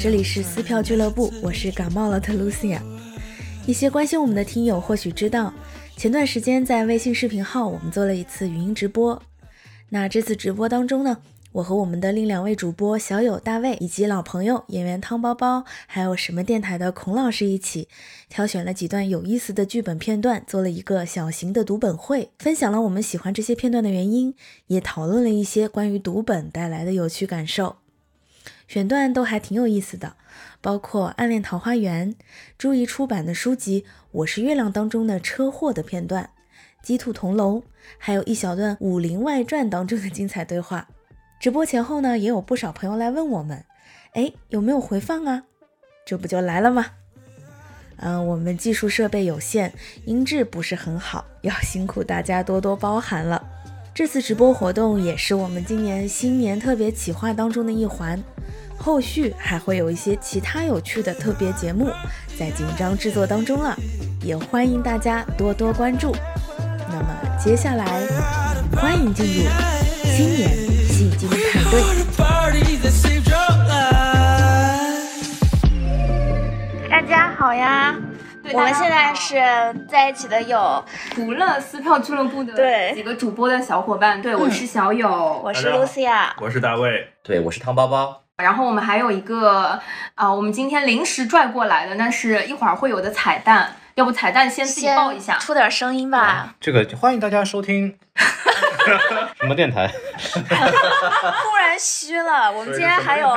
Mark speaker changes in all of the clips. Speaker 1: 这里是撕票俱乐部，我是感冒了的 Lucia。一些关心我们的听友或许知道，前段时间在微信视频号我们做了一次语音直播。那这次直播当中呢，我和我们的另两位主播小友大卫以及老朋友演员汤包包，还有什么电台的孔老师一起，挑选了几段有意思的剧本片段，做了一个小型的读本会，分享了我们喜欢这些片段的原因，也讨论了一些关于读本带来的有趣感受。选段都还挺有意思的，包括《暗恋桃花源》、朱怡出版的书籍《我是月亮》当中的车祸的片段，《鸡兔同笼》，还有一小段《武林外传》当中的精彩对话。直播前后呢，也有不少朋友来问我们，哎，有没有回放啊？这不就来了吗？嗯、我们技术设备有限，音质不是很好，要辛苦大家多多包涵了。这次直播活动也是我们今年新年特别企划当中的一环，后续还会有一些其他有趣的特别节目在紧张制作当中了，也欢迎大家多多关注。那么接下来，欢迎进入新年戏精派对。
Speaker 2: 大家好呀，我们现在是在一起的有，
Speaker 3: 除了撕票俱乐部的
Speaker 2: 对嗯
Speaker 3: 几个主播的小伙伴，对我是小友，
Speaker 2: 我是
Speaker 4: 大家好
Speaker 2: Lucia，
Speaker 4: 我是大卫，
Speaker 5: 对，我是汤包包。
Speaker 3: 然后我们还有一个啊、我们今天临时拽过来的，那是一会儿会有的彩蛋，要不彩蛋先自己
Speaker 2: 先
Speaker 3: 报一下。
Speaker 2: 出点声音吧。
Speaker 6: 这个欢迎大家收 听什么电台？
Speaker 2: 突然虚 了，我们今天还有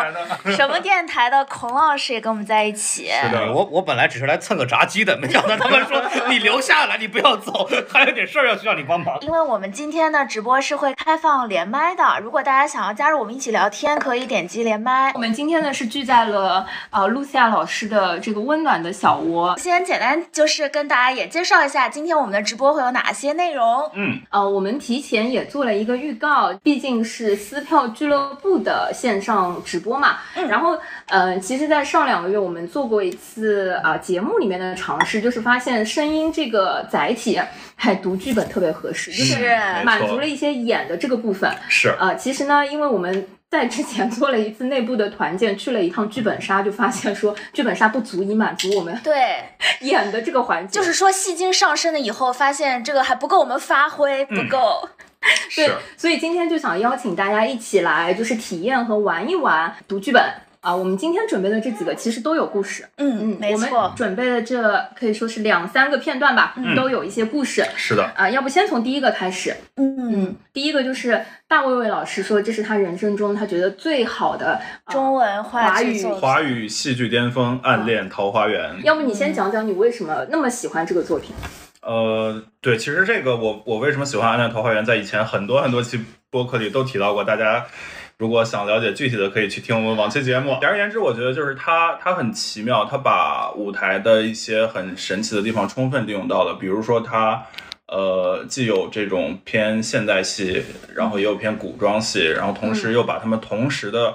Speaker 2: 什么电台的孔老师也跟我们在一起，
Speaker 3: 哎
Speaker 4: 是的
Speaker 6: 我我本来只是来蹭个炸鸡的，没想到他们 说你留下来，你不要走，还有点事儿要需要你帮忙。
Speaker 2: 因为我们今天的直播是会开放连麦的，如果大家想要加入我们一起聊天，可以点击连麦
Speaker 3: 我。们今天呢是聚在了呃露西亚老师的这个温暖的小窝，
Speaker 2: 先简单就是跟大家也介绍一下，今天我们的直播会有哪些内容。
Speaker 4: 嗯，
Speaker 3: 呃，我们提前也做了一个预告，毕竟是撕票俱乐部的线上直播嘛。
Speaker 4: 嗯
Speaker 3: 然后，呃，其实，在上两个月我们做过一次啊、呃节目里面的尝试，就是发现声音这个载体，还读剧本特别合适，就是
Speaker 2: 是
Speaker 4: 嗯没错
Speaker 3: 满足了一些演的这个部分。
Speaker 4: 是
Speaker 3: 呃，其实呢，因为我们在之前做了一次内部的团建，去了一趟剧本杀，就发现说剧本杀不足以满足我们
Speaker 2: 对，
Speaker 3: 演的这个环节，
Speaker 2: 就是说戏精上身了以后，发现这个还不够我们发挥，不够。
Speaker 3: 对
Speaker 4: 是，，
Speaker 3: 所以今天就想邀请大家一起来，就是体验和玩一玩读剧本啊。我们今天准备的这几个其实都有故事，
Speaker 2: 嗯，没
Speaker 3: 我们
Speaker 2: 错。
Speaker 3: 准备的这可以说是两三个片段吧，都有一些故事
Speaker 4: 是的，
Speaker 3: 啊。要不先从第一个开始，
Speaker 2: 嗯，，
Speaker 3: 第一个就是大卫魏老师说，这是他人生中他觉得最好的啊
Speaker 2: 中文话剧作品
Speaker 4: 华语戏剧巅峰
Speaker 3: 嗯
Speaker 4: 《暗恋桃花源》
Speaker 3: 要不你先讲讲你为什么那么喜欢这个作品？
Speaker 4: 呃，对，其实这个我我为什么喜欢《暗恋桃花源》，在以前很多很多期播客里都提到过，大家。如果想了解具体的，可以去听我们往期节目。简而言之，我觉得就是它，它很奇妙，它把舞台的一些很神奇的地方充分利用到了。比如说，它呃，既有这种偏现代戏，然后也有偏古装戏，然后同
Speaker 2: 嗯
Speaker 4: 时又把他们同时的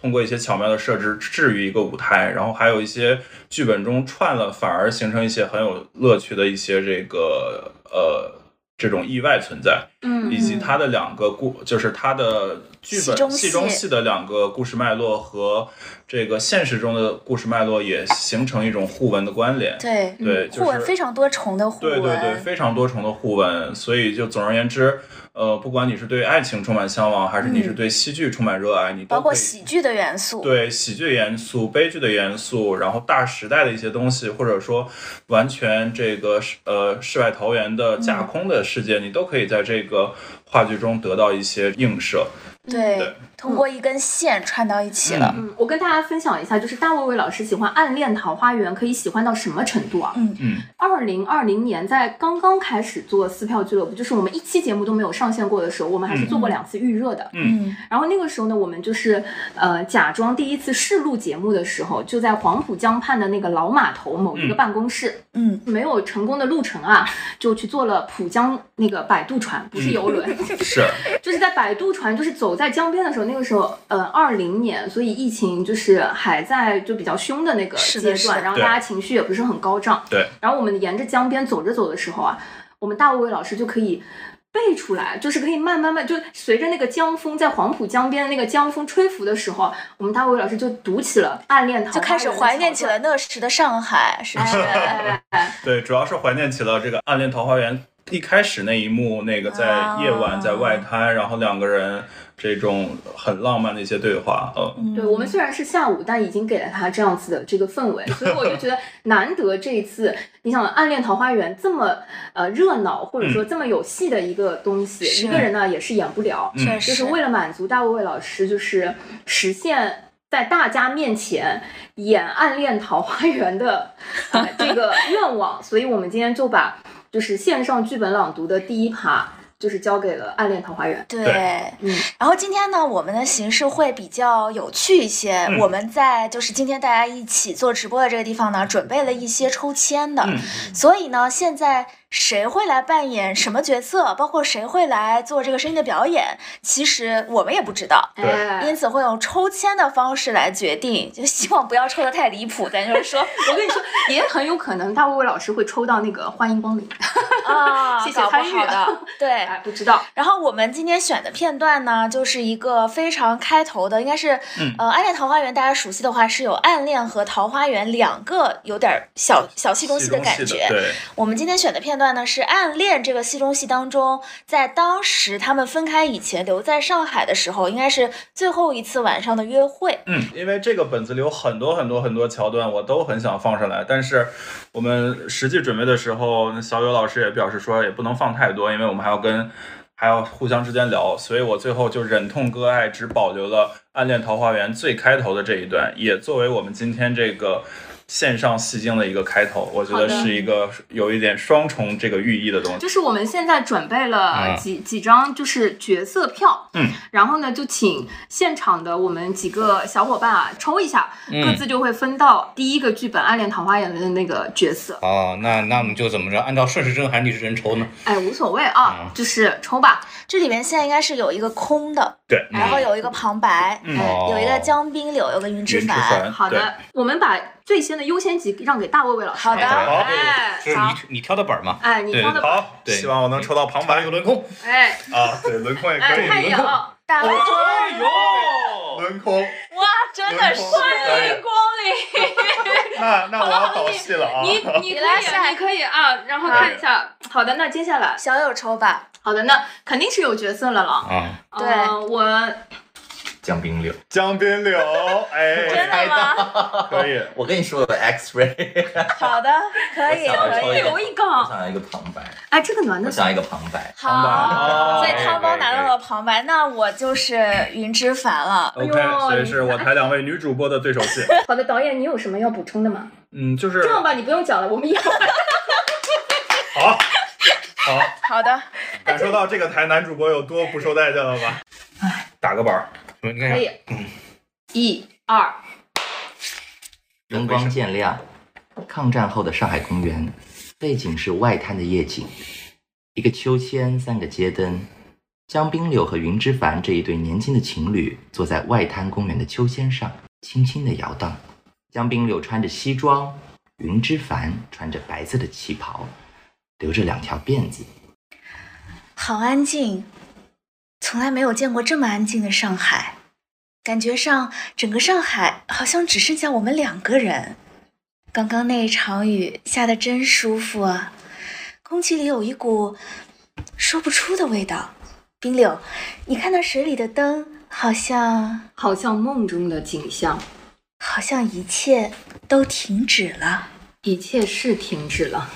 Speaker 4: 通过一些巧妙的设置置于一个舞台，然后还有一些剧本中串了，反而形成一些很有乐趣的一些这个呃这种意外存在，
Speaker 3: 嗯
Speaker 4: 以及它的两个故，就是它的剧
Speaker 2: 戏中
Speaker 4: 本
Speaker 2: 戏
Speaker 4: 戏中戏的两个故事脉络和这个现实中的故事脉络也形成一种互文的关联。
Speaker 2: 对，
Speaker 4: 对，就是
Speaker 2: 互文非常多重的互
Speaker 4: 对
Speaker 2: 文，
Speaker 4: 对对，非常多重的互文，所以就总而言之，呃，不管你是对爱情充满向往，还是你是对戏剧充满热爱，你都
Speaker 2: 包括
Speaker 4: 可以
Speaker 2: 喜剧的元素。
Speaker 4: 对喜剧元素、悲剧的元素，然后大时代的一些东西，或者说完全这个世呃世外桃源的架空的世界，你都可以在这个话剧中得到一些映射。
Speaker 2: 对
Speaker 4: 对
Speaker 2: 通过一根线串到一起了。
Speaker 3: 嗯，我跟大家分享一下，就是大卫魏老师喜欢《暗恋桃花源》，可以喜欢到什么程度啊？
Speaker 2: 嗯
Speaker 4: 嗯，
Speaker 3: 二零二零年在刚刚开始做撕票俱乐部，就是我们一期节目都没有上线过的时候，我们还是做过两次预热的。
Speaker 2: 嗯，
Speaker 3: 然后那个时候呢，我们就是呃假装第一次试录节目的时候，就在黄浦江畔的那个老码头某一个
Speaker 4: 嗯
Speaker 3: 办公室，
Speaker 2: 嗯，
Speaker 3: 没有成功的路程啊，就去坐了浦江那个摆渡船，不是
Speaker 2: 嗯
Speaker 3: 游轮，
Speaker 4: 是
Speaker 3: 就是在摆渡船，就是走在江边的时候，那个时候，呃，二零年，所以疫情就是还在就比较凶的那个
Speaker 2: 是
Speaker 3: 阶
Speaker 2: 的
Speaker 3: 段，
Speaker 2: 是的
Speaker 3: 然后大家情绪也不是很高涨。
Speaker 4: 对。
Speaker 3: 然后我们沿着江边走着走的时候啊，我们大卫老师就可以背出来，就是可以慢慢慢，就随着那个江风在黄浦江边的那个江风吹拂的时候，我们大卫老师就读起了《暗恋桃花
Speaker 4: 嗯
Speaker 2: 就
Speaker 3: 源》，
Speaker 2: 开始怀念起了。那时的上海，是不是？
Speaker 3: 哎，
Speaker 4: 对，主要是怀念起了这个《暗恋桃花源》一开始那一幕，那个在
Speaker 2: 啊
Speaker 4: 夜晚在外滩，然后两个人这种很浪漫的一些对话， 嗯，
Speaker 3: 对我们虽然是下午，但已经给了他这样子的这个氛围，所以我就 觉得难得这一次，你想《暗恋桃花源》这么呃热闹，或者
Speaker 4: 嗯
Speaker 3: 说这么有戏的一个东西，
Speaker 2: 是
Speaker 3: 一个人呢也是演不
Speaker 4: 嗯
Speaker 3: 了，
Speaker 2: 确
Speaker 3: 就
Speaker 2: 实
Speaker 3: 是为了满足大卫老师，就是实现在大家面前演《暗恋桃花源》的、呃这个愿望，所以我们今天就把就是线上剧本朗读的第一趴，就是交给了《暗恋桃花源》。
Speaker 2: 对
Speaker 4: 对，
Speaker 3: 嗯
Speaker 2: 然后今天呢，我们的形式会比较有趣一些。
Speaker 4: 嗯
Speaker 2: 我们在就是今天大家一起做直播的这个地方呢，准备了一些抽签的，
Speaker 4: 嗯
Speaker 2: 所以呢，现在谁会来扮演什么角色，包括谁会来做这个声音的表演，其实我们也不知道。
Speaker 4: 对
Speaker 3: 哎
Speaker 2: 因此会用抽签的方式来决定，就希望不要抽的太离谱。咱就是说，
Speaker 3: 我跟你说，也很有可能大卫老师会抽到那个欢迎光临。
Speaker 2: 啊，
Speaker 3: 谢谢
Speaker 2: 搞不
Speaker 3: 参与
Speaker 2: 好的，对，
Speaker 3: 哎，不知道，
Speaker 2: 然后我们今天选的片段呢，就是一个非常开头的，应该是、
Speaker 4: 嗯
Speaker 2: 呃，《暗恋桃花源》，大家熟悉的话是有《暗恋》和《桃花源》两个有点儿小小戏中戏的感
Speaker 4: 戏中戏
Speaker 2: 觉。
Speaker 4: 对，
Speaker 2: 我们今天选的片段呢是《暗恋》这个戏中戏当中，在当时他们分开以前留在上海的时候，应该是最后一次晚上的约会。
Speaker 4: 嗯，因为这个本子里有很多很多很多桥段，我都很想放上来，但是我们实际准备的时候，小友老师也表示说也不能放太多，因为我们还要跟还要互相之间聊，所以我最后就忍痛割爱，只保留了《暗恋桃花源》最开头的这一段，也作为我们今天这个。线上戏精的一个开头，我觉
Speaker 3: 好
Speaker 4: 得
Speaker 3: 的
Speaker 4: 是一个有一点双重这个寓意的东西。
Speaker 3: 就是我们现在准备了
Speaker 6: 嗯
Speaker 3: 几、几张就是角色票，
Speaker 4: 嗯，
Speaker 3: 然后呢就请现场的我们几个小伙伴啊抽一下，
Speaker 6: 嗯
Speaker 3: 各自就会分到第一个剧本《暗恋桃花源》的那个角色，
Speaker 6: 哦，那那我们就怎么着？按照顺时针还是逆时针抽呢？
Speaker 3: 哎，无所谓啊，就是抽吧，
Speaker 2: 这里面现在应该是有一个空的，
Speaker 4: 对，
Speaker 2: 然后有一个旁白，
Speaker 4: 嗯
Speaker 6: 哦
Speaker 2: 有一个江滨柳，有一个云之
Speaker 4: 云之
Speaker 2: 凡。
Speaker 4: 凡
Speaker 3: 哎好的，我们把最先的优先级让给大卫卫老师，
Speaker 2: 好的
Speaker 6: 好
Speaker 3: 哎，
Speaker 6: 就是
Speaker 3: 好
Speaker 6: 你，你挑的本儿嘛。
Speaker 3: 哎，你挑的吧，
Speaker 4: 好，
Speaker 6: 对
Speaker 4: 希望我能抽到旁
Speaker 6: 还
Speaker 4: 白
Speaker 6: 有轮空，
Speaker 3: 哎，
Speaker 4: 啊，对，轮空也可
Speaker 3: 哎，
Speaker 4: 以，
Speaker 3: 看一眼
Speaker 4: 轮
Speaker 3: 啊，
Speaker 2: 大
Speaker 4: 空，
Speaker 2: 卫
Speaker 4: 哎呦，轮空，
Speaker 2: 哇，真的是
Speaker 4: 轮空可以
Speaker 2: 光临！
Speaker 4: 那那我要倒戏了啊！
Speaker 3: 你你
Speaker 2: 你
Speaker 3: 可
Speaker 2: 来
Speaker 3: 以
Speaker 2: 下
Speaker 3: 啊，
Speaker 2: 一
Speaker 3: 你可以啊，然后看一下。好的，那接下来，
Speaker 2: 小友抽吧，
Speaker 3: 好的，那肯定是有角色了了。
Speaker 6: 啊，
Speaker 2: 对
Speaker 3: 呃我
Speaker 5: 江冰柳，
Speaker 4: 江滨柳，哎，
Speaker 2: 真的吗？
Speaker 4: 可以，
Speaker 5: 我跟你说我，X-ray，
Speaker 2: 好的，可以
Speaker 5: 我想
Speaker 2: 可
Speaker 5: 抽一
Speaker 2: 以
Speaker 5: 个，
Speaker 3: 留一
Speaker 5: 我
Speaker 3: 个，
Speaker 5: 想要一个旁白，
Speaker 3: 哎，这个男
Speaker 5: 我
Speaker 3: 的，
Speaker 5: 想要一个旁白，
Speaker 2: 好。所以
Speaker 4: 可以
Speaker 2: 汤包拿到
Speaker 4: 可以
Speaker 2: 了旁白，那我就是云之凡了。
Speaker 3: 哎呦
Speaker 4: OK，所 以是我台两位女主播的对手戏。
Speaker 3: 好的，导演，你有什么要补充的 吗？
Speaker 4: 嗯，就是
Speaker 3: 这样吧，你不用讲了，我 们一会儿。
Speaker 4: 好，好，
Speaker 2: 好的，
Speaker 4: 感受到这个台男主播有多不受待见了 吧？
Speaker 3: 哎
Speaker 4: 打个板儿，
Speaker 6: 你
Speaker 3: 可
Speaker 6: 看
Speaker 3: 以，一二，
Speaker 5: 灯光渐亮，抗战后的上海公园，背景是外滩的夜景，一个秋千，三个街灯。江滨柳和云之凡这一对年轻的情侣坐在外滩公园的秋千上，轻轻地摇荡。江滨柳穿着西装，云之凡穿着白色的旗袍，留着两条辫子。
Speaker 2: 好安静，从来没有见过这么安静的上海，感觉上整个上海好像只剩下我们两个人。刚刚那一场雨下得真舒服啊，空气里有一股说不出的味道。冰柳，你看到水里的灯，好像
Speaker 3: 好像梦中的景象，
Speaker 2: 好像一切都停止了。
Speaker 3: 一切是停止了，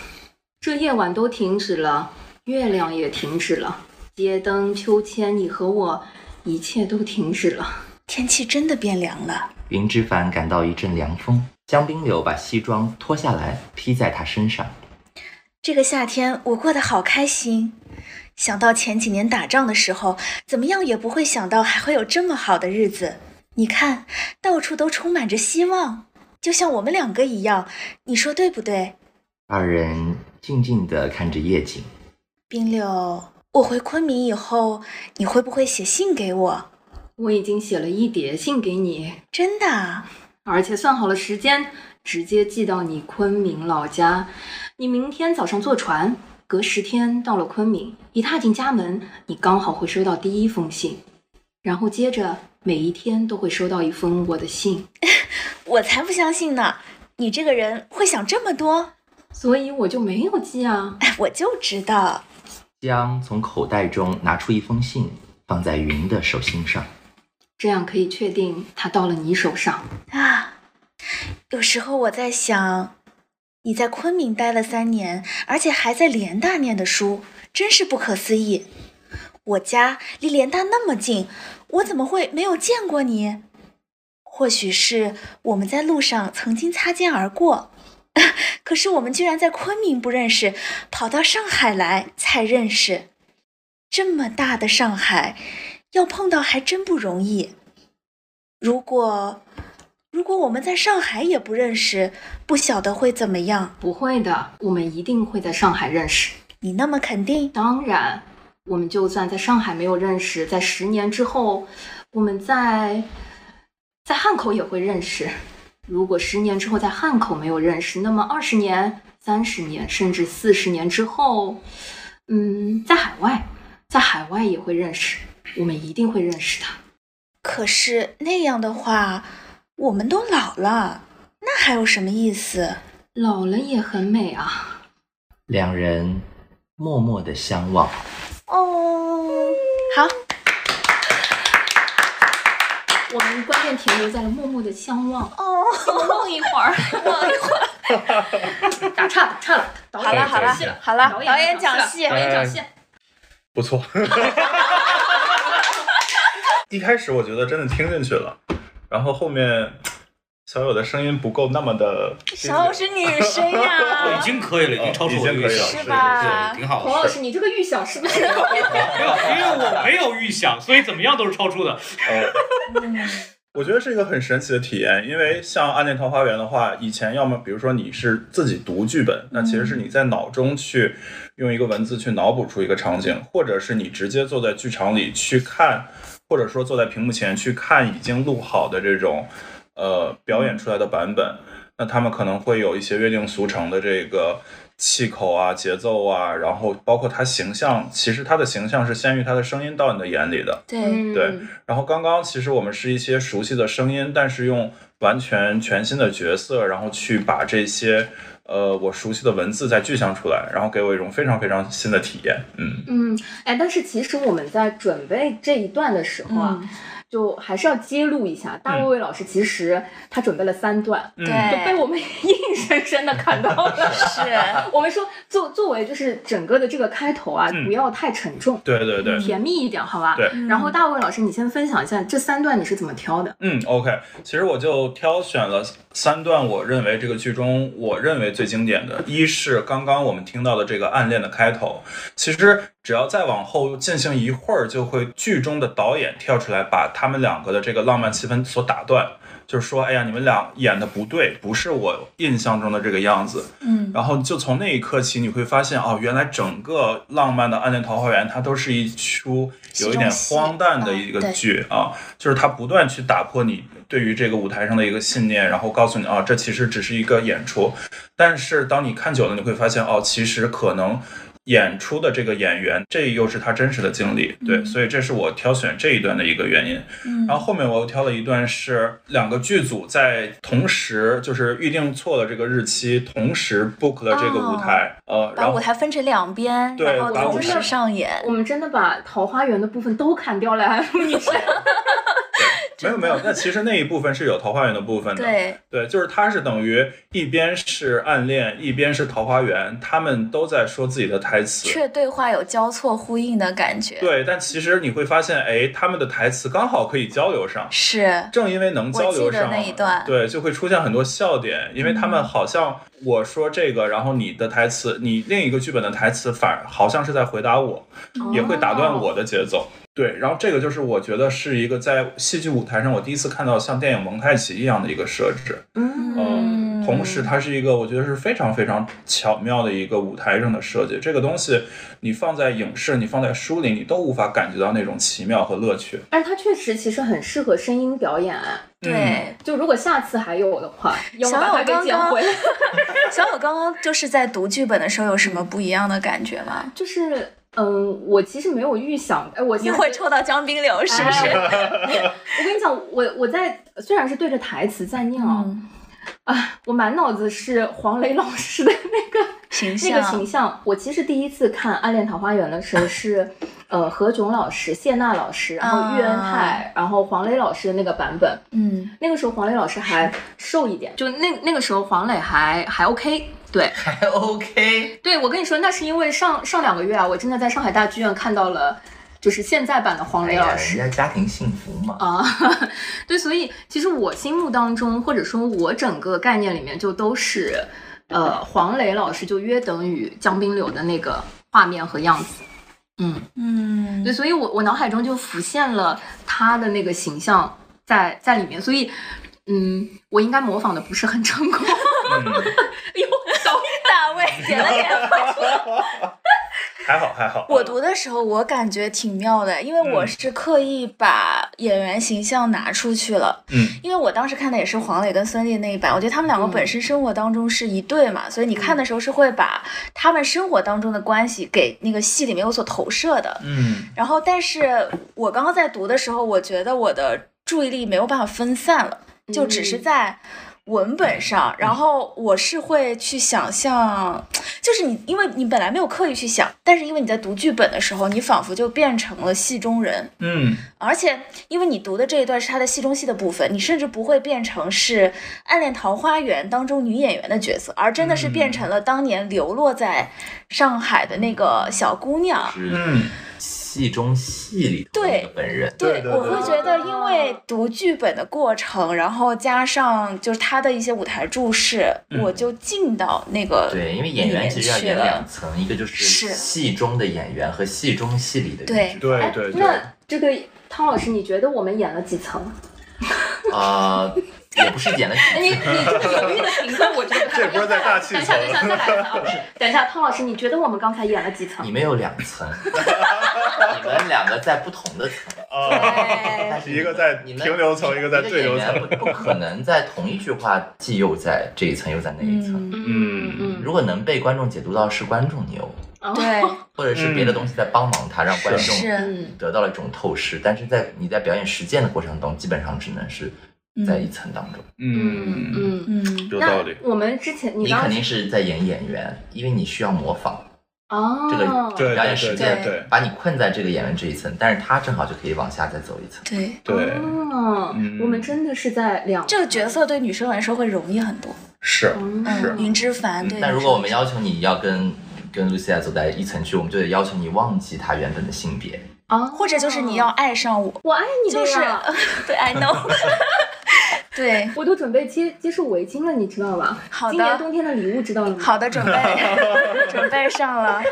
Speaker 3: 这夜晚都停止了，月亮也停止了，街灯、秋千，你和我，一切都停止了。
Speaker 2: 天气真的变凉了，
Speaker 5: 云之凡感到一阵凉风，江滨柳把西装脱下来披在他身上。
Speaker 2: 这个夏天我过得好开心。想到前几年打仗的时候，怎么样也不会想到还会有这么好的日子。你看，到处都充满着希望，就像我们两个一样，你说对不对？
Speaker 5: 二人静静地看着夜景，
Speaker 2: 冰柳，我回昆明以后，你会不会写信给我？
Speaker 3: 我已经写了一叠信给你，
Speaker 2: 真的啊，
Speaker 3: 而且算好了时间，直接寄到你昆明老家。你明天早上坐船，隔十天到了昆明，一踏进家门，你刚好会收到第一封信，然后接着每一天都会收到一封我的信，
Speaker 2: 我才不相信呢！你这个人会想这么多，
Speaker 3: 所以我就没有寄啊。
Speaker 2: 哎，我就知道。
Speaker 5: 江从口袋中拿出一封信，放在云的手心上。
Speaker 3: 这样可以确定它到了你手上。
Speaker 2: 啊， 有时候我在想，你在昆明待了三年，而且还在联大念的书，真是不可思议。我家离联大那么近，我怎么会没有见过你？或许是我们在路上曾经擦肩而过， 可是我们居然在昆明不认识，跑到上海来才认识。这么大的上海，要碰到还真不容易。如果如果我们在上海也不认识，不晓得会怎么样。
Speaker 3: 不会的，我们一定会在上海认识。
Speaker 2: 你那么肯定？
Speaker 3: 当然，我们就算在上海没有认识，在十年之后，我们在在汉口也会认识。如果十年之后在汉口没有认识，那么二十年、三十年，甚至四十年之后，嗯，在海外，在海外也会认识。我们一定会认识的。
Speaker 2: 可是那样的话，我们都老了，那还有什么意思？
Speaker 3: 老了也很美啊。
Speaker 5: 两人默默的相望。
Speaker 2: 哦，好，
Speaker 3: 我们关键停留在了默默的相望。
Speaker 2: 哦，
Speaker 3: 梦一会儿，梦一会儿，打岔打岔了。导
Speaker 2: 好
Speaker 3: 演
Speaker 2: 了好了
Speaker 3: 讲戏了，
Speaker 2: 好了，
Speaker 3: 导
Speaker 2: 导
Speaker 3: 演
Speaker 2: 演
Speaker 3: 讲
Speaker 2: 讲
Speaker 3: 戏
Speaker 2: 戏
Speaker 3: 了，导演讲戏。
Speaker 4: 不错。 一开始我觉得真的听进去了，然后后面小友的声音不够那么的
Speaker 2: 小欧是女生呀
Speaker 6: 已，
Speaker 7: 哎
Speaker 6: 经可以了，已经超出我的预
Speaker 4: 哦已经可以了
Speaker 6: 想，
Speaker 4: 是
Speaker 2: 是吧
Speaker 6: 对，挺好
Speaker 3: 孔老
Speaker 6: 的。
Speaker 3: 师，你这个预想是不 是？
Speaker 6: 没有，因为我没有预想，所以怎么样都是超出的。
Speaker 4: 呃 我觉得是一个很神奇的体验，因为像《暗恋桃花源》的话，以前要么比如说你是自己读剧本，那其实是你在脑中去用一个文字去脑补出一个场景，或者是你直接坐在剧场里去看，或者说坐在屏幕前去看已经录好的这种呃表演出来的版本，那他们可能会有一些约定俗成的这个。气口啊，节奏啊，然后包括他形象，其实他的形象是先于他的声音到你的眼里的。
Speaker 2: 对，
Speaker 3: 嗯
Speaker 4: 对然后刚刚其实我们是一些熟悉的声音，但是用完全全新的角色，然后去把这些呃我熟悉的文字再具象出来，然后给我一种非常非常新的体验。嗯，
Speaker 3: 嗯，哎，但是其实我们在准备这一段的时候啊，
Speaker 4: 嗯
Speaker 3: 就还是要揭露一下，大卫老师其实他准备了三段，
Speaker 4: 嗯
Speaker 3: 就被
Speaker 2: 对，
Speaker 3: 我们 硬生生的砍到 了。
Speaker 2: 是，
Speaker 3: 我们说，作作为就是整个的这个开头啊，
Speaker 4: 嗯
Speaker 3: 不要太沉重，
Speaker 4: 对对对。
Speaker 3: 甜蜜一点，好吧？
Speaker 4: 对
Speaker 3: 然后大卫老师，你先分享一下这三段你是怎么挑的？
Speaker 4: 嗯，OK，其实我就挑选了三段，我认为这个剧中我认为最经典的，一是刚刚我们听到的这个暗恋的开头，其实只要再往后进行一会儿，就会剧中的导演跳出来把他们两个的这个浪漫气氛所打断，就是说，哎呀，你们俩演的不对，不是我印象中的这个样子。
Speaker 2: 嗯，
Speaker 4: 然后就从那一刻起，你会发现哦，原来整个浪漫的《暗恋桃花源》它都是一出有一点荒诞
Speaker 2: 嗯
Speaker 4: 的一个剧啊，就是它不断去打破你对于这个舞台上的一个信念，然后告诉你啊，这其实只是一个演出。但是当你看久了，你会发现哦，其实可能。演出的这个演员，这又是他真实的经历，对，
Speaker 2: 嗯
Speaker 4: 所以这是我挑选这一段的一个原因。然后后面我又挑了一段是两个剧组在同时就是预定错了这个日期，同时 book 了这个舞台，呃，
Speaker 2: 哦把
Speaker 4: 然
Speaker 2: 舞
Speaker 4: 后
Speaker 2: 台分成两边，
Speaker 4: 对
Speaker 2: 然后
Speaker 4: 把舞
Speaker 2: 同
Speaker 4: 台
Speaker 2: 时上演，
Speaker 3: 我们真的把桃花源的部分都砍掉了，啊你是？
Speaker 4: 没有没有，那其实那一部分是有桃花源的部分的，
Speaker 2: 对，
Speaker 4: 对，就是它是等于一边是暗恋，一边是桃花源，他们都在说自己的台词，
Speaker 2: 却对话有交错呼应的感觉，
Speaker 4: 对，但其实你会发现，哎，他们的台词刚好可以交流上，
Speaker 2: 是，
Speaker 4: 正因为能交流
Speaker 2: 我记得
Speaker 4: 上
Speaker 2: 那一段嗯
Speaker 4: 对，就会出现很多笑点，因为他们好像我说这个，然后你的台词，你另一个剧本的台词反而好像是在回答我，也会打
Speaker 2: 哦
Speaker 4: 断
Speaker 3: 哦
Speaker 4: 我的节奏。对，然后这个就是我觉得是一个在戏剧舞台上我第一次看到像电影蒙太奇一样的一个设置，
Speaker 3: 嗯
Speaker 4: 呃
Speaker 2: 嗯，
Speaker 4: 同同时它是一个我觉得是非常非常巧妙的一个舞台上的设计。这个东西你放在影视，你放在书里，你都无法感觉到那种奇妙和乐趣。
Speaker 3: 但是它确实其实很适合声音表演，啊
Speaker 4: 嗯
Speaker 2: 对，
Speaker 3: 就如果下次还有的 话，要
Speaker 2: 小
Speaker 3: 么把它
Speaker 2: 友
Speaker 3: 给
Speaker 2: 刚
Speaker 3: 捡
Speaker 2: 刚
Speaker 3: 回来。
Speaker 2: 小友刚刚就是在读剧本的时候有什么不一样的感觉 吗？
Speaker 3: 就是嗯，我其实没有预想，哎，我
Speaker 2: 你
Speaker 3: 现在
Speaker 2: 会抽到江冰柳是不是？
Speaker 3: 我跟你讲，我我在虽然是对着台词在念啊、
Speaker 2: 嗯，
Speaker 3: 啊，我满脑子是黄磊老师的那个
Speaker 2: 形
Speaker 3: 那
Speaker 2: 象，
Speaker 3: 个形象。我其实第一次看《暗恋桃花源》的时 候是，呃，何炅老师、谢娜老师，然后
Speaker 2: 啊
Speaker 3: 喻恩泰，然后黄磊老师的那个版本。
Speaker 2: 嗯，
Speaker 3: 那个时候黄磊老师还瘦一点，就那那个时候黄磊还还 OK。对
Speaker 5: 还 OK，
Speaker 3: 对，我跟你说，那是因为上上两个月啊，我真的在上海大剧院看到了，就是现在版的黄
Speaker 5: 哎
Speaker 3: 磊
Speaker 5: 呀，
Speaker 3: 老师
Speaker 5: 人。家家庭幸福嘛。
Speaker 3: 啊， 对，所以其实我心目当中，或者说我整个概念里面，就都是，呃，黄磊老师就约等于江滨柳的那个画面和样子。嗯，
Speaker 2: 嗯
Speaker 3: 对，所以我我脑海中就浮现了他的那个形象在在里面，所以，嗯，我应该模仿的不是很成功。
Speaker 4: 嗯，
Speaker 3: 哎呦，小
Speaker 2: 大卫点了点 头。
Speaker 4: 还好还好。
Speaker 2: 我读的时候，我感觉挺妙的，因为我
Speaker 4: 嗯
Speaker 2: 是刻意把演员形象拿出去了。
Speaker 4: 嗯，
Speaker 2: 因为我当时看的也是黄磊跟孙俪那一版，我觉得他们两个
Speaker 3: 嗯
Speaker 2: 本身生活当中是一对嘛，所以你看的时候是会把他们生活当中的关系给那个戏里面有所投射的。
Speaker 4: 嗯
Speaker 2: 然后，但是我刚刚在读的时候，我觉得我的注意力没有办法分散了，就只是
Speaker 3: 嗯
Speaker 2: 在文本上。然后我是会去想象，就是你，因为你本来没有刻意去想，但是因为你在读剧本的时候，你仿佛就变成了戏中人。
Speaker 4: 嗯
Speaker 2: 而且，因为你读的这一段是他的戏中戏的部分，你甚至不会变成是《暗恋桃花源》当中女演员的角色，而真的是变成了当年流落在上海的那个小姑娘。
Speaker 5: 是
Speaker 4: 嗯，
Speaker 5: 戏中戏里头的
Speaker 2: 对
Speaker 5: 那个本人，
Speaker 4: 对对
Speaker 2: 我
Speaker 4: 对
Speaker 2: 会
Speaker 4: 对
Speaker 2: 觉得，
Speaker 3: 对
Speaker 2: 因为读剧本的过程，然后加上就是他的一些舞台注释，
Speaker 4: 嗯
Speaker 2: 我就进到那个
Speaker 5: 对，因为演员其实要
Speaker 2: 里面
Speaker 5: 演
Speaker 2: 去了
Speaker 5: 两层，一个就是
Speaker 2: 是
Speaker 5: 戏中的演员和戏中戏里的
Speaker 2: 对
Speaker 5: 演员。
Speaker 4: 对对对，
Speaker 3: 哎那这个汤老师，你觉得我们演了几层？
Speaker 5: 啊，也不是演了几
Speaker 3: 哎你
Speaker 5: 次，
Speaker 3: 你这个犹豫的评分，我觉得不太
Speaker 4: 这波在大气
Speaker 3: 等一下，等
Speaker 4: 层
Speaker 3: 一下，再来一次 啊！等一下，汤老师，你觉得我们刚才演了几层
Speaker 5: 你？们有两层，你们两个在不同的层。
Speaker 4: 啊，
Speaker 5: 但是
Speaker 4: 一个在
Speaker 5: 哎你们
Speaker 4: 停留层一个在对流层
Speaker 5: 一个演员不不可能在同一句话既又在这一层又在那一层。
Speaker 4: 嗯
Speaker 5: 如果能被观众解读到是观众牛，
Speaker 3: 哦
Speaker 2: 对，
Speaker 5: 或者是别的东西在帮忙他，让观众
Speaker 2: 是
Speaker 3: 嗯
Speaker 5: 得到了一种透视，但是在你在表演实践的过程中，基本上只能是在
Speaker 1: 嗯
Speaker 5: 一层当中。
Speaker 3: 嗯
Speaker 4: 嗯，
Speaker 3: 嗯，
Speaker 2: 嗯，
Speaker 4: 有
Speaker 3: 那
Speaker 4: 道理。
Speaker 3: 我们之前你
Speaker 5: 你
Speaker 3: 刚
Speaker 5: 肯定是在演演员，因为你需要模仿
Speaker 3: 哦，
Speaker 5: 这个
Speaker 4: 对
Speaker 5: 表演
Speaker 4: 对
Speaker 5: 实
Speaker 4: 嗯对
Speaker 5: 践，
Speaker 4: 对对
Speaker 5: 把你困在这个演员这一层，但是他正好就可以往下再走一层。
Speaker 2: 对，
Speaker 4: 对，
Speaker 3: 哦
Speaker 4: 嗯
Speaker 3: 我们真的是在两
Speaker 2: 这个角色对女生来说会容易很多。
Speaker 4: 是是
Speaker 2: 嗯，云之凡对。
Speaker 5: 但如果我们要求你要跟跟 Lucia 走在一层去，我们就得要求你忘记他原本的性别。
Speaker 3: 啊，
Speaker 2: 或者就是你要爱上我，
Speaker 3: 我爱你的
Speaker 2: 就是
Speaker 3: 呀
Speaker 2: 对，I know，对，
Speaker 3: 我都准备接接受围巾了，你知道吧？
Speaker 2: 好
Speaker 3: 今年
Speaker 2: 的，
Speaker 3: 冬天的礼物知道了吗？
Speaker 2: 好的， 准备，准备上了，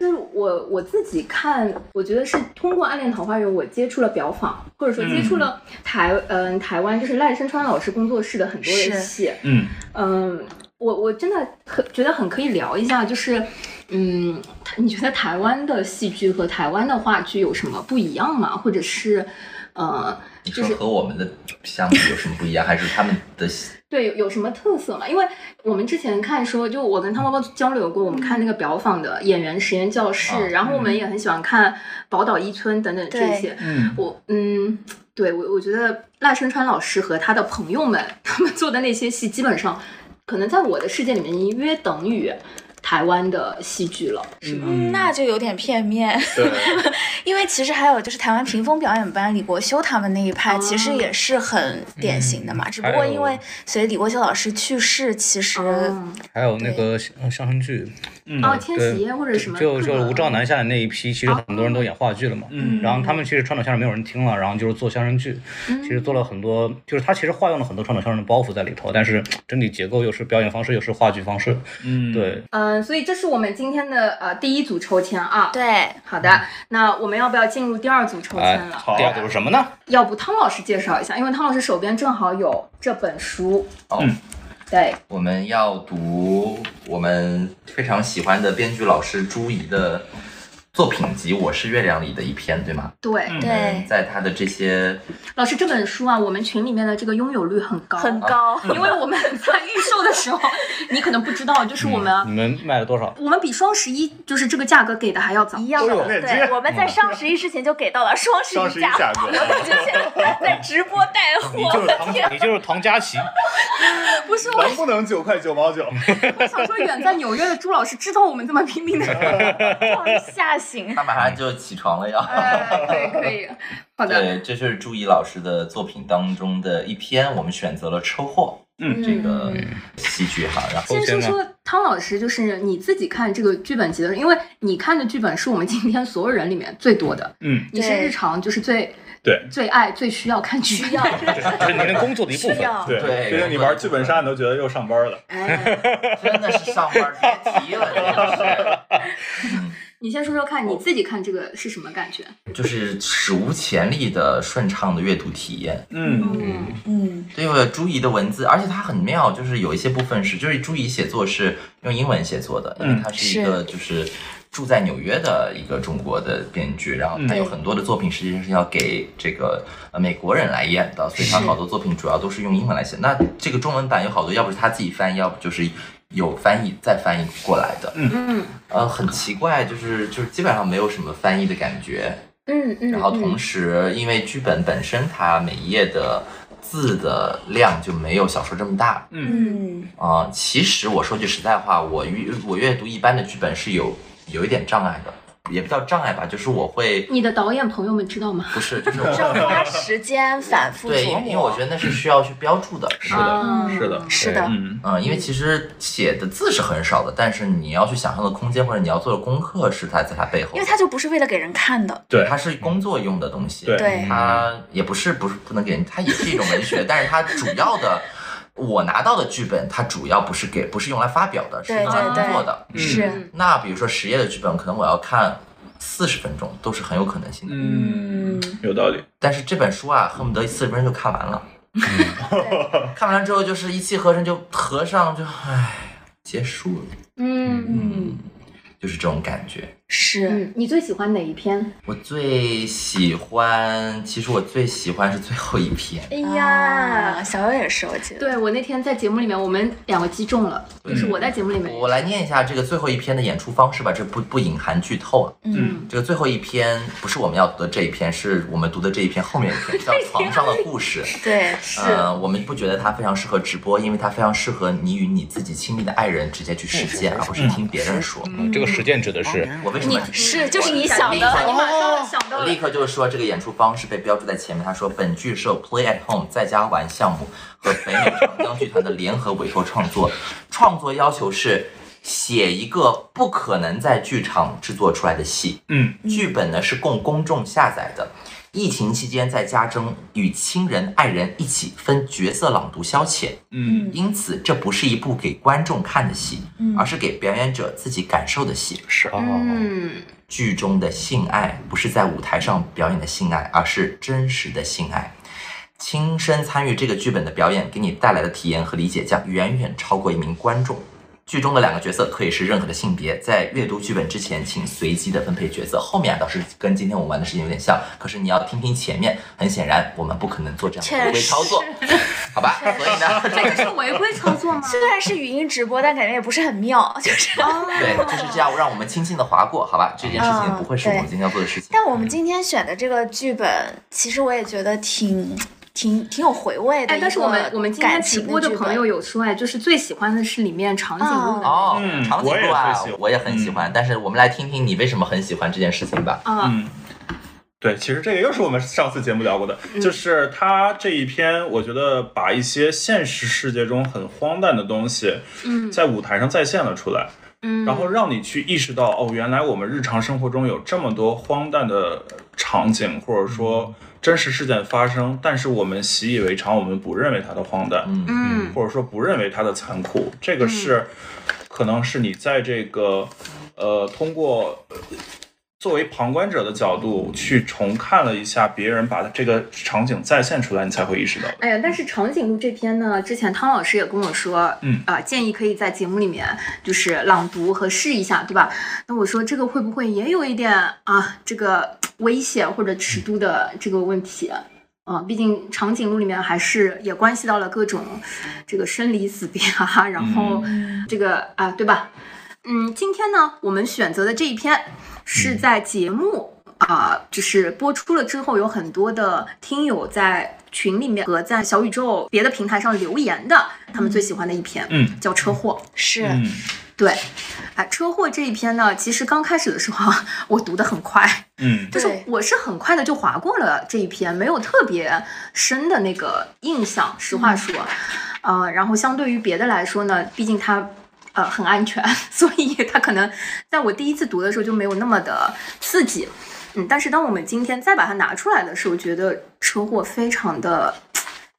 Speaker 3: 就是我我自己看，我觉得是通过《暗恋桃花源》，我接触了表坊，或者说接触了台嗯、台湾就是赖声川老师工作室的很多的
Speaker 2: 是
Speaker 3: 戏，
Speaker 4: 嗯
Speaker 3: 嗯，我我真的很觉得很可以聊一下，就是，嗯，你觉得台湾的戏剧和台湾的话剧有什么不一样吗？或者是，呃，
Speaker 5: 你说和我们的项目有什么不一样，还是他们 的
Speaker 3: 对，有有什么特色吗？因为我们之前看说，就我跟汤包包交流过，我们看那个表坊的演员实验教室，
Speaker 5: 啊
Speaker 3: 然后我们也很喜欢看宝岛一村等等这
Speaker 2: 嗯对
Speaker 3: 些。
Speaker 4: 嗯
Speaker 3: 我嗯，对我我觉得赖声川老师和他的朋友们他们做的那些戏，基本上可能在我的世界里面，你约等于台湾的戏剧了。
Speaker 4: 嗯，
Speaker 2: 那就有点片面，
Speaker 4: 对，
Speaker 2: 因为其实还有就是台湾屏风表演班李国修他们那一派，
Speaker 3: 哦
Speaker 2: 其实也是很典型的嘛，只不
Speaker 6: 还
Speaker 2: 过
Speaker 6: 有
Speaker 2: 因为随着李国修老师去世，其实
Speaker 3: 嗯，
Speaker 6: 还有那个相相声剧，
Speaker 4: 嗯
Speaker 3: 哦，千禧宴或者什么，
Speaker 6: 就就
Speaker 3: 嗯
Speaker 6: 吴兆南下的那一批，其实很多人都演话剧了嘛。
Speaker 4: 嗯
Speaker 6: 然后他们其实传统相声没有人听了，然后就是做相声剧，其实做了很多，就是他其实化用了很多传统相声的包袱在里头，但是整体结构又是表演方式，又是话剧方式。
Speaker 4: 嗯
Speaker 6: 对，
Speaker 3: 嗯，所以这是我们今天的呃第一组抽签啊。
Speaker 2: 对，
Speaker 3: 好的，那我们要不要进入第二组抽签了？
Speaker 4: 哎好
Speaker 6: 哎第，二组是什么呢？
Speaker 3: 要不汤老师介绍一下，因为汤老师手边正好有这本书。
Speaker 5: 哦，
Speaker 4: 嗯
Speaker 3: 对，
Speaker 5: 我们要读我们非常喜欢的编剧老师朱怡的作品集《我是月亮》里的一篇，对吗？
Speaker 3: 对，
Speaker 4: 嗯
Speaker 2: 对
Speaker 5: 嗯，在他的这些
Speaker 3: 老师这本书啊，我们群里面的这个拥有率很高，
Speaker 2: 很高，
Speaker 3: 因为我们在预售的时候，你可能不知道，就是我们啊、
Speaker 6: 嗯你
Speaker 5: 嗯
Speaker 6: 们卖了多少？
Speaker 3: 我们比双十一就是这个价格给的还要早
Speaker 5: 嗯
Speaker 2: 一。样
Speaker 4: 都有
Speaker 2: 的。
Speaker 4: 链接
Speaker 2: 对，我们在上十一之前就给到了双十
Speaker 4: 双
Speaker 2: 一
Speaker 4: 十一
Speaker 2: 价
Speaker 4: 价，格，
Speaker 2: 我们就现在 在直播带货。
Speaker 6: 你就是唐，你就是唐佳琪，
Speaker 3: 不是，
Speaker 4: 能不能九块九毛九？
Speaker 3: 我想说，远在纽约的朱老师知道我们这么拼命的。
Speaker 2: 吓醒。
Speaker 5: 他马上就起 床了要。
Speaker 3: 哎，可以可以，好的，
Speaker 5: 对，这是朱怡老师的作品当中的一篇，我们选择了车祸
Speaker 4: 嗯
Speaker 5: 这个戏剧哈，然后
Speaker 3: 先说
Speaker 6: 先
Speaker 3: 说汤老师，就是你自己看这个剧本集的时候，因为你看的剧本是我们今天所有人里面最多的，
Speaker 4: 嗯，
Speaker 3: 你是
Speaker 2: 对
Speaker 3: 日常就是最
Speaker 4: 对
Speaker 3: 最爱最需要看剧
Speaker 2: 需
Speaker 3: 本
Speaker 2: 要
Speaker 3: 的。
Speaker 6: 这是您的工作的一部
Speaker 2: 需
Speaker 6: 分。
Speaker 2: 要，
Speaker 4: 对，
Speaker 5: 对
Speaker 4: 毕竟你玩剧本杀，你都觉得又上班了。
Speaker 3: 哎，
Speaker 5: 真的是上班别提了，真的是，嗯，
Speaker 3: 你先说说看你自己看这个是什么感觉？
Speaker 5: 就是史无前例的顺畅的阅读体验。
Speaker 4: 嗯
Speaker 3: 嗯
Speaker 2: 嗯，
Speaker 5: 对我朱怡的文字，而且它很妙，就是有一些部分是，就是朱怡写作是用英文写作的，因为
Speaker 4: 嗯
Speaker 5: 她是一个就是住在纽约的一个中国的编剧，然后她
Speaker 4: 嗯
Speaker 5: 有很多的作品实际上是要给这个呃美国人来演的，所以她
Speaker 2: 是
Speaker 5: 好多作品主要都是用英文来写。那这个中文版有好多，要不是她自己翻译，要不就是有翻译再翻译过来的，
Speaker 3: 嗯
Speaker 5: 呃，很奇怪，就是就是基本上没有什么翻译的感觉，
Speaker 3: 嗯嗯，
Speaker 5: 然后同时，因为剧本本身它每一页的字的量就没有小说这么大
Speaker 2: 嗯，
Speaker 5: 啊、呃其实我说句实在话，我阅我阅读一般的剧本是有有一点障碍的，也不叫障碍吧，就是我会
Speaker 2: 嗯
Speaker 3: 你的导演朋友们知道吗？
Speaker 5: 不是就是
Speaker 2: 要
Speaker 5: 我
Speaker 2: 花时间反复
Speaker 5: 对，因
Speaker 2: 琢
Speaker 5: 为因为我觉
Speaker 2: 磨。
Speaker 5: 得那是需要去标注的，是的。
Speaker 3: 啊
Speaker 4: 是的
Speaker 2: 是的，
Speaker 4: 嗯
Speaker 5: 嗯，因为其实写的字是很少的，但是你要去想象的空间或者你要做的功课是它在它背后的，
Speaker 2: 因为它就不是为了给人看的，
Speaker 4: 对
Speaker 5: 它是工作用的东西，
Speaker 4: 对
Speaker 2: 对，
Speaker 5: 它也不是不是不能给人，它也是一种文学，但是它主要的，我拿到的剧本，它主要不是给，不是用来发表的，是
Speaker 2: 对
Speaker 5: 用来
Speaker 2: 对
Speaker 5: 工
Speaker 2: 对
Speaker 5: 作的。
Speaker 2: 是，
Speaker 3: 嗯
Speaker 5: 那比如说十页的剧本，可能我要看四十分钟，都是很有可能性的。
Speaker 4: 嗯，有道理。
Speaker 5: 但是这本书啊，恨不得四十分钟就看完了，
Speaker 4: 嗯
Speaker 2: 对
Speaker 5: 看完了之后就是一气呵成就合上就唉结束了，
Speaker 3: 嗯
Speaker 5: 就是这种感觉。
Speaker 2: 是，
Speaker 3: 嗯，你最喜欢哪一篇？
Speaker 5: 我最喜欢，其实我最喜欢是最后一篇，
Speaker 3: 哎
Speaker 2: 啊，，小友也是，我记得，
Speaker 3: 对我那天在节目里面，我们两个击中了，
Speaker 5: 嗯
Speaker 3: 就是我在节目里面，
Speaker 5: 我来念一下这个最后一篇的演出方式吧，这不不隐含剧透啊。
Speaker 2: 嗯，
Speaker 5: 这个最后一篇不是我们要读的这一篇，是我们读的这一篇后面一篇，叫《床上的故 事》。
Speaker 2: 对，
Speaker 5: 呃，我们不觉得它非常适合直播，因为它非常适合你与你自己亲密的爱人直接去实践，而不是听别人说。
Speaker 6: 嗯这个实践指的是，
Speaker 5: 我为什么？
Speaker 2: 是就是你想
Speaker 3: 立刻
Speaker 2: 的，
Speaker 3: 你马上想到
Speaker 5: 我
Speaker 3: 了
Speaker 5: 立刻就说这个演出方式被标注在前面。他说，本剧是由 Play at Home 在家玩项目和北美长江剧团的联合委托创作，创作要求是写一个不可能在剧场制作出来的戏。
Speaker 4: 嗯，
Speaker 5: 剧本呢是供公众下载的。疫情期间在家中与亲人、爱人一起分角色朗读消遣，
Speaker 4: 嗯
Speaker 5: 因此这不是一部给观众看的戏，而是给表演者自己感受的戏。
Speaker 6: 是啊，
Speaker 3: 嗯
Speaker 5: 剧中的性爱不是在舞台上表演的性爱，而是真实的性爱。亲身参与这个剧本的表演，给你带来的体验和理解将远远超过一名观众。剧中的两个角色可以是任何的性别，在阅读剧本之前，请随机的分配角色。后面倒是跟今天我们玩的事情有点像，可是你要听听前面。很显然，我们不可能做这样的违规操作， 好吧？所以呢，
Speaker 3: 这哎就是违规操作吗？
Speaker 2: 虽然是语音直播，但感觉也不是很妙，就是。
Speaker 5: 对，就是这样，让我们轻轻的划过，好吧？这件事情不会是我们今天要做的事情。
Speaker 2: 但我们今天选的这个剧本，其实我也觉得挺挺挺有回味的
Speaker 3: 哎
Speaker 2: 一，个
Speaker 3: 但是我们我们今天
Speaker 2: 感
Speaker 3: 直
Speaker 2: 情
Speaker 3: 播的
Speaker 2: 剧
Speaker 3: 朋
Speaker 2: 本
Speaker 3: 友有说，哎，就是最喜欢的是里面长颈鹿的
Speaker 5: 哦，
Speaker 4: 嗯
Speaker 5: 长颈鹿
Speaker 4: 我也
Speaker 5: 啊
Speaker 4: 很喜欢，
Speaker 5: 我也很喜欢。但是我们来听听你为什么很喜欢这件事情吧。
Speaker 3: 啊，
Speaker 4: 嗯。对，其实这个又是我们上次节目聊过的，
Speaker 3: 嗯
Speaker 4: 就是他这一篇，我觉得把一些现实世界中很荒诞的东西，
Speaker 3: 嗯
Speaker 4: 在舞台上再现了出来，
Speaker 3: 嗯，
Speaker 4: 然后让你去意识到，哦，原来我们日常生活中有这么多荒诞的场景，或者说真实事件发生，但是我们习以为常，我们不认为它的荒诞，
Speaker 5: 嗯，
Speaker 3: 嗯
Speaker 4: 或者说不认为它的残酷，这个是可能是你在这个呃通过呃作为旁观者的角度去重看了一下别人把这个场景再现出来，你才会意识到的。
Speaker 3: 哎呀，但是长颈鹿这篇呢，之前汤老师也跟我说，
Speaker 4: 嗯
Speaker 3: 啊、建议可以在节目里面就是朗读和试一下，对吧？那我说这个会不会也有一点啊，这个危险或者尺度的这个问题？啊，毕竟长颈鹿里面还是也关系到了各种这个生离死别啊，然后这个啊，对吧？嗯，今天呢，我们选择的这一篇是在节目啊、就是播出了之后，有很多的听友在群里面和在小宇宙别的平台上留言的，他们最喜欢的一篇，
Speaker 4: 嗯，
Speaker 3: 叫《车祸》。
Speaker 2: 是，
Speaker 4: 嗯，
Speaker 3: 对，啊，车祸这一篇呢，其实刚开始的时候啊我读的很快，
Speaker 4: 嗯，
Speaker 3: 就是
Speaker 2: 对
Speaker 3: 我是很快的就划过了这一篇，没有特别深的那个印象。实话说，呃，然后相对于别的来说呢，毕竟它呃很安全， 所以它可能在我第一次读的时候就没有那么的刺激。嗯，但是当我们今天再把它拿出来的时候，觉得车祸非常的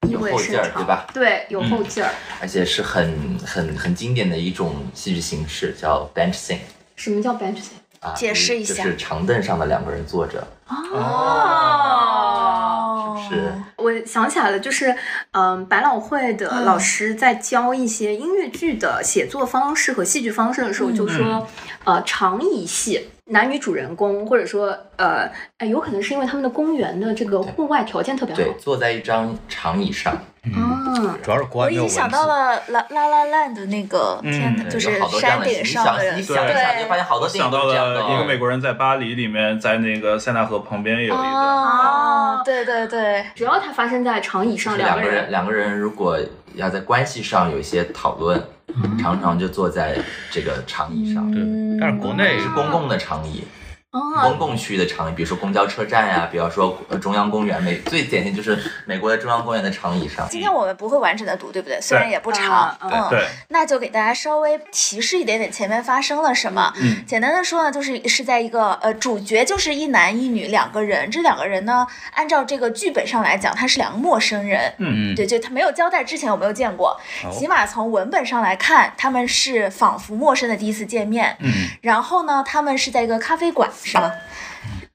Speaker 3: 意
Speaker 5: 有
Speaker 3: 味
Speaker 5: 后
Speaker 3: 深
Speaker 5: 劲儿
Speaker 3: 长，
Speaker 5: 对吧？嗯
Speaker 3: 对，有后劲儿。
Speaker 5: 而且是很很很经典的一种戏剧形式，叫 bench scene
Speaker 3: 什么叫 bench？
Speaker 5: 啊，
Speaker 2: 解释一下
Speaker 5: 就是长凳上的两个人坐着，
Speaker 3: 哦
Speaker 5: 是不是？
Speaker 3: 我想起来了，就是，嗯，百老汇的老师在教一些音乐剧的写作方式和戏剧方式的时候，
Speaker 5: 嗯
Speaker 3: 就说，呃，长椅戏男女主人公，或者说，呃，哎，有可能是因为他们的公园的这个户外条件特别好
Speaker 4: 哦
Speaker 5: 对，，坐在一张长椅上，
Speaker 3: 嗯，
Speaker 6: 主要是国外
Speaker 2: 我已
Speaker 6: 没有
Speaker 2: 经
Speaker 6: 文字
Speaker 2: 想到了拉拉拉烂的那个
Speaker 4: 嗯
Speaker 2: 天哪，
Speaker 5: 对
Speaker 2: 就是
Speaker 5: 有好多这
Speaker 2: 山
Speaker 5: 样的
Speaker 2: 顶
Speaker 5: 戏
Speaker 2: 上的
Speaker 5: 你
Speaker 2: 人，
Speaker 5: 想你想一下，
Speaker 2: 对
Speaker 5: 你就发现好多
Speaker 4: 我
Speaker 5: 电影
Speaker 4: 想
Speaker 5: 都
Speaker 4: 到
Speaker 5: 是这样的
Speaker 4: 了
Speaker 5: 哦
Speaker 4: 一个美国人在巴黎里面，在那个塞纳河旁边也有一个，
Speaker 2: 哦，对对对，
Speaker 3: 只要它发生在长椅
Speaker 5: 就
Speaker 3: 上，
Speaker 5: 是两
Speaker 3: 两
Speaker 5: 个人，
Speaker 3: 人，
Speaker 5: 两个人如果要在关系上有一些讨论，
Speaker 4: 嗯
Speaker 5: 常常就坐在这个长椅上，
Speaker 6: 对，但是国内
Speaker 5: 是公共的长椅，
Speaker 3: 哦，
Speaker 5: 公共区的长椅，比如说公交车站呀、比方说呃中央公园，美最典型就是美国的中央公园的长椅上。
Speaker 2: 今天我们不会完整的读，对嗯不对？虽然也不长，
Speaker 3: 啊
Speaker 2: 嗯，
Speaker 4: 对，
Speaker 2: 那就给大家稍微提示一点点前面发生了什么。
Speaker 4: 嗯
Speaker 2: 简单的说呢，就是是在一个呃，主角就是一男一女两个人，这两个人呢，按照这个剧本上来讲，他是两个陌生人。
Speaker 6: 嗯
Speaker 2: 对，就他没有交代之前有没有见过，
Speaker 6: 哦
Speaker 2: 起码从文本上来看，他们是仿佛陌生的第一次见面。
Speaker 4: 嗯，
Speaker 2: 然后呢，他们是在一个咖啡馆，是吗？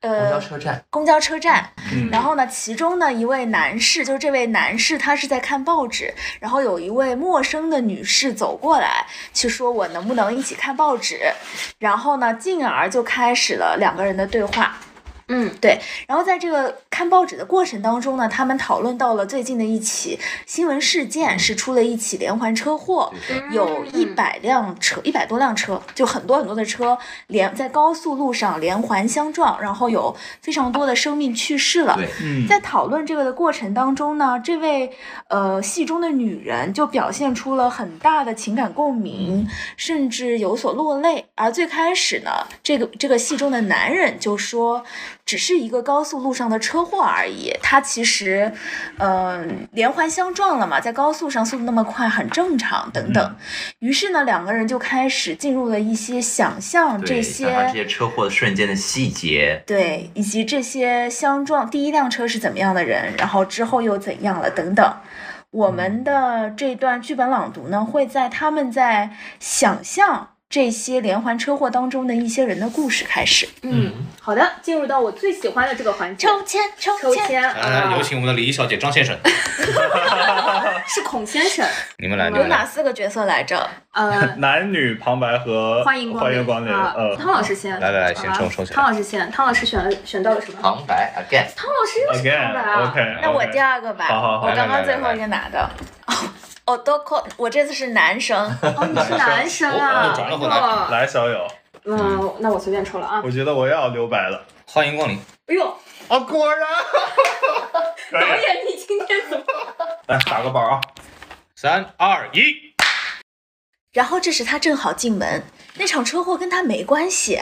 Speaker 5: 公交
Speaker 2: 呃，
Speaker 5: 车站，
Speaker 2: 公交车站，
Speaker 4: 嗯
Speaker 2: 然后呢，其中呢一位男士，就是这位男士，他是在看报纸，然后有一位陌生的女士走过来，去说我能不能一起看报纸，然后呢，进而就开始了两个人的对话。
Speaker 3: 嗯，
Speaker 2: 对。然后在这个看报纸的过程当中呢，他们讨论到了最近的一起新闻事件，是出了一起连环车祸，有一
Speaker 3: 嗯
Speaker 2: 百辆车，一百多辆车，就很多很多的车连在高速路上连环相撞，然后有非常多的生命去世了。
Speaker 5: 对，
Speaker 4: 嗯，
Speaker 2: 在讨论这个的过程当中呢，这位呃戏中的女人就表现出了很大的情感共鸣，甚至有所落泪。而最开始呢，这个这个戏中的男人就说，只是一个高速路上的车祸而已。他其实，呃，连环相撞了嘛，在高速上速度那么快很正常等等。于是呢，两个人就开始进入了一些想象
Speaker 5: 对
Speaker 2: 这些
Speaker 5: 想想这些车祸瞬间的细节，
Speaker 2: 对，以及这些相撞，第一辆车是怎么样的人，然后之后又怎样了等等。我
Speaker 6: 嗯
Speaker 2: 们的这段剧本朗读呢，会在他们在想象这些连环车祸当中的一些人的故事开始。
Speaker 3: 嗯，好的，进入到我最喜欢的这个环节，
Speaker 2: 抽签，抽
Speaker 3: 抽
Speaker 2: 签，
Speaker 5: 哎
Speaker 3: 签，啊
Speaker 6: 来，有请我们的礼仪小姐张先生，
Speaker 3: 是孔先生，
Speaker 6: 你们来，你
Speaker 2: 有
Speaker 6: 们
Speaker 2: 哪
Speaker 6: 来。
Speaker 2: 四个角色来着？
Speaker 3: 呃，
Speaker 4: 男女旁白和
Speaker 3: 欢迎光
Speaker 4: 欢迎光临，
Speaker 3: 啊
Speaker 4: 呃
Speaker 3: 汤老师先，
Speaker 6: 来来来
Speaker 3: 好
Speaker 6: 先
Speaker 3: 吧
Speaker 6: 抽抽起来
Speaker 3: 汤老师先，汤老师选了选到了什么？
Speaker 5: 旁白 again，
Speaker 3: 汤老师又是汤的啊
Speaker 4: ，again，OK，
Speaker 2: 那我第二个吧，
Speaker 4: 好好好
Speaker 2: 我
Speaker 6: 来
Speaker 2: 刚刚
Speaker 6: 来
Speaker 2: 最
Speaker 6: 来
Speaker 2: 后
Speaker 6: 来
Speaker 2: 一个拿的。哦，都扣，我这次是男生，
Speaker 3: 哦，你是男生
Speaker 6: 哦，
Speaker 3: 啊
Speaker 6: 转了回来
Speaker 3: 哎呦
Speaker 4: 来小友，
Speaker 3: 嗯，那我随便抽了啊。
Speaker 4: 我觉得我要留白了，
Speaker 6: 欢迎光临，
Speaker 3: 哎呦，
Speaker 4: 啊，果然，可
Speaker 3: 导
Speaker 4: 以，
Speaker 3: 演，你今天怎么？
Speaker 4: 来哎打个包啊，
Speaker 6: 三二一，
Speaker 2: 然后这时他正好进门，那场车祸跟他没关系。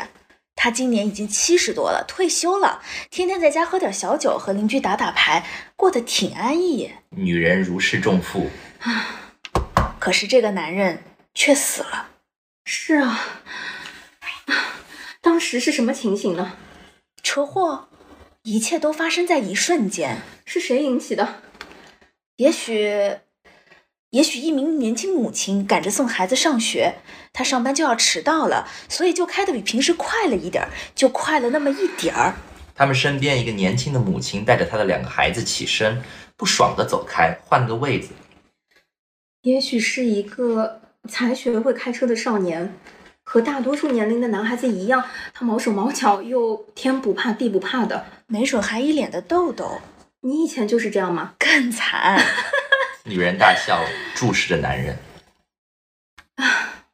Speaker 2: 他今年已经七十多了，退休了，天天在家喝点小酒，和邻居打打牌，过得挺安逸。
Speaker 5: 女人如释重负，
Speaker 2: 可是这个男人却死了。
Speaker 3: 是啊，当时是什么情形呢？
Speaker 2: 车祸，一切都发生在一瞬间。
Speaker 3: 是谁引起的？
Speaker 2: 也许也许一名年轻母亲赶着送孩子上学，她上班就要迟到了，所以就开的比平时快了一点儿，就快了那么一点儿。
Speaker 5: 他们身边一个年轻的母亲带着她的两个孩子起身，不爽地走开，换了个位子。
Speaker 3: 也许是一个才学会开车的少年，和大多数年龄的男孩子一样，他毛手毛脚又天不怕地不怕的。
Speaker 2: 没准还一脸的痘痘，
Speaker 3: 你以前就是这样吗？
Speaker 2: 更惨。
Speaker 5: 女人大笑，注视着男人。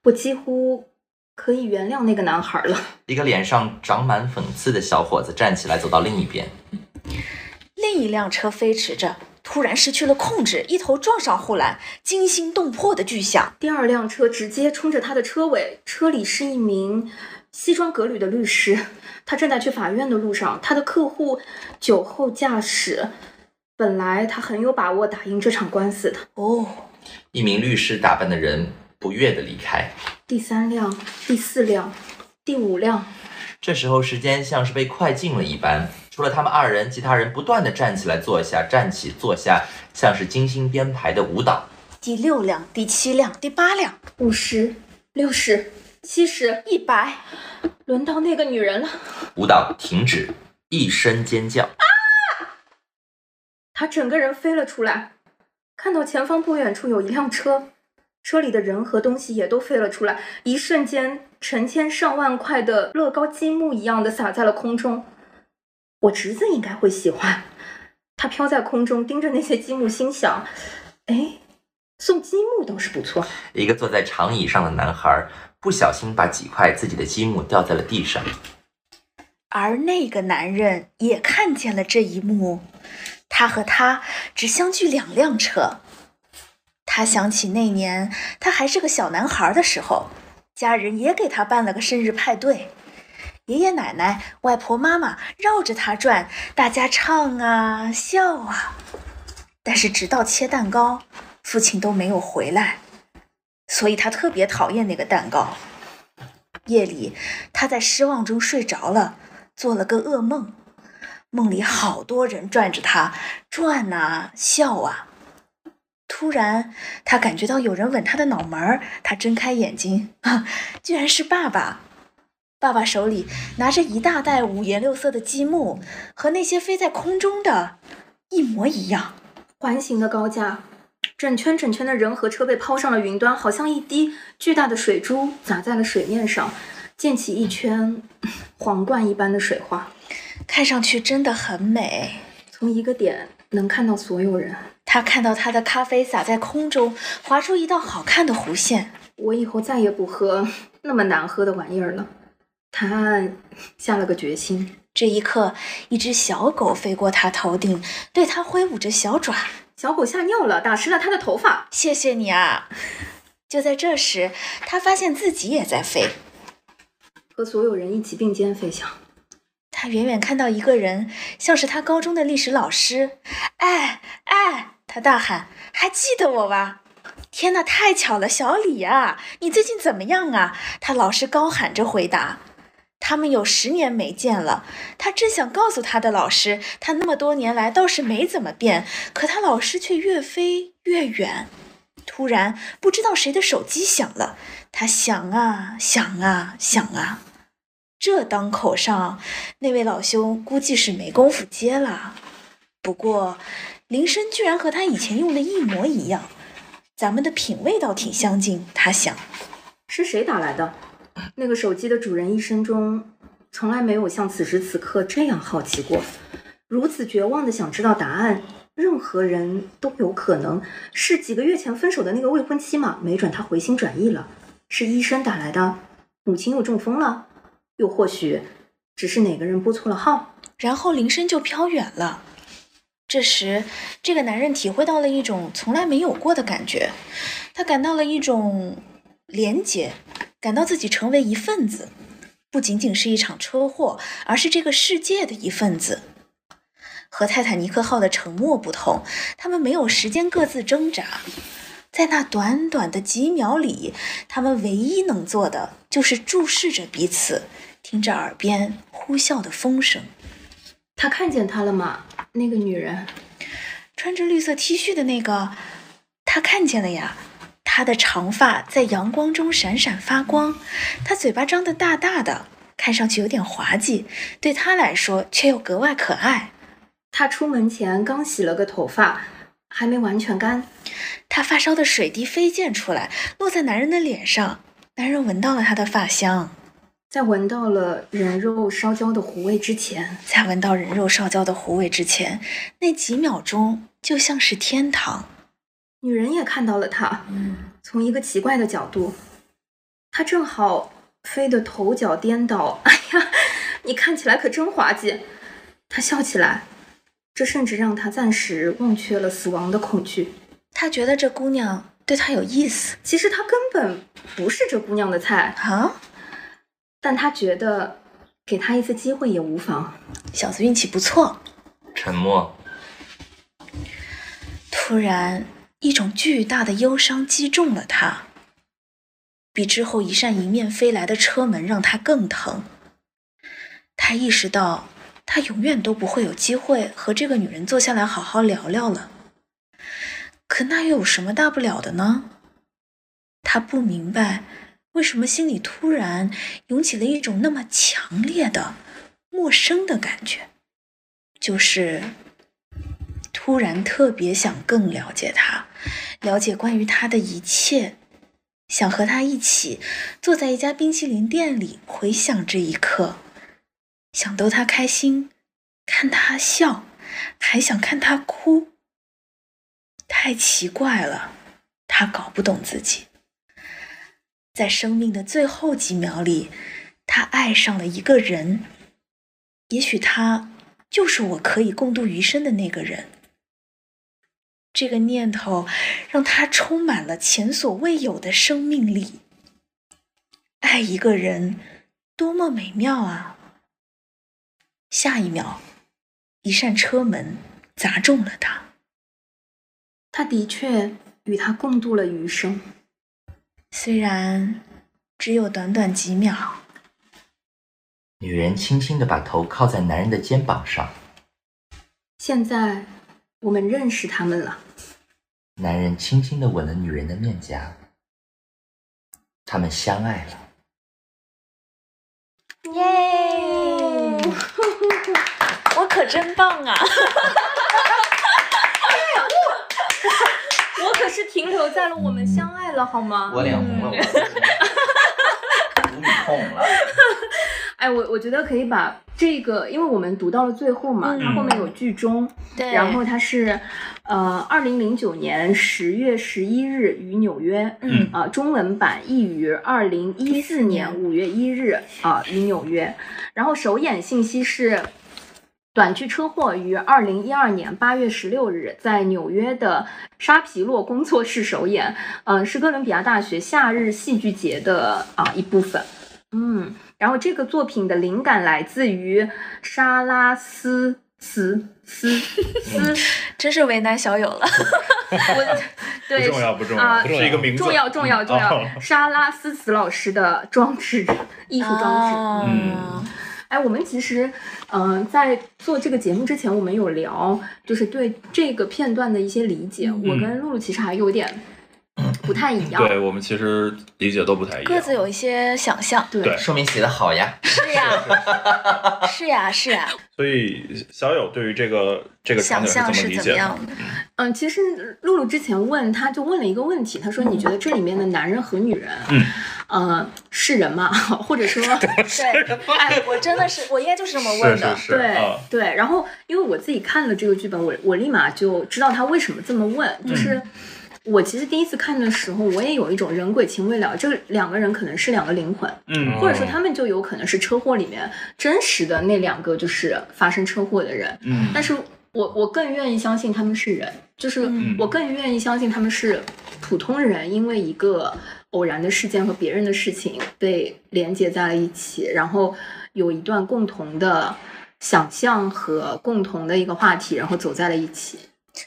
Speaker 3: 我几乎可以原谅那个男孩了。
Speaker 5: 一个脸上长满讽刺的小伙子站起来，走到另一边。
Speaker 2: 另一辆车飞驰着，突然失去了控制，一头撞上护栏，惊心动魄的巨响。
Speaker 3: 第二辆车直接冲着他的车尾，车里是一名西装革履的律师，他正在去法院的路上。他的客户酒后驾驶，本来他很有把握打赢这场官司的。
Speaker 2: 哦，
Speaker 5: 一名律师打扮的人不悦地离开。
Speaker 3: 第三辆、第四辆、第五辆，
Speaker 5: 这时候时间像是被快进了一般，除了他们二人，其他人不断地站起来坐下，站起坐下，像是精心编排的舞蹈。
Speaker 2: 第六辆、第七辆、第八辆，
Speaker 3: 五十、六十、七十，
Speaker 2: 一百，
Speaker 3: 轮到那个女人了。
Speaker 5: 舞蹈停止，一声尖叫。
Speaker 3: 他整个人飞了出来，看到前方不远处有一辆车，车里的人和东西也都飞了出来，一瞬间，成千上万块的乐高积木一样的洒在了空中。我侄子应该会喜欢，他飘在空中，盯着那些积木，心想：哎，送积木倒是不错。
Speaker 5: 一个坐在长椅上的男孩不小心把几块自己的积木掉在了地上。
Speaker 2: 而那个男人也看见了这一幕，他和她只相距两辆车。他想起那年他还是个小男孩的时候，家人也给他办了个生日派对，爷爷奶奶、外婆、妈妈绕着他转，大家唱啊笑啊。但是直到切蛋糕，父亲都没有回来，所以他特别讨厌那个蛋糕。夜里，他在失望中睡着了，做了个噩梦，梦里好多人转着他，转啊笑啊。突然，他感觉到有人吻他的脑门儿，他睁开眼睛，啊，居然是爸爸。爸爸手里拿着一大袋五颜六色的积木，和那些飞在空中的一模一样。
Speaker 3: 环形的高架，整圈整圈的人和车被抛上了云端，好像一滴巨大的水珠砸在了水面上，溅起一圈 皇冠一般的水花。
Speaker 2: 看上去真的很美。
Speaker 3: 从一个点能看到所有人。
Speaker 2: 他看到他的咖啡洒在空中，划出一道好看的弧线。
Speaker 3: 我以后再也不喝 那么难喝的玩意儿了。谭案下了个决心。
Speaker 2: 这一刻，一只小狗飞过他头顶，对他挥舞着小爪。
Speaker 3: 小狗吓尿了，打湿了他的头发。
Speaker 2: 谢谢你啊！ 就在这时，他发现自己也在飞。
Speaker 3: 和所有人一起并肩飞翔。
Speaker 2: 他远远看到一个人，像是他高中的历史老师。哎哎，他大喊：“还记得我吧？”天哪，太巧了，小李啊，你最近怎么样啊？他老是高喊着回答。他们有十年没见了，他真想告诉他的老师，他那么多年来倒是没怎么变，可他老师却越飞越远。突然，不知道谁的手机响了，他想啊想啊想啊，这当口上，那位老兄估计是没工夫接了。啊不过，铃声居然和他以前用的一模一样，咱们的品味倒挺相近，他想。
Speaker 3: 是谁打来的？那个手机的主人一生中从来没有像此时此刻这样好奇过，如此绝望的想知道答案。任何人都有可能是几个月前分手的那个未婚妻嘛？没准他回心转意了，是医生打来的，母亲又中风了，又或许只是哪个人拨错了号。
Speaker 2: 然后铃声就飘远了。这时，这个男人体会到了一种从来没有过的感觉，他感到了一种连结，感到自己成为一份子，不仅仅是一场车祸，而是这个世界的一份子。和泰坦尼克号的沉没不同，他们没有时间各自挣扎，在那短短的几秒里，他们唯一能做的就是注视着彼此，听着耳边呼啸的风声。
Speaker 3: 他看见他了吗？那个女人，
Speaker 2: 穿着绿色 T 恤的那个，他他看见了呀，他的长发在阳光中闪闪发光，他嘴巴张得大大的，看上去有点滑稽，对他来说却又格外可爱。
Speaker 3: 他出门前刚洗了个头发，还没完全干。
Speaker 2: 他发梢的水滴飞溅出来，落在男人的脸上，男人闻到了他的发香。
Speaker 3: 在闻到了人肉烧焦的糊味之前，
Speaker 2: 在闻到人肉烧焦的糊味之前，那几秒钟就像是天堂。
Speaker 3: 女人也看到了他，从一个奇怪的角度，他正好飞得头脚颠倒。 哎呀，你看起来可真滑稽！他笑起来，这甚至让他暂时忘却了死亡的恐惧。
Speaker 2: 他觉得这姑娘对他有意思
Speaker 3: 其实他根本不是这姑娘的菜，
Speaker 2: 啊，
Speaker 3: 但他觉得给她一次机会也无妨。
Speaker 2: 小子运气不错。
Speaker 5: 沉默。
Speaker 2: 突然，一种巨大的忧伤击中了他，比之后一扇迎面飞来的车门让他更疼。他意识到，他永远都不会有机会和这个女人坐下来好好聊聊了。可那又有什么大不了的呢？他不明白，为什么心里突然涌起了一种那么强烈的、陌生的感觉，就是突然特别想更了解他，了解关于他的一切，想和他一起坐在一家冰淇淋店里回想这一刻，想逗他开心，看他笑，还想看他哭。太奇怪了，他搞不懂自己。在生命的最后几秒里，他爱上了一个人，也许他就是我可以共度余生的那个人。这个念头让他充满了前所未有的生命力。爱一个人，多么美妙啊！下一秒，一扇车门砸中了他。
Speaker 3: 他的确与她共度了余生。
Speaker 2: 虽然只有短短几秒，
Speaker 5: 女人轻轻地把头靠在男人的肩膀上，
Speaker 3: 现在我们认识他们了。
Speaker 5: 男人轻轻地吻了女人的面颊。他们相爱了。
Speaker 2: 耶！我可真棒啊！
Speaker 3: 我可是停留在了我们相爱了，好吗？
Speaker 5: 我脸红了，我无语痛了。
Speaker 3: 哎，我我觉得可以把这个，因为我们读到了最后嘛，它后面有剧中，
Speaker 2: 对
Speaker 3: 然后它是呃，二零零九年十月十一日于纽约，
Speaker 2: 嗯
Speaker 3: 啊、中文版译于二零一四年五月一日啊、于纽约，然后首演信息是。短剧车祸于二零一二年八月十六日在纽约的沙皮洛工作室首演，嗯、是哥伦比亚大学夏日戏剧节的啊、一部分。嗯，然后这个作品的灵感来自于沙拉斯斯斯 斯，
Speaker 2: 真是为难小友了。
Speaker 3: 我
Speaker 4: 不
Speaker 3: 对
Speaker 4: 重要，不重
Speaker 3: 啊
Speaker 4: 要，是一个名字。
Speaker 3: 重要重要重
Speaker 4: 哦
Speaker 3: 要，沙拉斯茨老师的装置艺术装置，
Speaker 2: 啊哦
Speaker 4: 嗯
Speaker 3: 哎，我们其实，嗯、在做这个节目之前，我们有聊，就是对这个片段的一些理解。我跟露露其实还有点不太一样。
Speaker 4: 对我们其实理解都不太一样。
Speaker 2: 各自有一些想象。
Speaker 3: 对
Speaker 4: 对
Speaker 5: 说明写的好呀，
Speaker 2: 是 呀，是呀，是呀，
Speaker 4: 所以小友对于这个这个
Speaker 2: 想
Speaker 4: 场景
Speaker 2: 象
Speaker 4: 怎么
Speaker 2: 是
Speaker 4: 理
Speaker 2: 怎
Speaker 4: 解
Speaker 2: 么啊
Speaker 4: 的？
Speaker 2: 样的？
Speaker 3: 嗯，其实露露之前问，她就问了一个问题，她说：“你觉得这里面的男人和女人，
Speaker 4: 嗯，
Speaker 3: 呃，是人吗？ 或者说，
Speaker 2: 对，哎，我真的是，我应该就是这么问的
Speaker 4: 是。是是，
Speaker 3: 对、
Speaker 4: 啊，
Speaker 3: 对？然后，因为我自己看了这个剧本，我我立马就知道他为什么这么问，就是。我其实第一次看的时候，我也有一种人鬼情未了，这两个人可能是两个灵魂，
Speaker 4: 嗯
Speaker 3: 或者说他们就有可能是车祸里面真实的那两个就是发生车祸的人，
Speaker 4: 嗯
Speaker 3: 但是我我更愿意相信他们是人，就是
Speaker 5: 嗯
Speaker 3: 我更愿意相信他们是普通人，因为一个偶然的事件和别人的事情被连接在了一起，然后有一段共同的想象和共同的一个话题，然后走在了一起。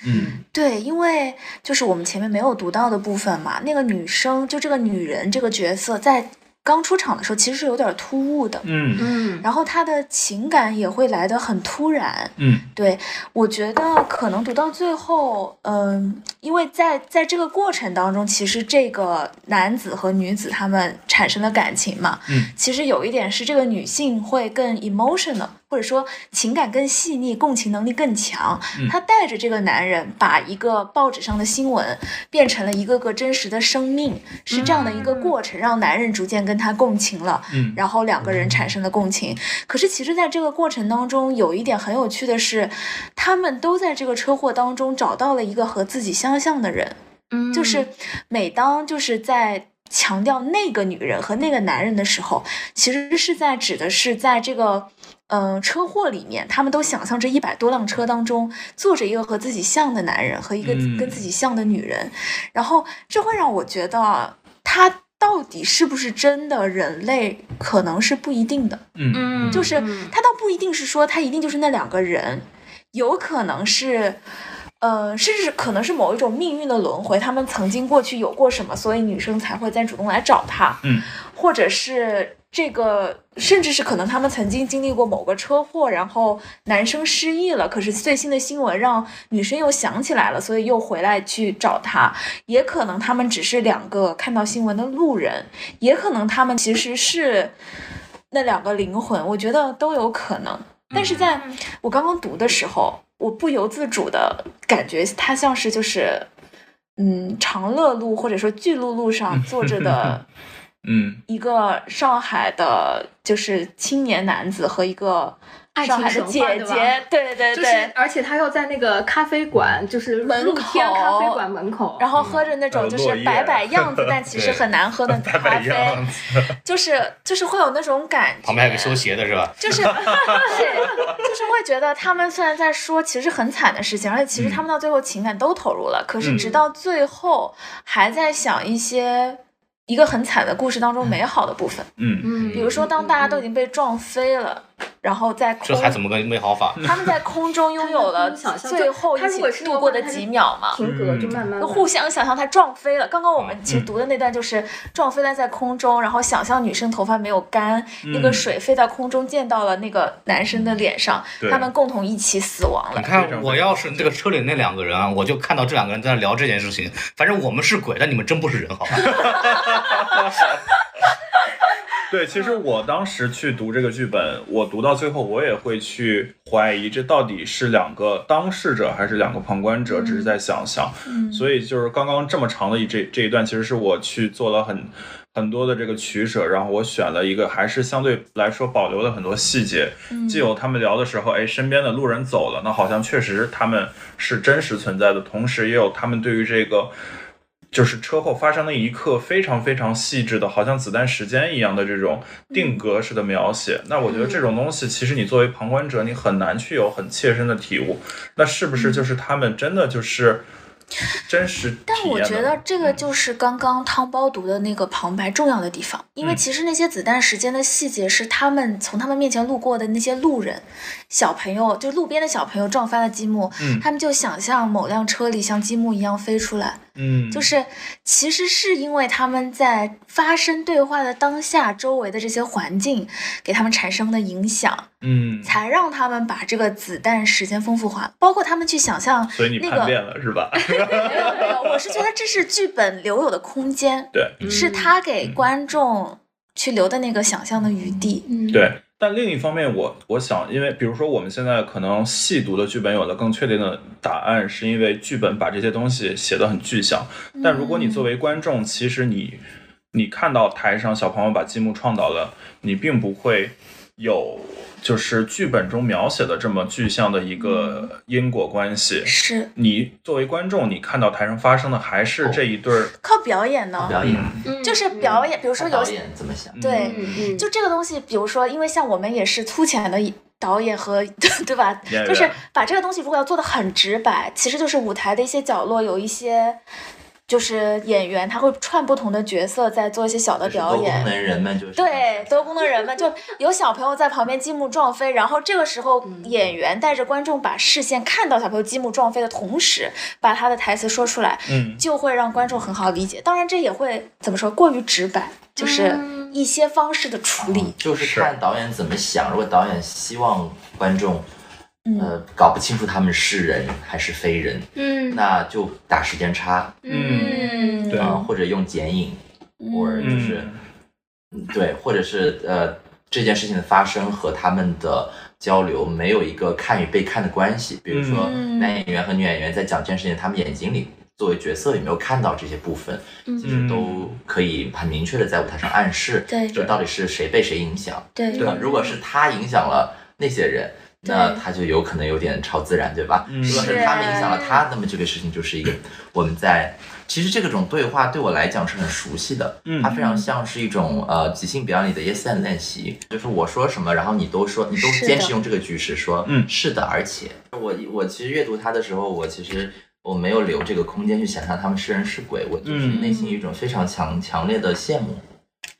Speaker 4: 嗯
Speaker 2: 对，因为就是我们前面没有读到的部分嘛，那个女生就这个女人这个角色在。刚出场的时候其实是有点突兀的，
Speaker 4: 嗯
Speaker 3: 嗯
Speaker 2: 然后他的情感也会来得很突然。
Speaker 4: 嗯
Speaker 2: 对，我觉得可能读到最后，嗯，因为在在这个过程当中，其实这个男子和女子他们产生了感情嘛，
Speaker 4: 嗯，
Speaker 2: 其实有一点是这个女性会更 emotional，或者说情感更细腻，共情能力更强，
Speaker 4: 嗯
Speaker 2: 她带着这个男人把一个报纸上的新闻变成了一个个真实的生命，是这样的一个过程，让男人逐渐跟她共情了，
Speaker 4: 嗯
Speaker 2: 然后两个人产生了共情。可是其实，在这个过程当中，有一点很有趣的是，他们都在这个车祸当中找到了一个和自己相像的人。
Speaker 3: 嗯，
Speaker 2: 就是每当就是在强调那个女人和那个男人的时候，其实是在指的是在这个。呃，车祸里面，他们都想象着一百多辆车当中坐着一个和自己像的男人和一个
Speaker 4: 嗯
Speaker 2: 跟自己像的女人，然后这会让我觉得他到底是不是真的人类，可能是不一定的。
Speaker 4: 嗯
Speaker 3: 嗯，
Speaker 2: 就是
Speaker 3: 嗯
Speaker 2: 他倒不一定是说他一定就是那两个人，有可能是，呃，甚至可能是某一种命运的轮回，他们曾经过去有过什么，所以女生才会再主动来找他，
Speaker 4: 嗯，
Speaker 2: 或者是这个，甚至是可能他们曾经经历过某个车祸，然后男生失忆了，可是最新的新闻让女生又想起来了，所以又回来去找他，也可能他们只是两个看到新闻的路人，也可能他们其实是那两个灵魂，我觉得都有可能。但是在我刚刚读的时候，我不由自主的感觉它像是就是，嗯，长乐路或者说巨鹿路上坐着的
Speaker 4: 嗯
Speaker 2: 一个上海的，就是青年男子和一个
Speaker 3: 爱情
Speaker 2: 上海的
Speaker 3: 神话
Speaker 2: 姐
Speaker 3: 对吧
Speaker 2: 姐，对对对。
Speaker 3: 就是，而且他要在那个咖啡馆，就是
Speaker 2: 门
Speaker 3: 露天
Speaker 2: 口
Speaker 3: 咖啡馆门口，
Speaker 2: 然后喝着那
Speaker 4: 还
Speaker 7: 嗯
Speaker 2: 种
Speaker 4: 有
Speaker 2: 就
Speaker 7: 呃
Speaker 4: 落
Speaker 2: 是
Speaker 4: 叶
Speaker 2: 摆摆样 子，但其实
Speaker 7: 啊对
Speaker 2: 很难 喝的
Speaker 4: 摆
Speaker 2: 咖
Speaker 4: 摆
Speaker 2: 啡，
Speaker 4: 样子，
Speaker 2: 就是就是会有那种感觉。
Speaker 7: 旁边还有个修鞋的是吧？
Speaker 2: 就是是就是会觉得他们虽然在说其实很惨的事情，而且其实他
Speaker 7: 嗯
Speaker 2: 们到最后情感都投入了，可是
Speaker 4: 嗯
Speaker 2: 直到最后还在想一些一个很惨的故事当中美好的部分，
Speaker 4: 嗯
Speaker 3: 嗯，
Speaker 2: 比如说当大家都已经被撞飞了，然后在
Speaker 7: 这
Speaker 2: 空
Speaker 7: 还怎么个美好法？
Speaker 2: 他们在空中拥有了
Speaker 3: 他们想象
Speaker 2: 最后
Speaker 3: 就他
Speaker 2: 一
Speaker 3: 如
Speaker 2: 起
Speaker 3: 果是那个
Speaker 2: 度过的
Speaker 3: 话他就嗯
Speaker 2: 几秒嘛，
Speaker 3: 停格就慢慢
Speaker 2: 互相想象他撞飞了。刚刚我们其
Speaker 4: 嗯
Speaker 2: 实读的那段就是撞飞了在空中，然后想象女生头发没有干，那个
Speaker 4: 嗯
Speaker 2: 水飞到空中溅到了那个男生的脸上，
Speaker 4: 对
Speaker 2: 他们共同一起死亡
Speaker 7: 你
Speaker 2: 了。
Speaker 7: 看，我要是那个车里那两个人啊，我就看到这两个人在那聊这件事情。反正我们是鬼，但你们真不是人，好吧？
Speaker 4: 对，其实我当时去读这个剧本，我读到最后，我也会去怀疑这到底是两个当事者还是两个旁观者，只是在想象。
Speaker 2: 嗯
Speaker 4: 所以就是刚刚这么长的一这这一段，其实是我去做了很很多的这个取舍，然后我选了一个还是相对来说保留了很多细节，既有他们聊的时候，哎，身边的路人走了，那好像确实他们是真实存在的，同时也有他们对于这个。就是车祸发生那一刻，非常非常细致的，好像子弹时间一样的这种
Speaker 2: 嗯
Speaker 4: 定格式的描写。那我觉得这种东西，其实你作为旁观者，你很难去有很切身的体悟。那是不是就是他们真的就是真实体验的？
Speaker 2: 嗯
Speaker 4: 嗯
Speaker 2: 但我觉得这个就是刚刚汤包读的那个旁白重要的地方，因为
Speaker 4: 嗯
Speaker 2: 其实那些子弹时间的细节是他们从他们面前路过的那些路人、小朋友，就路边的小朋友撞翻了积木，
Speaker 4: 嗯
Speaker 2: 他们就想象某辆车里像积木一样飞出来，
Speaker 4: 嗯，
Speaker 2: 就是其实是因为他们在发生对话的当下，周围的这些环境给他们产生的影响，
Speaker 4: 嗯，
Speaker 2: 才让他们把这个子弹时间丰富化，包括他们去想象
Speaker 4: 所以你
Speaker 2: 那
Speaker 4: 叛变
Speaker 2: 个。
Speaker 4: 了、是吧？
Speaker 2: 没有没有，我是觉得这是剧本留有的空间，
Speaker 4: 对
Speaker 3: 嗯
Speaker 2: 是他给观众去留的那个想象的余地。
Speaker 3: 嗯，
Speaker 4: 对。但另一方面我，我想，因为比如说我们现在可能细读的剧本有了更确定的答案，是因为剧本把这些东西写得很具象。
Speaker 5: 嗯
Speaker 4: 但如果你作为观众，其实你你看到台上小朋友把积木撞倒了，你并不会有就是剧本中描写的这么具象的一
Speaker 5: 嗯
Speaker 4: 个因果关系。
Speaker 2: 是
Speaker 4: 你作为观众，你看到台上发生的还
Speaker 5: 哦
Speaker 4: 是这一对儿，
Speaker 2: 靠表演呢，
Speaker 5: 表演，
Speaker 3: 嗯，
Speaker 2: 就是表演，比如说
Speaker 5: 看
Speaker 2: 有
Speaker 5: 导演怎么想？
Speaker 2: 对，
Speaker 3: 嗯，嗯，
Speaker 2: 就这个东西，比如说，因为像我们也是粗浅的导演和 对吧
Speaker 4: 演员？
Speaker 2: 就是把这个东西如果要做的很直白，其实就是舞台的一些角落有一些。就是演员他会串不同的角色，在做一些小的
Speaker 5: 就是
Speaker 2: 表
Speaker 5: 多功
Speaker 2: 演。
Speaker 5: 能人们就是
Speaker 2: 对，多功能人们就有小朋友在旁边积木撞飞，然后这个时候演员带着观众把视线看到小朋友积木撞飞的同时，把他的台词说出来，
Speaker 4: 嗯
Speaker 2: 就会让观众很好理解。当然，这也会怎么说过于直白，就是
Speaker 3: 嗯
Speaker 2: 一些方式的处理。
Speaker 5: 啊就是看导演怎么想。如果导演希望观众，
Speaker 2: 嗯
Speaker 5: 呃，搞不清楚他们是人还是非人，
Speaker 3: 嗯
Speaker 5: 那就打时间差，
Speaker 3: 嗯
Speaker 4: 对
Speaker 2: 哦
Speaker 5: 啊、或者用剪影，或者就是、
Speaker 4: 嗯
Speaker 5: 嗯对，或者是呃这件事情的发生和他们的交流没有一个看与被看的关系。比如说
Speaker 2: 嗯
Speaker 5: 男演员和女演员在讲这件事情，他们眼睛里作为角色有没有看到这些部分，其
Speaker 4: 嗯
Speaker 5: 实都可以很明确的在舞台上暗示，
Speaker 2: 对
Speaker 5: 这到底是谁被谁影响。
Speaker 2: 对
Speaker 5: 那如果是他影响了那些人，那他就有可能有点超自然，对吧？
Speaker 4: 嗯
Speaker 5: 如果是
Speaker 2: 是
Speaker 5: 他们影响了他，那么这个事情就是一
Speaker 2: 啊
Speaker 5: 个我们在。其实这个种对话对我来讲是很熟悉的，
Speaker 4: 嗯
Speaker 5: 它非常像是一种呃即兴表演里的 yes and 练习，就是我说什么，然后你都说，你都
Speaker 2: 是的
Speaker 5: 坚持用这个句式说，
Speaker 4: 嗯
Speaker 5: 是的，而且我我其实阅读它的时候，我其实我没有留这个空间去想象他们是人是鬼，我就是
Speaker 4: 嗯
Speaker 5: 内心有一种非常强强烈的羡慕，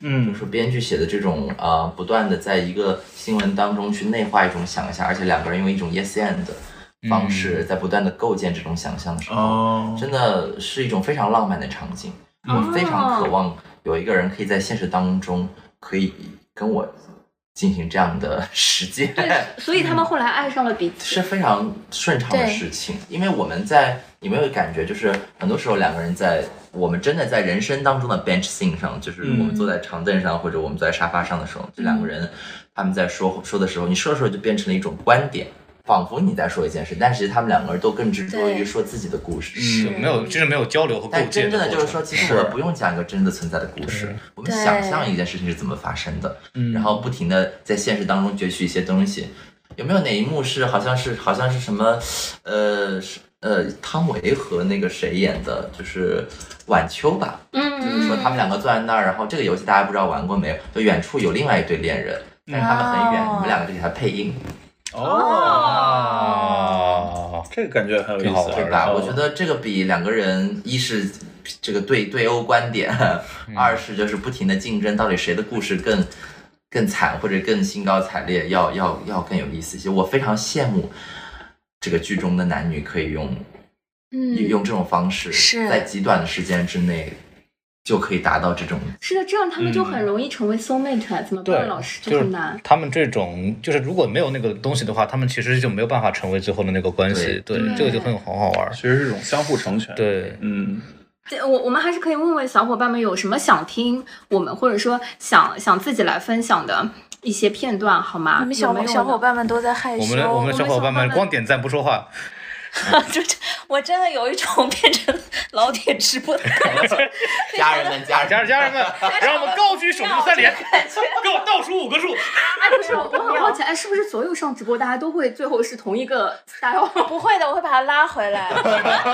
Speaker 5: 就
Speaker 4: 嗯
Speaker 5: 是编剧写的这种呃，不断的在一个新闻当中去内化一种想象，而且两个人用一种 yes and 的方式在不断的构建这种想象的时候，
Speaker 4: 哦，
Speaker 5: 真的是一种非常浪漫的场景。我非常渴望有一个人可以在现实当中可以跟我进行这样的 实践，
Speaker 3: 对，所以他们后来爱上了彼
Speaker 5: 哎是
Speaker 3: 此。
Speaker 5: 非常顺畅的
Speaker 2: 对
Speaker 5: 事情。因为我们在有没有感觉，就是很多时候两个人在我们真的在人生当中的 bench scene 上，就是
Speaker 4: 嗯
Speaker 5: 我们坐在长凳上或者我们坐在沙发上的时候，这两个人他们在说说的时候，你说的时候就变成了一种观点。仿佛你在说一件事，但其实他们两个人都更执着于
Speaker 2: 对
Speaker 5: 说自己的故
Speaker 4: 嗯
Speaker 5: 事。
Speaker 7: 是没有，就是没有交流和构
Speaker 5: 但
Speaker 7: 建
Speaker 5: 真正的
Speaker 7: 过
Speaker 5: 就是
Speaker 7: 程
Speaker 5: 说，其实
Speaker 4: 是
Speaker 5: 我们不用讲一个真的存在的故事，我们
Speaker 2: 对
Speaker 5: 想象一件事情是怎么发生的，
Speaker 4: 嗯
Speaker 5: 然后不停的在现实当中攫取一些东西。有没有哪一幕是好像是好像是什么，呃是呃汤唯和那个谁演的，就是晚秋吧？就是说
Speaker 3: 嗯，
Speaker 5: 他们两个坐在那儿，然后这个游戏大家不知道玩过没有？就远处有另外一对恋人，但是他们很远，
Speaker 2: 哦
Speaker 5: 你们两个就给他配音。
Speaker 7: 哦啊，
Speaker 4: 这个感觉很有意
Speaker 7: 挺
Speaker 4: 思，
Speaker 7: 好
Speaker 4: 啊
Speaker 7: 玩的
Speaker 5: 对吧？我觉得这个比两个人一是这个对对殴观点，二是就是不停的竞争，到底谁的故事更更惨或者更兴高采烈，要要要更有意思一些。我非常羡慕这个剧中的男女可以用、
Speaker 3: 嗯
Speaker 5: 用这种方式，
Speaker 2: 是
Speaker 5: 在极短的时间之内就可以达到这种
Speaker 3: 是的，这样他们就很容易成为 soul mate，、怎么
Speaker 7: 对
Speaker 3: 办？老师
Speaker 7: 就
Speaker 3: 就是很难。
Speaker 7: 他们这种，就是如果没有那个东西的话，他们其实就没有办法成为最后的那个关系。对，
Speaker 3: 对
Speaker 7: 这个就很很好玩儿。
Speaker 4: 其实是一种相互成全。，
Speaker 7: 对，
Speaker 4: 嗯
Speaker 3: 对我我们还是可以问问小伙伴们有什么想听我们，或者说想想自己来分享的一些片段，好吗？
Speaker 1: 你们小
Speaker 3: 有没有呢
Speaker 1: 小伙伴们都在害羞。
Speaker 7: 我们的我们的小伙伴
Speaker 3: 我们小伙伴
Speaker 7: 们
Speaker 3: 们
Speaker 7: 光点赞不说话，
Speaker 2: 就我真的有一种 变成老铁直播的感觉，
Speaker 5: 家 人们、家人
Speaker 7: 家人家人们，让我们高举手中三连，
Speaker 2: 感觉
Speaker 7: 给我倒数五个数。
Speaker 3: 哎，不是，我我很好奇，哎，是不是所有上直播大家都会最后是同一个 style？
Speaker 2: 不会的，我会把他拉回来。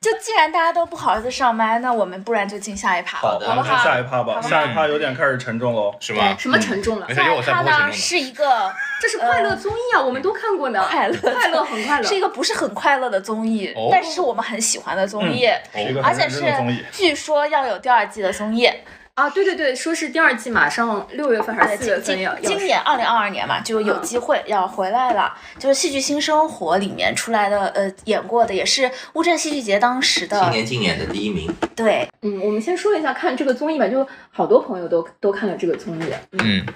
Speaker 2: 就既然大家都不好意思上麦，那我们不然就进下一趴吧，
Speaker 5: 好
Speaker 2: 好
Speaker 5: 的
Speaker 2: 不
Speaker 4: 咱们
Speaker 2: 好
Speaker 4: 看？下一趴吧，
Speaker 2: 好吧
Speaker 4: 下一趴有点开始沉重哦喽。
Speaker 7: 是吗？
Speaker 3: 什么沉重了？
Speaker 7: 没事，因为
Speaker 2: 下
Speaker 7: 我
Speaker 2: 一
Speaker 7: 才
Speaker 2: 趴
Speaker 7: 不会沉
Speaker 2: 呢
Speaker 7: 重
Speaker 2: 是一个
Speaker 3: 这是快乐综艺啊，我们都看过的，
Speaker 2: 快乐
Speaker 3: 快乐很快乐，
Speaker 2: 是一个不是很快乐的综艺
Speaker 7: 哦，
Speaker 2: 但是是我们很喜欢的综艺，
Speaker 4: 是一个
Speaker 2: 而
Speaker 4: 嗯很
Speaker 2: 且
Speaker 4: 认真
Speaker 2: 是
Speaker 4: 的综艺，
Speaker 2: 据说要有第二季的综艺，
Speaker 3: 啊，对对对，说是第二季马上六月份还
Speaker 2: 对，
Speaker 3: 是嗯四月
Speaker 2: 哎呃今今
Speaker 3: 份要要
Speaker 2: 今年二零二二年嘛，就有机会要回来了。就是《戏剧新生活》里面出来的，呃，演过的也是乌镇戏剧节当时
Speaker 5: 们，青
Speaker 2: 的，
Speaker 5: 年竞演的第一名，
Speaker 2: 对，
Speaker 3: 嗯，我们先说一下看这个综艺吧，就好多朋友都都看了这个综艺。嗯，
Speaker 7: 嗯，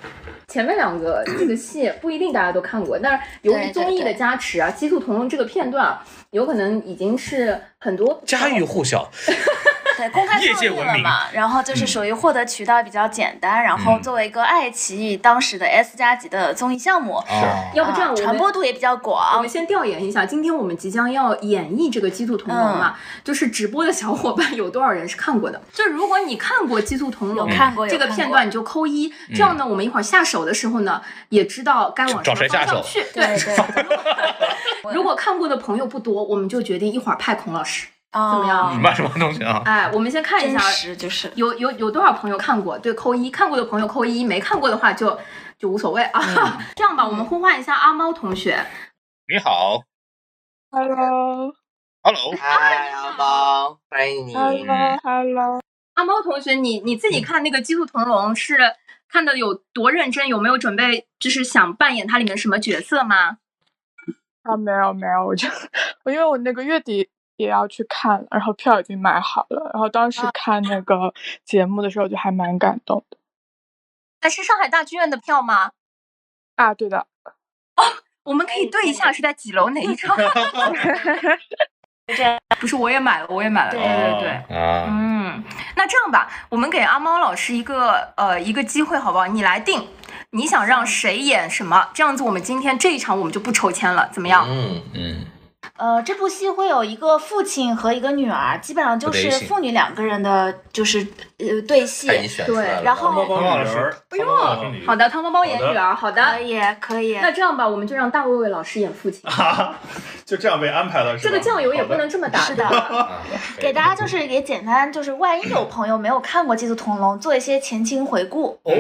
Speaker 3: 前面两个这个戏不一定大家都看过，但是由于
Speaker 2: 对对
Speaker 3: 综艺的
Speaker 2: 对
Speaker 3: 加持啊，《鸡兔同笼》这个片段啊，有可能已经是很多
Speaker 7: 家喻户晓。
Speaker 2: 对，公开
Speaker 7: 业
Speaker 2: 放
Speaker 7: 界
Speaker 2: 映
Speaker 7: 闻
Speaker 2: 了
Speaker 7: 名
Speaker 2: 嘛，然后
Speaker 3: 嗯
Speaker 2: 就是属于获得渠道比较简单，然后
Speaker 7: 嗯
Speaker 2: 作为一个爱奇艺当时的 S 加级的综艺项目，
Speaker 7: 啊
Speaker 3: 要不这样
Speaker 2: 啊
Speaker 3: 我们
Speaker 2: 传播度也比较
Speaker 3: 我
Speaker 2: 广
Speaker 3: 们，先调研一下，今天我们即将要演绎这个《鸡兔同笼》
Speaker 2: 嗯
Speaker 3: 嘛，就是直播的小伙伴 有多少人是看过的？就是如果你看过《鸡兔同笼
Speaker 2: 有》看过有
Speaker 3: 这个
Speaker 2: 看
Speaker 3: 片
Speaker 2: 过
Speaker 3: 段，你就扣一。这样呢，我们一会儿下手的时候呢，也知道该往
Speaker 7: 嗯找
Speaker 3: 什
Speaker 7: 谁
Speaker 3: 么方
Speaker 7: 下
Speaker 3: 向
Speaker 7: 手
Speaker 3: 去。
Speaker 2: 对
Speaker 3: 对，
Speaker 2: 对对，
Speaker 3: 如果看过的朋友不多，我们就决定一会儿派孔老师。
Speaker 2: 怎
Speaker 8: 哦
Speaker 3: 怎么样
Speaker 7: 什么什么东西啊？
Speaker 3: 哎，我们先看一
Speaker 2: 嗯真
Speaker 3: 下
Speaker 2: 实就是。
Speaker 3: 有有有多少朋友看过？对，扣一；看过的朋友扣一，没看过的话就就无所谓啊。
Speaker 8: 嗯
Speaker 3: 这样吧，我们呼唤一下阿猫同学。
Speaker 7: 你好
Speaker 9: Hello，
Speaker 7: ，Hello，
Speaker 5: 嗨，阿猫，欢迎你。
Speaker 7: 嗯
Speaker 9: Hello，
Speaker 3: 阿猫同学，你你自己看那个《鸡兔同笼》是看的有多认真？有没有准备就是想扮演它里面什么角色吗？
Speaker 9: 啊，没有没有，我就我因为我那个月底也要去看了，然后票已经买好了，然后当时看那个节目的时候就还蛮感动的。
Speaker 8: 还是上海大剧院的票吗？
Speaker 9: 啊，对的，
Speaker 8: 我们可以对一
Speaker 3: 哎
Speaker 8: 下是在几楼哪一 场？不是，我也买了，我也买了，对对对。
Speaker 7: 啊，
Speaker 8: 嗯，那这样吧，我们给阿猫老师一个呃一个机会，好不好？你来定，你想让谁演什么？这样子，我们今天这一场我们就不抽签了，怎么样？
Speaker 10: 嗯，
Speaker 7: 嗯，
Speaker 2: 呃，这部戏会有一个父亲和一个女儿，基本上就
Speaker 7: 不得
Speaker 2: 是
Speaker 7: 行
Speaker 2: 父女两个人的，就是呃对戏。
Speaker 10: 哎，你选出来了，
Speaker 2: 对然后
Speaker 4: 猫猫女儿，
Speaker 3: 哎呦
Speaker 4: 猫猫女儿
Speaker 3: 好，的，汤包包演女
Speaker 8: 啊
Speaker 3: 儿，好
Speaker 2: 可
Speaker 3: 的。
Speaker 2: 以，可以。
Speaker 3: 那这样吧，我们就让大卫卫老师演父亲。
Speaker 4: 啊，就这样被安排了，是
Speaker 3: 这
Speaker 4: 吧
Speaker 3: 个酱油也不。
Speaker 4: 好
Speaker 3: 能
Speaker 4: 的
Speaker 3: 这么打。
Speaker 2: 是
Speaker 8: 嗯
Speaker 2: 的，
Speaker 7: 啊
Speaker 2: 给大家就是也简单，就是万一有朋友没有看过《祭祖同笼》，做一些前情回顾。
Speaker 7: 哦，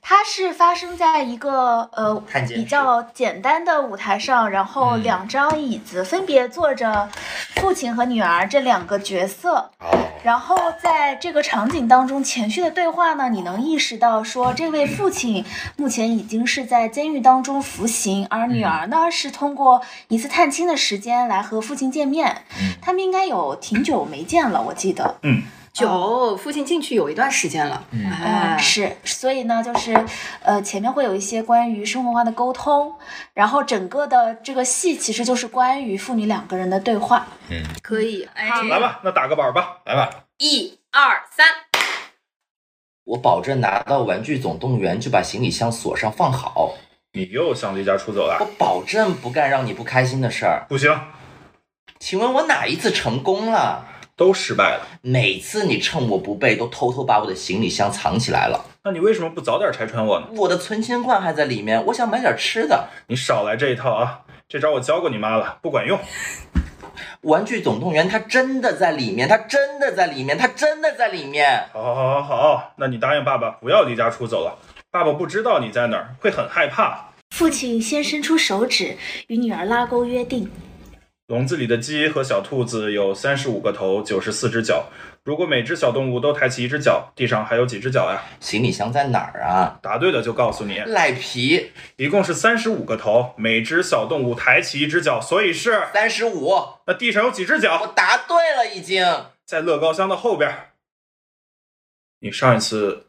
Speaker 2: 它是发生在一个呃
Speaker 10: 汉奸
Speaker 2: 比较简单的舞台上，然后
Speaker 7: 嗯
Speaker 2: 两张椅子分别坐着父亲和女儿这两个角色。
Speaker 10: 哦，
Speaker 2: 然后在这个场景当中，前序的对话呢，你能意识到说，这位父亲目前已经是在监狱当中服刑，而女
Speaker 10: 嗯
Speaker 2: 儿呢是通过一次探亲的时间来和父亲见面。
Speaker 10: 嗯
Speaker 2: 他们应该有挺久没见了，我记得。
Speaker 4: 嗯
Speaker 8: 有父亲进去有一段时间了，哎
Speaker 2: 嗯，是，所以呢，就是呃，前面会有一些关于生活化的沟通，然后整个的这个戏其实就是关于父女两个人的对话。
Speaker 8: 可以，哎，
Speaker 4: 来吧，那打个板吧。
Speaker 7: 来吧，
Speaker 8: 一二三，
Speaker 5: 我保证拿到《玩具总动员》就把行李箱锁上放好，
Speaker 4: 你又想离家出走
Speaker 5: 我
Speaker 7: 哦
Speaker 4: 了？
Speaker 5: 保证不干让你不开心的事儿。
Speaker 4: 不行，
Speaker 5: 请问我哪一次成功了？
Speaker 4: 都失败了。
Speaker 5: 每次你趁我不备，都偷偷把我的行李箱藏起来了。
Speaker 4: 那你为什么不早点拆穿我呢？
Speaker 5: 我的存钱罐还在里面，我想买点吃的。
Speaker 4: 你少来这一套啊！这招我教过你妈了，不管用。
Speaker 5: 《玩具总动员》它真的在里面，它真的在里面，它真的在里面。
Speaker 4: 好，好，好，好，好，那你答应爸爸不要离家出走了。爸爸不知道你在哪儿，会很害怕。
Speaker 2: 父亲先伸出手指与女儿拉钩约定，
Speaker 4: 笼子里的鸡和小兔子有三十五个头，九十四只脚。如果每只小动物都抬起一只脚，地上还有几只脚呀？
Speaker 5: 行李箱在哪儿啊？
Speaker 4: 答对了就告诉你，
Speaker 5: 赖皮，
Speaker 4: 一共是三十五个头，每只小动物抬起一只脚，所以是
Speaker 5: 三十五，我
Speaker 4: 那地上有几只脚？
Speaker 5: 答对了已经。
Speaker 4: 在乐高箱的后边儿。你上一次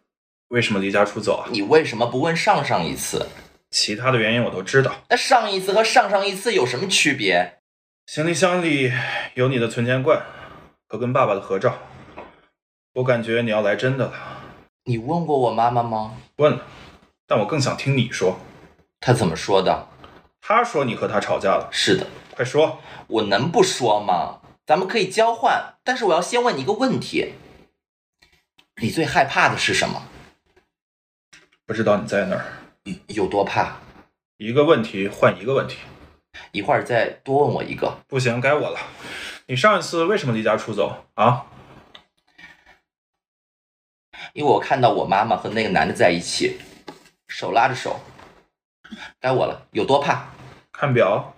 Speaker 4: 为什么离家出走啊？
Speaker 5: 你为什么不问上上一次？
Speaker 4: 其他的原因我都知道。
Speaker 5: 那上一次和上上一次有什么区别？
Speaker 4: 行李箱里有你的存钱罐和跟爸爸的合照。我感觉你要来真的了，
Speaker 5: 你问过我妈妈吗？
Speaker 4: 问了，但我更想听你说。
Speaker 5: 她怎么说的？
Speaker 4: 他说你和他吵架了，
Speaker 5: 是的，
Speaker 4: 快说！
Speaker 5: 我能不说吗？咱们可以交换，但是我要先问你一个问题：你最害怕的是什么？
Speaker 4: 不知道你在哪儿，
Speaker 5: 有多怕？
Speaker 4: 一个问题换一个问题，
Speaker 5: 一会儿再多问我一个。
Speaker 4: 不行，该我了。你上一次为什么离家出走啊？
Speaker 5: 因为我看到我妈妈和那个男的在一起，手拉着手。该我了，有多怕？
Speaker 4: 看表，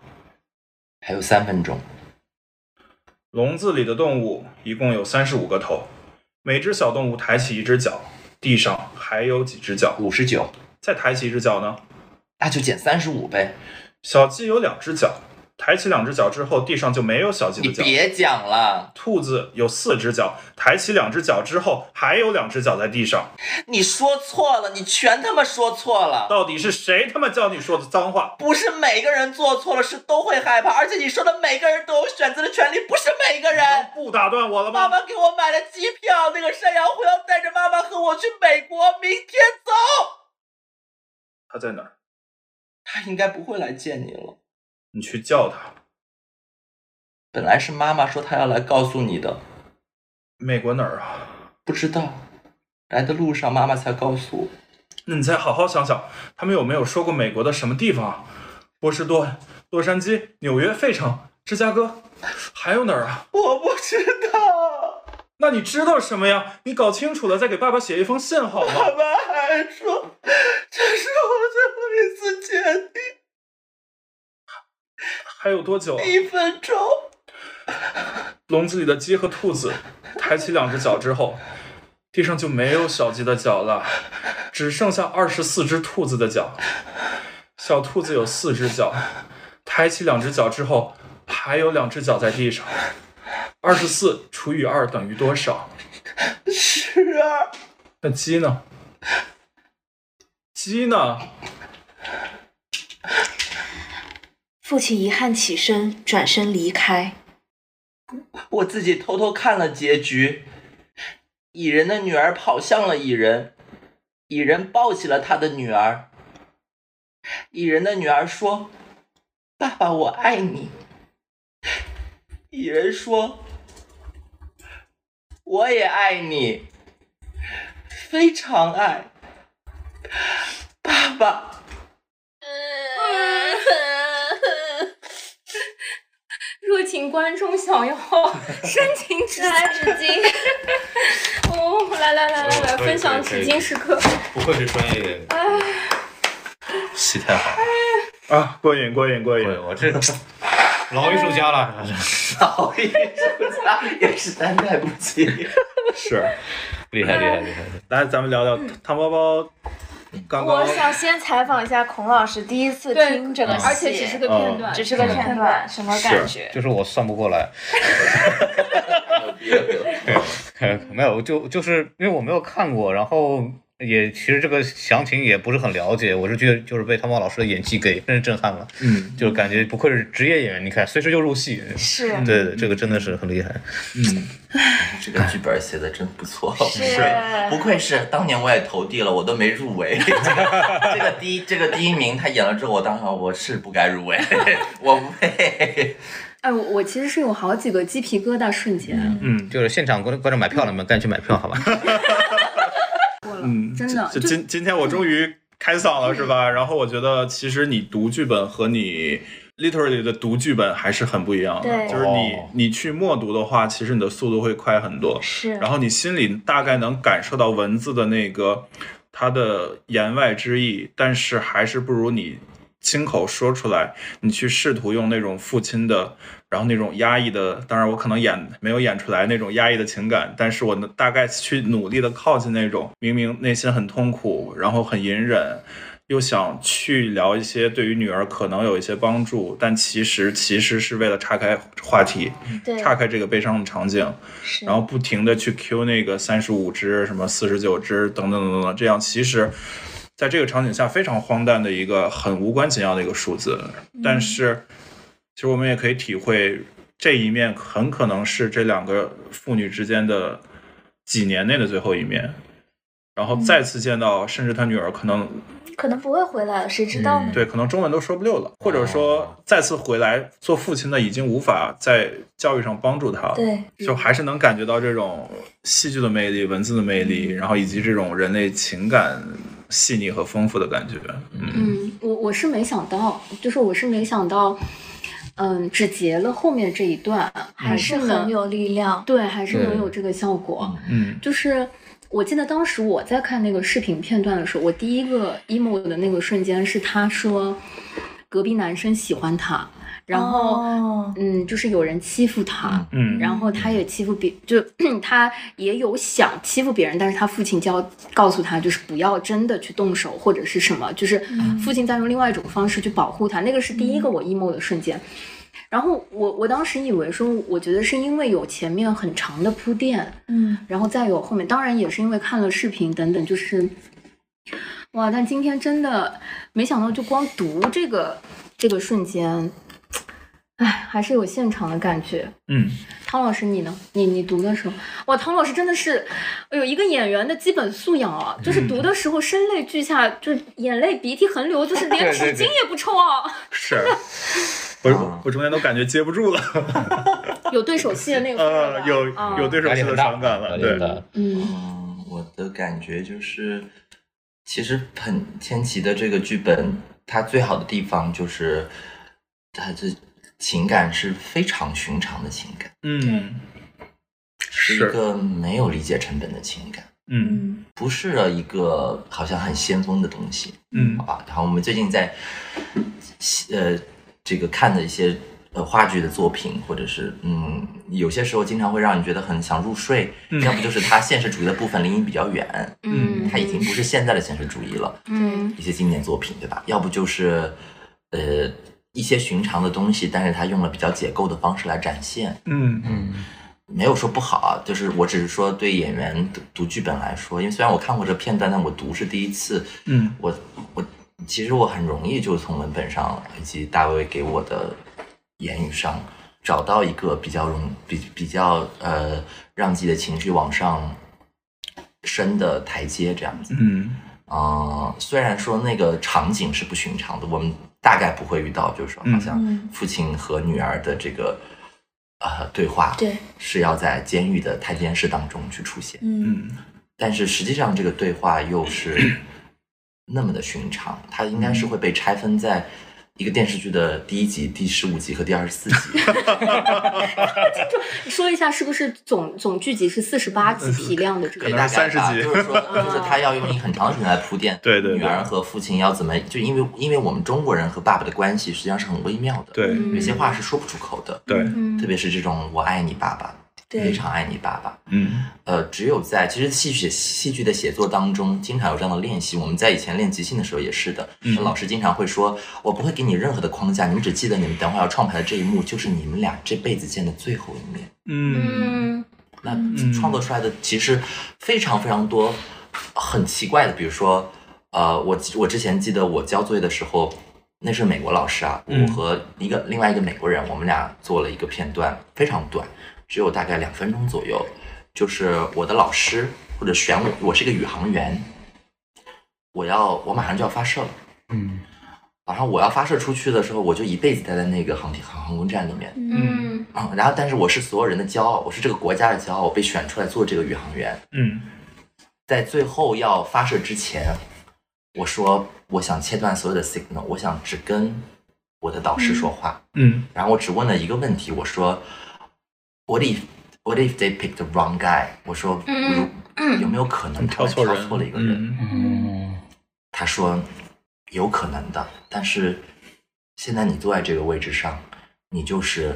Speaker 5: 还有三分钟。
Speaker 4: 笼子里的动物一共有三十五个头，每只小动物抬起一只脚，地上还有几只脚？
Speaker 5: 五十九，
Speaker 4: 再抬起一只脚呢？
Speaker 5: 那就减三十五呗。
Speaker 4: 小鸡有两只脚，抬起两只脚之后，地上就没有小鸡
Speaker 5: 你
Speaker 4: 的脚。
Speaker 5: 别讲了，
Speaker 4: 兔子有四只脚，抬起两只脚之后，还有两只脚在地上。
Speaker 5: 你说错了，你全他妈说错了。
Speaker 4: 到底是谁他妈教你说的脏话？
Speaker 5: 不是每个人做错了事都会害怕，而且你说的每个人都有选择的权利，不是每个人。
Speaker 4: 不打断我了
Speaker 5: 妈
Speaker 4: 吗？
Speaker 5: 妈给我买了机票，那个山羊会要带着妈妈和我去美国，明天走。
Speaker 4: 他在哪儿？
Speaker 5: 他应该不会来见你了。
Speaker 4: 你去叫他。
Speaker 5: 本来是妈妈说她要来告诉你的，
Speaker 4: 美国哪儿啊？
Speaker 5: 不知道。来的路上，妈妈才告诉我，
Speaker 4: 那你再好好想想，他们有没有说过美国的什么地方啊？波士顿、洛杉矶、纽约、费城、芝加哥，还有哪儿啊？
Speaker 5: 我不知道。
Speaker 4: 那你知道什么呀？你搞清楚了再给爸爸写一封信好吗？
Speaker 5: 妈妈还说，这是我最后一次见你，
Speaker 4: 还有多久啊？
Speaker 5: 一分钟。
Speaker 4: 笼子里的鸡和兔子抬起两只脚之后，地上就没有小鸡的脚了，只剩下二十四只兔子的脚。小兔子有四只脚，抬起两只脚之后，还有两只脚在地上。二十四除以二等于多少？
Speaker 5: 十二，
Speaker 4: 那鸡呢？鸡呢？
Speaker 2: 父亲遗憾起身，转身离开。
Speaker 5: 我自己偷偷看了结局，蚁人的女儿跑向了蚁人，蚁人抱起了他的女儿。蚁人的女儿说：“爸爸，我爱你。”蚁人说：“我也爱你，非常爱，爸爸。”
Speaker 3: 热情观众想要深情 纸
Speaker 8: 来纸巾，
Speaker 3: 哦，来来来来来，
Speaker 7: 可以
Speaker 3: 分享
Speaker 7: 可
Speaker 3: 纸
Speaker 7: 以
Speaker 3: 巾时
Speaker 10: 哦
Speaker 3: 刻。
Speaker 7: 不愧是专业人，戏太好，
Speaker 4: 啊，过瘾过瘾过
Speaker 7: 对
Speaker 4: 瘾！
Speaker 7: 我这老艺术家了，
Speaker 5: 老 艺术家也是担待不起。
Speaker 4: 是，
Speaker 7: 厉害厉害厉害！
Speaker 4: 来咱们聊
Speaker 3: 嗯
Speaker 4: 聊汤包包。刚刚
Speaker 10: 我想先采访一下孔老师第一次
Speaker 3: 对
Speaker 10: 听这个戏，
Speaker 3: 而且只是个片段，
Speaker 10: 哦只是个片段，什么感觉？
Speaker 7: 就是我算不过来， 没有，就就是因为我没有看过，然后也其实这个详情也不是很了解，我是觉得就是被汤姆老师的演技给真是震撼了，
Speaker 4: 嗯
Speaker 7: 就感觉不愧是职业演员，你看随时就入戏，
Speaker 10: 是
Speaker 7: 对对，这个真的是很厉害，
Speaker 4: 嗯，
Speaker 5: 这个剧本写的真不错，
Speaker 10: 是
Speaker 5: 不愧是当年我也投递了，我都没入围。 这个这个第一这个第一名，他演了之后，我当时我是不该入围， 我不配。
Speaker 3: 哎，我我其实是有好几个鸡皮疙瘩瞬间，
Speaker 7: 就是现场观观众买票了吗？赶紧去买票 好吧？
Speaker 4: 嗯，
Speaker 3: 真的
Speaker 4: 就
Speaker 3: 就嗯
Speaker 4: 今今天我终于开嗓了，是吧？然后我觉得，其实你读剧本和你 literally 的读剧本还是很不一样的。
Speaker 10: 对
Speaker 4: 就是你
Speaker 7: 哦
Speaker 4: 你去默读的话，其实你的速度会快很多，
Speaker 10: 是
Speaker 4: 然后你心里大概能感受到文字的那个它的言外之意，但是还是不如你亲口说出来，你去试图用那种父亲的，然后那种压抑的，当然我可能演没有演出来那种压抑的情感，但是我能大概去努力的靠近那种明明内心很痛苦，然后很隐忍。又想去聊一些对于女儿可能有一些帮助，但其实其实是为了岔开话题，
Speaker 10: 对，
Speaker 4: 岔开这个悲伤的场景，
Speaker 10: 是
Speaker 4: 然后不停的去 Q 那个三十五只、什么四十九只等等等等等，这样其实在这个场景下非常荒诞的一个很无关紧要的一个数字，但是其实我们也可以体会这一面很可能是这两个父女之间的几年内的最后一面，然后再次见到，甚至他女儿可能
Speaker 10: 可能不会回来了，谁知道呢？
Speaker 4: 对，可能中文都说不溜了，或者说再次回来做父亲的已经无法在教育上帮助他了。
Speaker 10: 对，
Speaker 4: 就还是能感觉到这种戏剧的魅力、文字的魅力，然后以及这种人类情感细腻和丰富的感觉。嗯，
Speaker 3: 嗯，我我是没想到，就是我是没想到，嗯，只截了后面这一段，还
Speaker 10: 还
Speaker 3: 是
Speaker 10: 是
Speaker 2: 嗯
Speaker 3: 能
Speaker 10: 很有力量。
Speaker 3: 对，还是能
Speaker 7: 对
Speaker 3: 有这个效果。
Speaker 4: 嗯
Speaker 3: 就是我记得当时我在看那个视频片段的时候，我第一个 emo 的那个瞬间是他说隔壁男生喜欢他，然后、
Speaker 10: 哦
Speaker 3: 嗯，就是有人欺负他。
Speaker 4: 嗯
Speaker 3: 然后他也欺负别，就 他也有想欺负别人，但是他父亲教告诉他，就是不要真的去动手或者是什么，就是父亲在用另外一种方式去保护他。那个是第一个我 emo 的瞬间。然后我我当时以为说，我觉得是因为有前面很长的铺垫，
Speaker 10: 嗯，
Speaker 3: 然后再有后面，当然也是因为看了视频等等，就是，哇！但今天真的没想到，就光读这个这个瞬间，哎，还是有现场的感觉。
Speaker 4: 嗯，
Speaker 3: 汤老师，你呢？你你读的时候，哇，汤老师真的是，哎呦，一个演员的基本素养啊，
Speaker 4: 嗯
Speaker 3: 就是读的时候声泪俱下，就是眼泪鼻涕横流， 就是连
Speaker 7: 对
Speaker 3: 纸
Speaker 7: 对
Speaker 3: 巾
Speaker 7: 对
Speaker 3: 也不抽啊。
Speaker 4: 是。我我中间都感觉接不住了，
Speaker 3: 有对手戏的那个氛围
Speaker 4: 呃
Speaker 3: 吧，
Speaker 4: 有
Speaker 3: 啊
Speaker 4: 有对手
Speaker 7: 压力
Speaker 4: 戏
Speaker 7: 很
Speaker 4: 的
Speaker 7: 大
Speaker 4: 伤感了，
Speaker 7: 压力
Speaker 4: 对
Speaker 7: 很，大
Speaker 3: 嗯
Speaker 5: 嗯，我的感觉就是，其实很千奇的这个剧本，它最好的地方就是它的情感是非常寻常的情感，
Speaker 4: 嗯，
Speaker 5: 是一
Speaker 4: 是
Speaker 5: 个没有理解成本的情感，
Speaker 4: 嗯
Speaker 10: 嗯
Speaker 5: 不是一个好像很先锋的东西。
Speaker 4: 嗯
Speaker 5: 好吧。然后我们最近在呃这个看的一些呃话剧的作品，或者是嗯有些时候经常会让你觉得很想入睡，
Speaker 4: 嗯
Speaker 5: 要不就是它现实主义的部分离你比较远，
Speaker 4: 嗯
Speaker 5: 它已经不是现在的现实主义了，
Speaker 3: 嗯
Speaker 5: 一些经典作品对吧？要不就是呃一些寻常的东西，但是它用了比较解构的方式来展现。
Speaker 4: 嗯
Speaker 5: 嗯，没有说不好啊，就是我只是说对演员读读剧本来说，因为虽然我看过这片段，但我读是第一次。
Speaker 4: 嗯，
Speaker 5: 我我其实我很容易就从文本上以及大卫给我的言语上找到一个比较容比比较呃让自己的情绪往上升的台阶这样子。
Speaker 4: 嗯
Speaker 5: 呃，虽然说那个场景是不寻常的，我们大概不会遇到，就是说
Speaker 4: 嗯
Speaker 5: 好像父亲和女儿的这个、呃对话，
Speaker 10: 对，
Speaker 5: 是要在监狱的太监室当中去出现，
Speaker 10: 嗯，
Speaker 4: 嗯
Speaker 5: 但是实际上这个对话 又是那么的寻常，它应
Speaker 4: 嗯
Speaker 5: 该是会被拆分在一个电视剧的第一集、第十五集和第二十四 集。
Speaker 3: 说一下是不是总总剧集是四十八集体量的这个
Speaker 4: 嗯可？能是
Speaker 5: 大概吧
Speaker 4: 30集，
Speaker 5: 就是说，就是他要用一个很长的时间来铺垫
Speaker 4: 对对对
Speaker 5: 女儿和父亲要怎么，就因为因为我们中国人和爸爸的关系实际上是很微妙的，
Speaker 4: 对
Speaker 5: 有些话是说不出口的，
Speaker 4: 对，
Speaker 5: 特别是这种我爱你爸爸，
Speaker 10: 对
Speaker 5: 非常爱你爸爸，
Speaker 4: 嗯
Speaker 5: 呃，只有在其实戏剧戏剧的写作当中，经常有这样的练习。我们在以前练即兴的时候也是的，老师经常会说：“我不会给你任何的框架，你们只记得你们等会儿要创牌的这一幕，就是你们俩这辈子见的最后一面。
Speaker 4: 嗯
Speaker 8: 嗯，”
Speaker 5: 那创作出来的其实非常非常多很奇怪的，比如说，呃，我我之前记得我交作业的时候，那是美国老师啊，我和一个另外一个美国人，我们俩做了一个片段，非常短，只有大概两分钟左右。就是我的老师或者选我，我是一个宇航员，我要我马上就要发射了，
Speaker 6: 嗯，
Speaker 5: 马上我要发射出去的时候，我就一辈子待在那个航天航空站里面，
Speaker 8: 嗯
Speaker 5: 啊、然后但是我是所有人的骄傲，我是这个国家的骄傲，我被选出来做这个宇航员，
Speaker 4: 嗯
Speaker 5: 在最后要发射之前，我说我想切断所有的 signal，我想只跟我的导师说话，
Speaker 4: 嗯
Speaker 5: 然后我只问了一个问题，我说，What if What if they picked the wrong guy？我说，如有没有可能他
Speaker 4: 挑
Speaker 5: 们
Speaker 4: 错
Speaker 5: 挑
Speaker 4: 人，
Speaker 5: 错了一个人？
Speaker 4: 嗯
Speaker 6: 嗯
Speaker 5: 他说，有可能的，但是现在你坐在这个位置上，你就是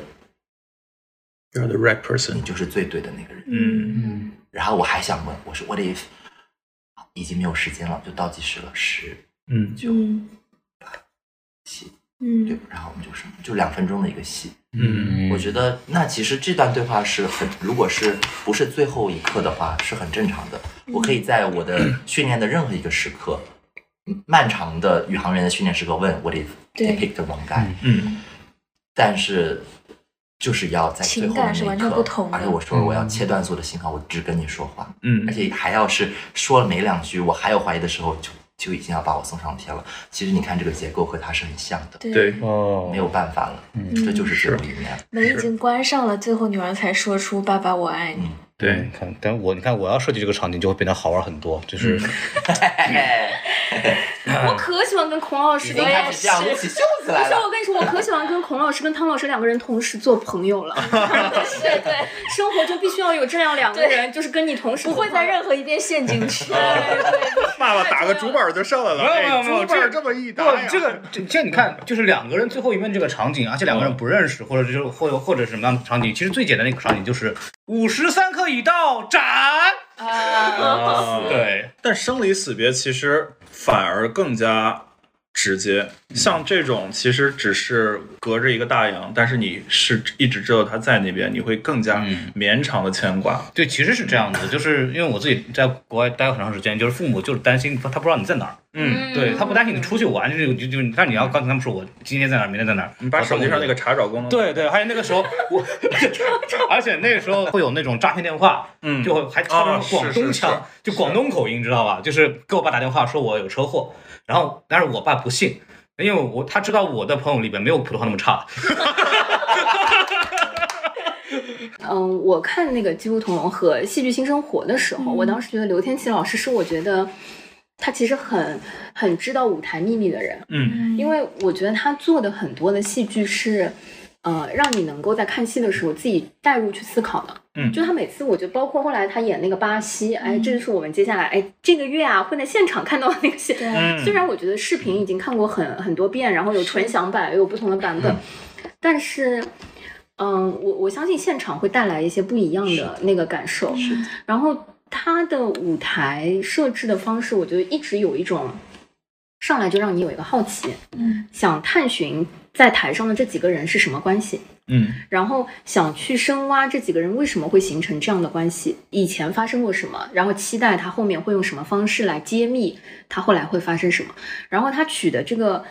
Speaker 4: ，You're the right
Speaker 5: 你
Speaker 4: person。
Speaker 5: 就是最对的那个人。
Speaker 4: 嗯
Speaker 6: 嗯
Speaker 5: 然后我还想问，我说 What if？已啊经没有时间了，就倒计时了，十、
Speaker 4: 嗯
Speaker 5: 九、七，对
Speaker 1: 嗯，
Speaker 5: 吧，然后我们就什么，就两分钟的一个戏。
Speaker 4: 嗯
Speaker 5: 我觉得那其实这段对话是很，如果是不是最后一刻的话，是很正常的。
Speaker 10: 嗯
Speaker 5: 我可以在 我的训练的任何一个时刻，嗯漫长的宇航员的训练时刻问 What if
Speaker 10: 对
Speaker 5: they pick the wrong guy？、
Speaker 4: 嗯
Speaker 5: 但是就是要在最后
Speaker 10: 情
Speaker 5: 的
Speaker 10: 感是
Speaker 5: 那一
Speaker 10: 完全
Speaker 5: 刻，
Speaker 10: 不同的
Speaker 5: 而且我说我要切断所有的信号，我只跟你说话，
Speaker 4: 嗯
Speaker 5: 而且还要是说了没两句，我还有怀疑的时候，就就已经要把我送上天了。其实你看这个结构和它是很像的，
Speaker 4: 对，
Speaker 6: 哦
Speaker 5: 没有办法了，
Speaker 6: 嗯
Speaker 5: 这就是这里面。
Speaker 10: 门已经关上了，最后女儿才说出“爸爸，我爱你
Speaker 4: 对
Speaker 6: 你看，但我你看我要设计这个场景就会变得好玩很多，就是
Speaker 4: 嗯
Speaker 3: 我可喜欢跟孔老师
Speaker 5: 已
Speaker 3: 跟
Speaker 5: 经开
Speaker 3: 老
Speaker 5: 始
Speaker 3: 师
Speaker 5: 这。样撸起袖子来
Speaker 3: 不是，
Speaker 5: 了。
Speaker 3: 我跟你说，我可喜欢跟孔老师、跟汤老师两个人同时做朋 友了。对对，生活中必须要有这样两个人，就是跟你同”，时
Speaker 10: 不会在任何一边陷进 去。
Speaker 4: 爸爸打个竹板儿就上来了，
Speaker 6: 没有没有没有
Speaker 4: 哎竹板儿这么 一
Speaker 6: 不
Speaker 4: 打呀，，
Speaker 6: 这个这这你看，就是两个人最后一面这个场景，而且两个人不认识，或者就是或者或者什么样的场景，其实最简单的一个场景就是五时三刻已到，斩。
Speaker 3: 啊
Speaker 6: 对，
Speaker 4: 但生离死别其实反而更加直接，
Speaker 6: 嗯
Speaker 4: 像这种其实只是隔着一个大洋，但是你是一直知道他在那边，你会更加
Speaker 6: 嗯
Speaker 4: 绵长的牵挂。
Speaker 6: 对，其实是这样子，就是因为我自己在国外待过很长时间，就是父母就是担心他他不知道你在哪儿，
Speaker 4: 嗯，
Speaker 6: 对他不担心你出去玩，就是就就，但你要告诉他们说我今天在哪儿，明天在哪儿，
Speaker 4: 你把手机上那个查找功能，
Speaker 6: 对对，还有那个时候我，而且那个时候会有那种诈骗电话，
Speaker 4: 嗯
Speaker 6: 就会还插
Speaker 4: 啊
Speaker 6: 着
Speaker 4: 是
Speaker 6: 广东
Speaker 4: 是
Speaker 6: 腔，就广东口音，知道吧？就是给我爸打电话说我有车祸，然后但是我爸不信，因为我他知道我的朋友里边没有普通话那么差，
Speaker 3: 嗯，我看那个《击鼓同笼》和《戏剧新生活》的时候，我
Speaker 4: 嗯
Speaker 3: 当时觉得刘天琪老师是我觉得他其实很很知道舞台秘密的人，
Speaker 4: 嗯
Speaker 3: 因为我觉得他做的很多的戏剧是，呃，让你能够在看戏的时候自己带入去思考的。
Speaker 4: 嗯
Speaker 3: 就他每次，我觉得包括后来他演那个巴西，哎，这就是我们接下来哎这个月啊会在现场看到的那个戏。
Speaker 4: 嗯
Speaker 3: 虽然我觉得视频已经看过很很多遍，然后有纯享版，也有不同的版本，但是。嗯，我我相信现场会带来一些不一样的那个感受。然后他的舞台设置的方式，我觉得一直有一种上来就让你有一个好奇，嗯，想探寻在台上的这几个人是什么关系，
Speaker 4: 嗯
Speaker 3: 然后想去深挖这几个人为什么会形成这样的关系，以前发生过什么，然后期待他后面会用什么方式来揭秘他后来会发生什么。然后他取的这个，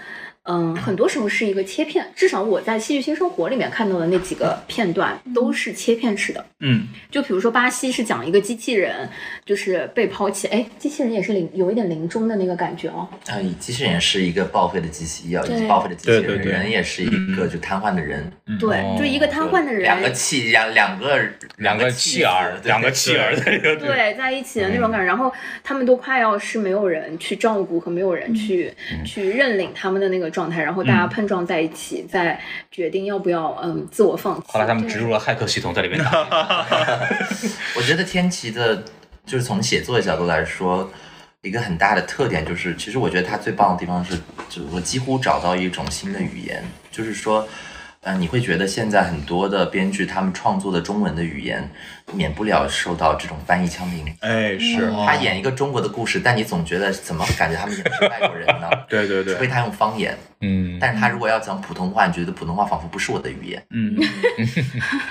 Speaker 3: 嗯，很多时候是一个切片，至少我在《戏剧新生活》里面看到的那几个片段都是切片式的。
Speaker 4: 嗯
Speaker 3: 就比如说巴西是讲一个机器人，就是被抛弃，哎，机器人也是临有一点临终的那个感觉哦。
Speaker 5: 啊，以机器人是一个报废的机器，要
Speaker 3: 对
Speaker 5: 报废的机器人，
Speaker 4: 对对对
Speaker 5: 人也是一个就瘫痪的人，
Speaker 3: 对，就一个瘫痪的人，
Speaker 5: 嗯哦两个气，两两个
Speaker 7: 两
Speaker 5: 个
Speaker 7: 个
Speaker 5: 妻
Speaker 7: 弃儿，
Speaker 5: 子
Speaker 7: 两个弃儿的一个
Speaker 3: 对，在一起的那种感
Speaker 7: 嗯
Speaker 3: 觉，然后他们都快要是没有人去照顾和没有人去、
Speaker 7: 嗯
Speaker 3: 去认领他们的那个状态，然后大家碰撞在一起，再决定要不要嗯自我放弃。
Speaker 7: 后来他们植入了骇客系统在里面打，
Speaker 5: 我觉得天琪的，就是从写作的角度来说，一个很大的特点就是，其实我觉得他最棒的地方是，就我几乎找到一种新的语言，就是说，呃，你会觉得现在很多的编剧他们创作的中文的语言，免不了受到这种翻译腔的影响。
Speaker 4: 哎是，
Speaker 6: 哦
Speaker 5: 他演一个中国的故事，但你总觉得怎么感觉他们演的是外国人呢？
Speaker 4: 对对
Speaker 5: 除非
Speaker 4: 对，
Speaker 5: 他用方言，
Speaker 7: 嗯，
Speaker 5: 但是他如果要讲普通话，你觉得普通话仿佛不是我的语言。
Speaker 4: 嗯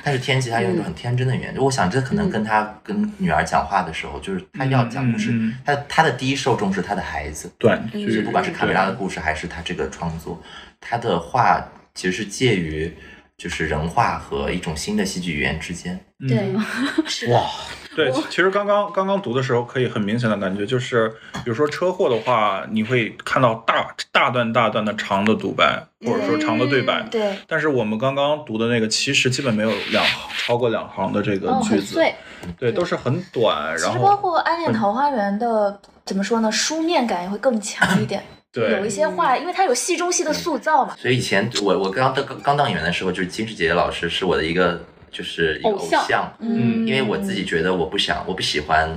Speaker 5: 但是天琪他用一种很天真的语言，我想这可
Speaker 4: 嗯
Speaker 5: 能跟他跟女儿讲话的时候，就是他要讲故事，
Speaker 4: 嗯嗯嗯
Speaker 5: 他他的第一受众是他的孩子，
Speaker 4: 对，
Speaker 3: 嗯
Speaker 4: 就
Speaker 5: 就是不管是卡梅拉的故事还是他这个创作，他的话其实是介于就是人话和一种新的戏剧语言之间。
Speaker 3: 对，
Speaker 7: 哇，
Speaker 4: 对，其其实刚刚刚刚读的时候，可以很明显的感觉就是，比如说车祸的话，你会看到大大段大段的长的独白，或者说长的对白。
Speaker 10: 嗯
Speaker 2: 嗯
Speaker 10: 对，
Speaker 4: 但是我们刚刚读的那个，其实基本没有两超过两行的这个
Speaker 3: 哦，
Speaker 4: 句
Speaker 3: 很
Speaker 4: 子，
Speaker 3: 碎，
Speaker 4: 对，都是很短。
Speaker 10: 其
Speaker 4: 然
Speaker 10: 实包
Speaker 4: 后
Speaker 10: 括《暗
Speaker 5: 嗯
Speaker 10: 恋桃花源》的怎么说呢，书面感也会更强一点。有一
Speaker 4: 对，
Speaker 10: 些话，因为它有戏中戏的塑造嘛。
Speaker 5: 所以以前我我刚当刚当演员的时候，就是金志杰老师是我的一个就是一个
Speaker 3: 偶像
Speaker 4: 嗯
Speaker 5: 因为我自己觉得我不想我不喜欢，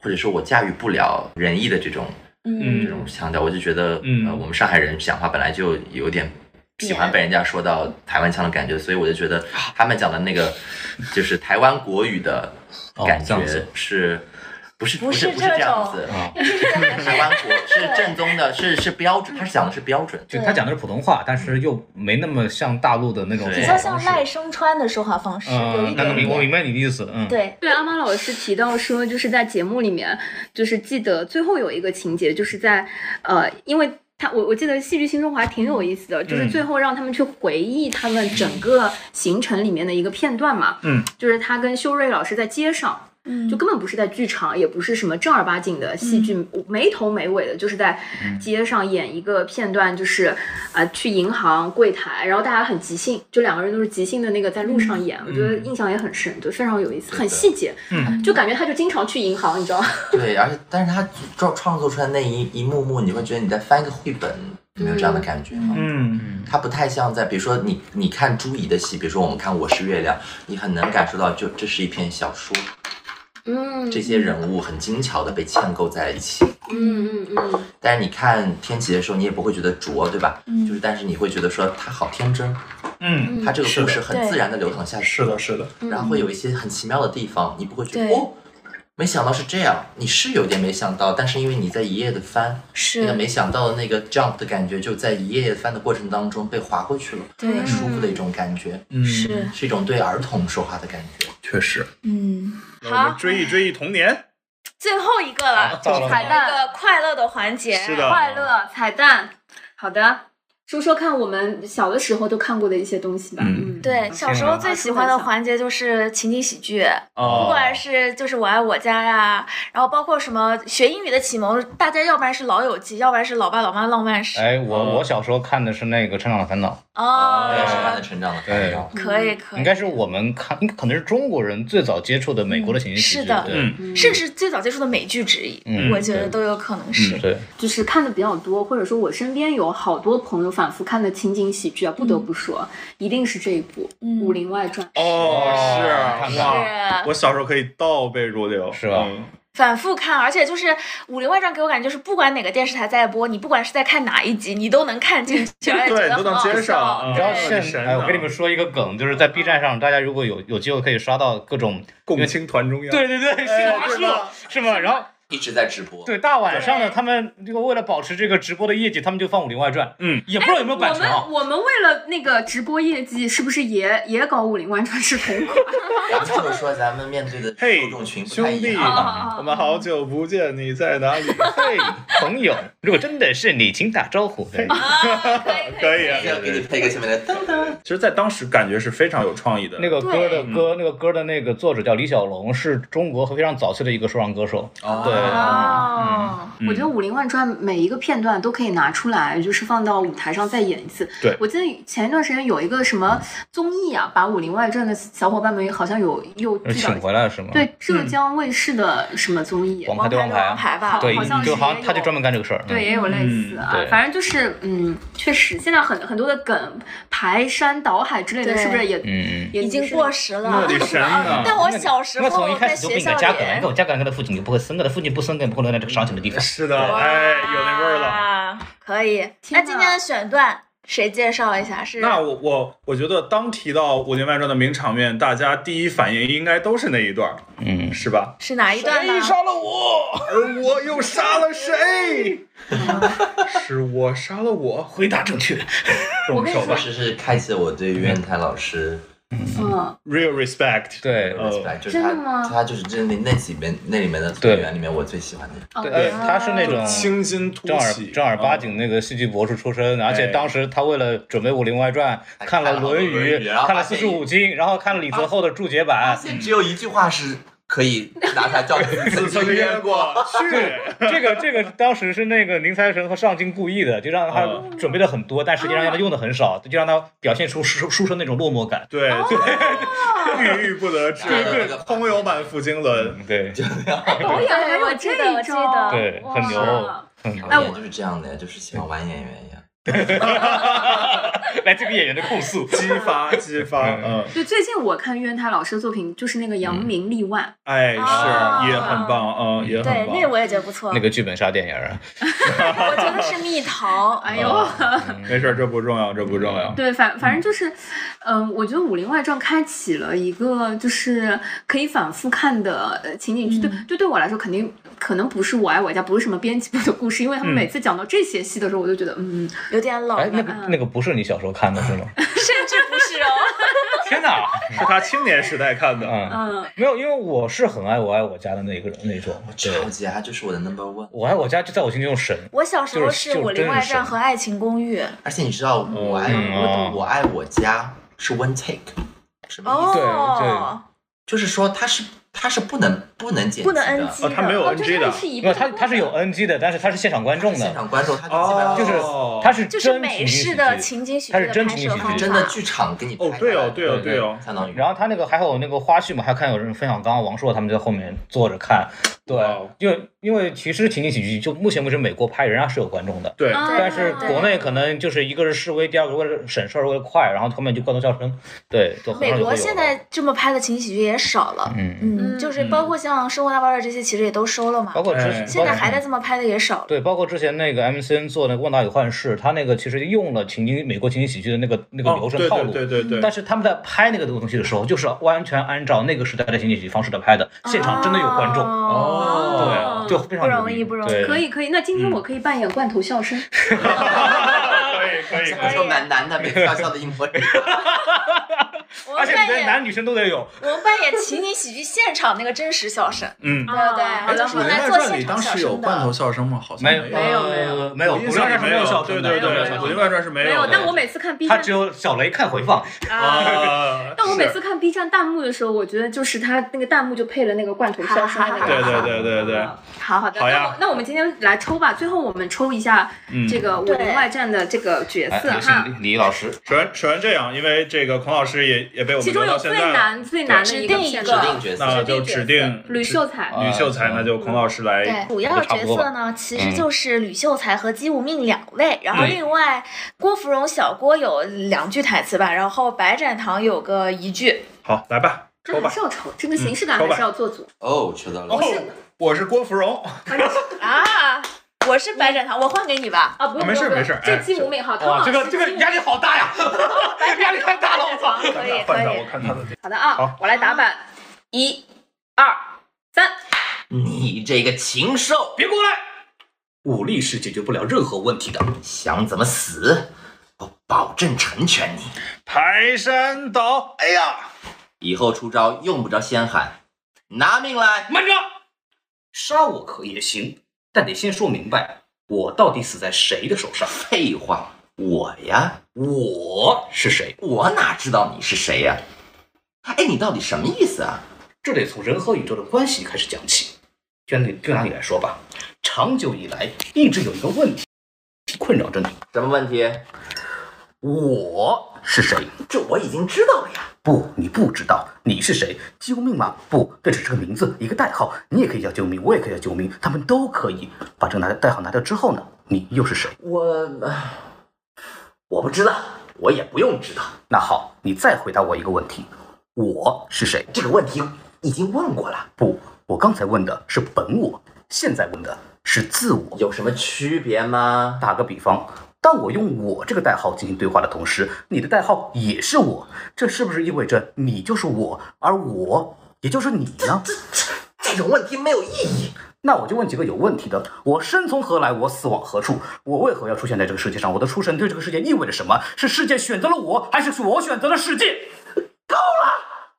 Speaker 5: 或者说我驾驭不了仁义的这种这
Speaker 4: 嗯
Speaker 5: 种腔调，我就觉得，
Speaker 4: 嗯
Speaker 5: 呃，我们上海人讲话本来就有点喜欢被人家说到台湾腔的感觉，所以我就觉得
Speaker 7: 啊
Speaker 5: 他们讲的 那个就是台湾国语的感
Speaker 7: 哦这
Speaker 5: 觉
Speaker 7: 样子啊
Speaker 5: 是。不是
Speaker 10: 不
Speaker 5: 不
Speaker 10: 是
Speaker 5: 不是这样子，
Speaker 6: 啊
Speaker 7: 种
Speaker 5: 台湾国是正宗的，是是标准，他讲的是标准，
Speaker 7: 就他讲的是普通话，但是又没那么像大陆的那种
Speaker 5: 对
Speaker 7: 说
Speaker 10: 比
Speaker 7: 话
Speaker 10: 较像
Speaker 7: 方式
Speaker 10: 赖声川的说话方式，有一
Speaker 7: 嗯，那
Speaker 10: 点
Speaker 7: 明我
Speaker 10: 点。
Speaker 7: 明白你的意思，嗯，
Speaker 10: 对，
Speaker 3: 对，阿妈老师提到说，就是在节目里面，就是记得最后有一个情节，就是在呃，因为他我我记得戏剧新中华挺有意思的，
Speaker 7: 嗯
Speaker 3: 就是最后让他们去回忆他们整个行程里面的一个片段嘛，
Speaker 4: 嗯，
Speaker 3: 就是他跟修睿老师在街上，
Speaker 10: 嗯
Speaker 3: 就根本不是在剧场，也不是什么正儿八经的戏剧，没头没尾的，就是在街上演一个片段，就是啊、呃去银行柜台，然后大家很即兴，就两个人都是即兴的那个在路上演，我觉得印象也很深，就非常有意思，很细节，
Speaker 4: 嗯
Speaker 3: 就感觉他就经常去银行，你知道吗？
Speaker 5: 对，而且但是他创创作出来那一一幕幕，你会觉得你在翻一个绘本，有没有这样的感觉吗？
Speaker 4: 嗯
Speaker 5: 它不太像在，比如说你你看朱怡的戏，比如说我们看《我是月亮》，你很能感受到就，这是一篇小说，
Speaker 3: 嗯
Speaker 5: 这些人物很精巧的被嵌构在一起。
Speaker 3: 嗯嗯嗯，
Speaker 5: 但是你看天启的时候，你也不会觉得拙，对吧？
Speaker 10: 嗯
Speaker 5: 就是，但是你会觉得说他好天真，
Speaker 4: 嗯，
Speaker 5: 他这个故事
Speaker 10: 是
Speaker 5: 很
Speaker 10: 的
Speaker 5: 自然的流淌下去，
Speaker 4: 是的，是的，
Speaker 5: 然后会有一些很奇妙的地方，你不会觉得
Speaker 10: 对
Speaker 5: 哦，没想到是这样，你是有点没想到，但是因为你在一页的翻，那个
Speaker 10: 是，
Speaker 5: 没想到的那个 jump 的感觉，就在一页页翻的过程当中被划过去了，
Speaker 10: 对
Speaker 5: 很舒服的一种感觉。
Speaker 4: 嗯，
Speaker 10: 是，
Speaker 5: 是一种对儿童说话的感觉。
Speaker 4: 确实。
Speaker 10: 嗯，
Speaker 4: 那我
Speaker 10: 好
Speaker 4: 们追忆追忆童年，
Speaker 10: 最后一个了，
Speaker 7: 到了
Speaker 10: 彩蛋，这个快乐的环节，
Speaker 4: 是的，
Speaker 3: 快乐彩蛋，好的，说说看我们小的时候都看过的一些东西吧，
Speaker 4: 嗯
Speaker 3: 嗯，
Speaker 10: 对，小时候最喜欢的环节就是情景喜剧，不
Speaker 4: 哦，
Speaker 10: 管是就是我爱我家呀，然后包括什么学英语的启蒙，大家要不然是老友记，要不然是老爸老妈浪漫史
Speaker 7: 哎，我我小时候看的是那个《成长的烦恼
Speaker 5: 对，是他
Speaker 10: 哦
Speaker 5: 的，成长的啊
Speaker 7: 对
Speaker 5: 烦恼。
Speaker 10: 可以可》，
Speaker 7: 应
Speaker 10: 以，
Speaker 7: 该是我们看，应该可能是中国人最早接触的美国的情景喜剧，
Speaker 10: 是的
Speaker 7: 对
Speaker 4: 嗯，
Speaker 3: 嗯
Speaker 10: 甚至最早接触的美剧之一，
Speaker 7: 嗯
Speaker 10: 我觉得都有可能是。嗯
Speaker 7: 对，
Speaker 3: 就是看的比较多，或者说我身边有好多朋友反复看的情景喜剧啊，不得不说，一定是这一部
Speaker 10: 嗯
Speaker 3: 《武林外传》。
Speaker 4: 哦，
Speaker 7: 看
Speaker 4: 是
Speaker 7: 看
Speaker 2: 啊
Speaker 4: 哇，
Speaker 10: 是
Speaker 4: 我小时候可以倒背如流，
Speaker 7: 是吧
Speaker 4: 嗯
Speaker 10: 反复看，而且就是《武林外传》给我感觉就是，不管哪个电视台在播，你不管是在看哪一集，你都能看进去，而且觉得
Speaker 4: 对，你都
Speaker 10: 很
Speaker 4: 能
Speaker 10: 好
Speaker 4: 接上。
Speaker 10: 笑。
Speaker 4: 嗯
Speaker 7: 你知道
Speaker 4: 对
Speaker 7: 现
Speaker 4: 神
Speaker 7: 哎，我
Speaker 4: 呢
Speaker 7: 跟你们说一个梗，就是在 B 站上，大家如果有有机会可以刷到各种
Speaker 4: 共青团中央，
Speaker 7: 对对对，是
Speaker 4: 哎
Speaker 7: 吗？
Speaker 4: 对
Speaker 7: 是吗
Speaker 4: 的？
Speaker 7: 是吗？然后
Speaker 5: 一直在直播。
Speaker 7: 对，大晚上的，他们这个为了保持这个直播的业绩，他们就放《武林外传》，
Speaker 4: 嗯，
Speaker 7: 也不知道
Speaker 10: 哎
Speaker 7: 有没有版
Speaker 3: 我
Speaker 7: 权
Speaker 3: 们
Speaker 7: 啊。
Speaker 3: 我们为了那个直播业绩，是不是也也搞《武林外传》是同款？
Speaker 5: 咱们就是说，咱们面对的
Speaker 4: 嘿
Speaker 5: 受众群不太
Speaker 4: 兄
Speaker 5: 一
Speaker 4: 弟
Speaker 5: 样。，
Speaker 4: 我们好久不见，你在哪里？
Speaker 7: 嘿，朋友，如果真的是你，请打招呼。对
Speaker 4: 可以啊，
Speaker 5: 要给你配个下面的噔噔。
Speaker 4: 其实，在当时感觉是非常有创意的。
Speaker 7: 那个歌的
Speaker 3: 对
Speaker 7: 歌，那个歌的那个作者叫李小龙，是中国非常早期的一个说唱歌手。
Speaker 3: 哦，我觉得《武林外传》每一个片段都可以拿出来，就是放到舞台上再演一次。
Speaker 4: 对
Speaker 3: 我记得前一段时间有一个什么综艺啊，把《武林外传》的小伙伴们好像有又
Speaker 7: 呃
Speaker 3: 聚到
Speaker 7: 请回来是吗？
Speaker 3: 对浙江卫视的什么综艺，
Speaker 7: 王牌对王牌啊，
Speaker 10: 牌吧，
Speaker 7: 对
Speaker 3: 好像，是
Speaker 7: 就好
Speaker 3: 也
Speaker 7: 像他就
Speaker 3: 有
Speaker 7: 专门干这个事儿。
Speaker 3: 对，也有类似啊，
Speaker 7: 嗯对
Speaker 3: 反正就是，嗯，确实，现在很很多的梗，排山倒海之类的，
Speaker 10: 对
Speaker 3: 是不是也
Speaker 7: 嗯，嗯，
Speaker 3: 也
Speaker 10: 已经
Speaker 3: 是
Speaker 10: 过时了
Speaker 4: 那。得删 啊
Speaker 10: 但我小时
Speaker 7: 嗯那从一
Speaker 10: 候
Speaker 7: 开
Speaker 10: 在
Speaker 7: 始就给
Speaker 10: 学
Speaker 7: 你
Speaker 10: 校
Speaker 7: 个加梗，你给
Speaker 10: 里，
Speaker 7: 我加梗跟他父亲，你不会生的，他父亲不生梗，你不会留在这个伤情的地方。
Speaker 4: 是的，哎，有那味儿了。
Speaker 10: 了。可以。
Speaker 3: 天
Speaker 10: 那
Speaker 3: 哪
Speaker 10: 今天的选段谁介绍一下？是
Speaker 4: 那我我我觉得，当提到《武林外传》的名场面，大家第一反应应该都是那一段儿，
Speaker 7: 嗯，
Speaker 4: 是吧？
Speaker 10: 是哪一段呢？
Speaker 4: 了我，而我又杀了谁？是我杀了我，
Speaker 7: 回答正确。
Speaker 4: 动手
Speaker 5: 当
Speaker 10: 嗯
Speaker 4: 吧
Speaker 5: 时是开启了我对袁泰老师
Speaker 3: 嗯，
Speaker 4: ，real respect。
Speaker 7: 对
Speaker 5: 的
Speaker 4: 呃
Speaker 5: respect，就是
Speaker 3: 真的
Speaker 5: 他
Speaker 3: 吗
Speaker 5: 他就是真的那几边那里面的
Speaker 7: 对
Speaker 5: 演员里面我最喜欢的。
Speaker 3: 哦
Speaker 7: 对，呃他是那种
Speaker 4: 啊清新突
Speaker 7: 正儿
Speaker 4: 起，啊
Speaker 7: 正儿八经那个戏剧博士出身，而且当时他为了准备《武林外传》，哎看了《论语
Speaker 5: 看了论语然》，后
Speaker 7: 看了
Speaker 5: 发
Speaker 7: 四
Speaker 5: 现
Speaker 7: 十五经，然后看了李泽厚的注解版
Speaker 5: 发。现啊只有一句话是可以拿出来叫
Speaker 4: 似
Speaker 5: 自
Speaker 4: 曾约过， 去。
Speaker 7: 这个这个当时是那个宁财神和上京故意的，就让
Speaker 4: 嗯
Speaker 7: 他准备的很多，但实际上让他用的很少，就让他表现出书书生那种落寞感。
Speaker 4: 对
Speaker 10: 哦
Speaker 4: 对， 郁郁不得志，
Speaker 5: 对对
Speaker 4: 通有满腹经纶。
Speaker 7: 嗯 对，
Speaker 3: 导演还有
Speaker 10: 我记得
Speaker 3: 这
Speaker 10: 我
Speaker 3: 一
Speaker 10: 记得
Speaker 3: 招，
Speaker 7: 对
Speaker 3: 哇
Speaker 7: 很牛
Speaker 5: 导演就是这样的，就是喜欢玩演员一样。
Speaker 7: 来这个演员的控诉。
Speaker 4: 激发激发，嗯，
Speaker 3: 对，最近我看渊太老师的作品，就是那个《扬
Speaker 7: 嗯
Speaker 3: 名立万
Speaker 4: 哎，
Speaker 10: 啊
Speaker 4: 是也很棒，嗯，也很
Speaker 10: 对，
Speaker 4: 棒
Speaker 10: 那。个我也觉得不错。
Speaker 7: 那个剧本杀电影啊，
Speaker 10: 我觉得是蜜桃。哎呦，
Speaker 7: 嗯
Speaker 4: 没事儿，这不重要，这不重要》。。
Speaker 3: 对，反反正就是，嗯、我觉得《武林外传》开启了一个就是可以反复看的呃情景剧。对，
Speaker 10: 嗯
Speaker 3: 就对我来说，肯定可能不是我爱我家，不是什么编辑部的故事，因为
Speaker 7: 嗯
Speaker 3: 他们每次讲到这些戏的时候，我就觉得，嗯，
Speaker 10: 有点冷
Speaker 7: 哎，那
Speaker 10: 了，
Speaker 7: 个那个不是你小时候看的是 吗？
Speaker 10: 甚至不是哦。
Speaker 7: 天哪！
Speaker 4: 是他青年时代看的。
Speaker 7: 嗯，
Speaker 3: 嗯，
Speaker 7: 没有，因为我是很爱我爱我家的那一个人那种
Speaker 5: 我，
Speaker 7: 对，
Speaker 5: 超级爱，就是我的 number one。
Speaker 7: 我爱我家就在我心中神。
Speaker 10: 我小时候是
Speaker 7: 就是
Speaker 10: 《武林外
Speaker 7: 就是真
Speaker 10: 传》
Speaker 7: 是
Speaker 10: 和《爱情公寓》。
Speaker 5: 而且你知道，我爱
Speaker 7: 嗯哦
Speaker 5: 我爱我家是 one take，什么意思？
Speaker 10: 哦，
Speaker 5: 就是说它是它是不能不能剪辑的，
Speaker 10: 不能 NG
Speaker 4: 哦，
Speaker 10: 的。
Speaker 4: 他没有
Speaker 3: 哦，这
Speaker 4: NG 的
Speaker 3: 还，是一哦
Speaker 7: 没有，
Speaker 3: 部
Speaker 7: 他他是有 NG 的，但是他是现场观众
Speaker 5: 现
Speaker 7: 的，
Speaker 5: 场观众他就基本上
Speaker 7: 就是
Speaker 4: 哦
Speaker 7: 他是
Speaker 10: 就
Speaker 7: 真
Speaker 10: 是
Speaker 7: 情
Speaker 10: 美
Speaker 7: 景喜
Speaker 10: 式
Speaker 7: 剧
Speaker 10: 的情景喜
Speaker 7: 它
Speaker 10: 剧
Speaker 7: 是
Speaker 10: 的
Speaker 7: 真
Speaker 10: 拍
Speaker 7: 情景
Speaker 10: 摄
Speaker 7: 喜剧
Speaker 10: 方法，
Speaker 5: 真的剧场给你
Speaker 4: 哦
Speaker 5: 拍
Speaker 4: 对哦
Speaker 5: 下来
Speaker 4: 对哦对哦
Speaker 5: 相当于。
Speaker 7: 然后他那个还有那个花絮嘛，还有看有人分享，刚刚王朔他们就在后面坐着看，对
Speaker 4: 哇哦，
Speaker 7: 因为因为其实情景喜剧就目前为止美国拍人家是有观众的，
Speaker 4: 对，
Speaker 3: 啊
Speaker 7: 但是国内可能就是一个是示威，第二个为了省事儿为了快，然后后面就观众叫声，对，就很
Speaker 10: 美
Speaker 7: 少就会
Speaker 10: 国
Speaker 7: 有
Speaker 10: 现
Speaker 7: 了
Speaker 10: 在这么拍的情景喜剧也少了。
Speaker 7: 嗯，
Speaker 10: 嗯，就是包括像《生活大爆炸》这些，其实也都收了嘛。
Speaker 7: 包括之
Speaker 4: 哎
Speaker 10: 现在
Speaker 7: 包括
Speaker 10: 还在这么拍的也少了。
Speaker 7: 对，包括之前那个 MCN 做那个《问答与幻视》，他那个其实用了情景美国情景喜剧的那个那个流
Speaker 4: 哦，
Speaker 7: 程
Speaker 4: 对
Speaker 7: 套路，
Speaker 4: 对对对对
Speaker 7: 但，是他们在拍那个东西的时候，就是完全按照那个时代的情景喜剧方式来拍的，现场真的有观众，
Speaker 10: 哦
Speaker 7: 对，啊就非常
Speaker 10: 不容易
Speaker 7: 牛逼
Speaker 10: 不容易
Speaker 7: 对
Speaker 3: 可以可以，那
Speaker 4: 嗯
Speaker 3: 今天我可以扮演罐头笑声，
Speaker 4: 可以可以可
Speaker 5: 这
Speaker 4: 以，
Speaker 5: 种男男的被笑笑的一模一样，
Speaker 10: 我们
Speaker 7: 而且你
Speaker 10: 扮
Speaker 7: 的
Speaker 10: 演
Speaker 7: 男女生都得有，
Speaker 10: 我们扮演情景喜剧现场那个真实笑声，
Speaker 4: 嗯。
Speaker 10: 对对对，
Speaker 3: 哎
Speaker 10: 然后
Speaker 4: 武林
Speaker 10: 来
Speaker 4: 外
Speaker 10: 做
Speaker 4: 传》
Speaker 10: 现
Speaker 4: 里
Speaker 10: 场
Speaker 4: 当
Speaker 10: 笑
Speaker 4: 时有
Speaker 10: 声
Speaker 4: 罐头
Speaker 10: 的。
Speaker 4: 笑声吗？好像
Speaker 7: 没
Speaker 4: 有，
Speaker 3: 有没
Speaker 7: 有呃没有，
Speaker 4: 我印象里
Speaker 7: 没
Speaker 4: 没有。
Speaker 7: 笑声
Speaker 4: 对
Speaker 7: 的
Speaker 4: 对
Speaker 7: 没有
Speaker 4: 对，
Speaker 7: 笑
Speaker 4: 武林
Speaker 7: 声
Speaker 4: 外
Speaker 7: 的
Speaker 4: 传是没
Speaker 3: 没
Speaker 4: 有
Speaker 3: 有，
Speaker 4: 的。
Speaker 3: 但我每次看 B
Speaker 7: 他
Speaker 3: 站
Speaker 7: 只有小雷看回放，
Speaker 4: 啊，
Speaker 3: 但我每
Speaker 4: 是
Speaker 3: 次看 B 站弹幕的时候，我觉得就是它那个弹幕就配了那个罐头笑声的那个。 啊嗯
Speaker 4: 对对对 对对，
Speaker 3: 好好的，
Speaker 4: 好呀
Speaker 3: 那我那我们今天来抽吧，最后我们抽一下
Speaker 4: 嗯哎
Speaker 3: 这个《武
Speaker 10: 对
Speaker 3: 林外传》的这个角色
Speaker 7: 哎
Speaker 3: 哈，
Speaker 7: 李李老师，
Speaker 4: 首先首先这样，因为这个孔老师也也被我
Speaker 3: 其
Speaker 4: 们
Speaker 3: 中
Speaker 4: 留
Speaker 3: 有
Speaker 4: 到现
Speaker 3: 最
Speaker 4: 在了，
Speaker 3: 难最难的
Speaker 10: 指
Speaker 3: 一
Speaker 10: 定
Speaker 3: 个
Speaker 10: 一
Speaker 3: 片
Speaker 10: 个
Speaker 5: 指
Speaker 3: 段，
Speaker 5: 定角色。
Speaker 4: 那就指定
Speaker 3: 吕秀才
Speaker 4: 吕秀才，那就孔老师
Speaker 7: 哎
Speaker 4: 来
Speaker 10: 对，。
Speaker 3: 嗯
Speaker 10: 主要角色呢，
Speaker 7: 嗯
Speaker 10: 其实就是吕秀才和姬无命两位，然后另外郭芙蓉、小郭有两句台词吧，然后白展堂有个一句，
Speaker 4: 好，来吧，
Speaker 3: 这
Speaker 4: 抽
Speaker 3: 还
Speaker 4: 吧
Speaker 3: 是。要抽，这个形式感
Speaker 4: 嗯抽吧
Speaker 3: 还是要做足。
Speaker 5: 哦，抽到了
Speaker 4: 哦，，我是郭芙蓉，
Speaker 10: 啊，我是白展堂，我换给你吧。
Speaker 3: 啊，不用
Speaker 4: 没事
Speaker 3: 不用不用
Speaker 4: 没事
Speaker 3: 这
Speaker 4: 哎
Speaker 3: 姬无命好，康
Speaker 7: 哇，
Speaker 3: 老
Speaker 7: 这
Speaker 3: 师
Speaker 7: 个这个压力好大呀，压力太大了，我操！
Speaker 10: 可以
Speaker 4: 换
Speaker 10: 可
Speaker 4: 他，我
Speaker 10: 以，
Speaker 4: 看他的。
Speaker 3: 好的啊
Speaker 4: 好，
Speaker 3: 我来打板，一、二、三，
Speaker 5: 你这个禽兽，
Speaker 7: 别过来！武力是解决不了任何问题的。
Speaker 5: 想怎么死？我保证成全你。
Speaker 7: 排山倒！哎呀，
Speaker 5: 以后出招用不着先喊，拿命来！
Speaker 7: 慢着，杀我可也行，但得先说明白我到底死在谁的手上。
Speaker 5: 废话，我呀，
Speaker 7: 我是谁？
Speaker 5: 我哪知道你是谁呀、哎，你到底什么意思啊？
Speaker 7: 这得从人和宇宙的关系开始讲起。就拿你就拿你来说吧，长久以来一直有一个问题困扰着你：
Speaker 5: 什么问题？
Speaker 7: 我是谁？
Speaker 5: 这我已经知道了呀。
Speaker 7: 不，你不知道你是谁？救命吗？不，这只是个名字，一个代号。你也可以叫救命，我也可以叫救命，他们都可以。把这个拿代号拿掉之后呢，你又是谁？
Speaker 5: 我唉我不知道，我也不用知道。
Speaker 7: 那好，你再回答我一个问题：我是谁？
Speaker 5: 这个问题已经问过了，
Speaker 7: 不，我刚才问的是本我，现在问的是自我。
Speaker 5: 有什么区别吗？
Speaker 7: 打个比方，当我用“我”这个代号进行对话的同时，你的代号也是我，这是不是意味着你就是我，而我也就是你呢？
Speaker 5: 这种问题没有意义。
Speaker 7: 那我就问几个有问题的：我生从何来？我死往何处？我为何要出现在这个世界上？我的出生对这个世界意味着什么？是世界选择了我，还是我选择了世界？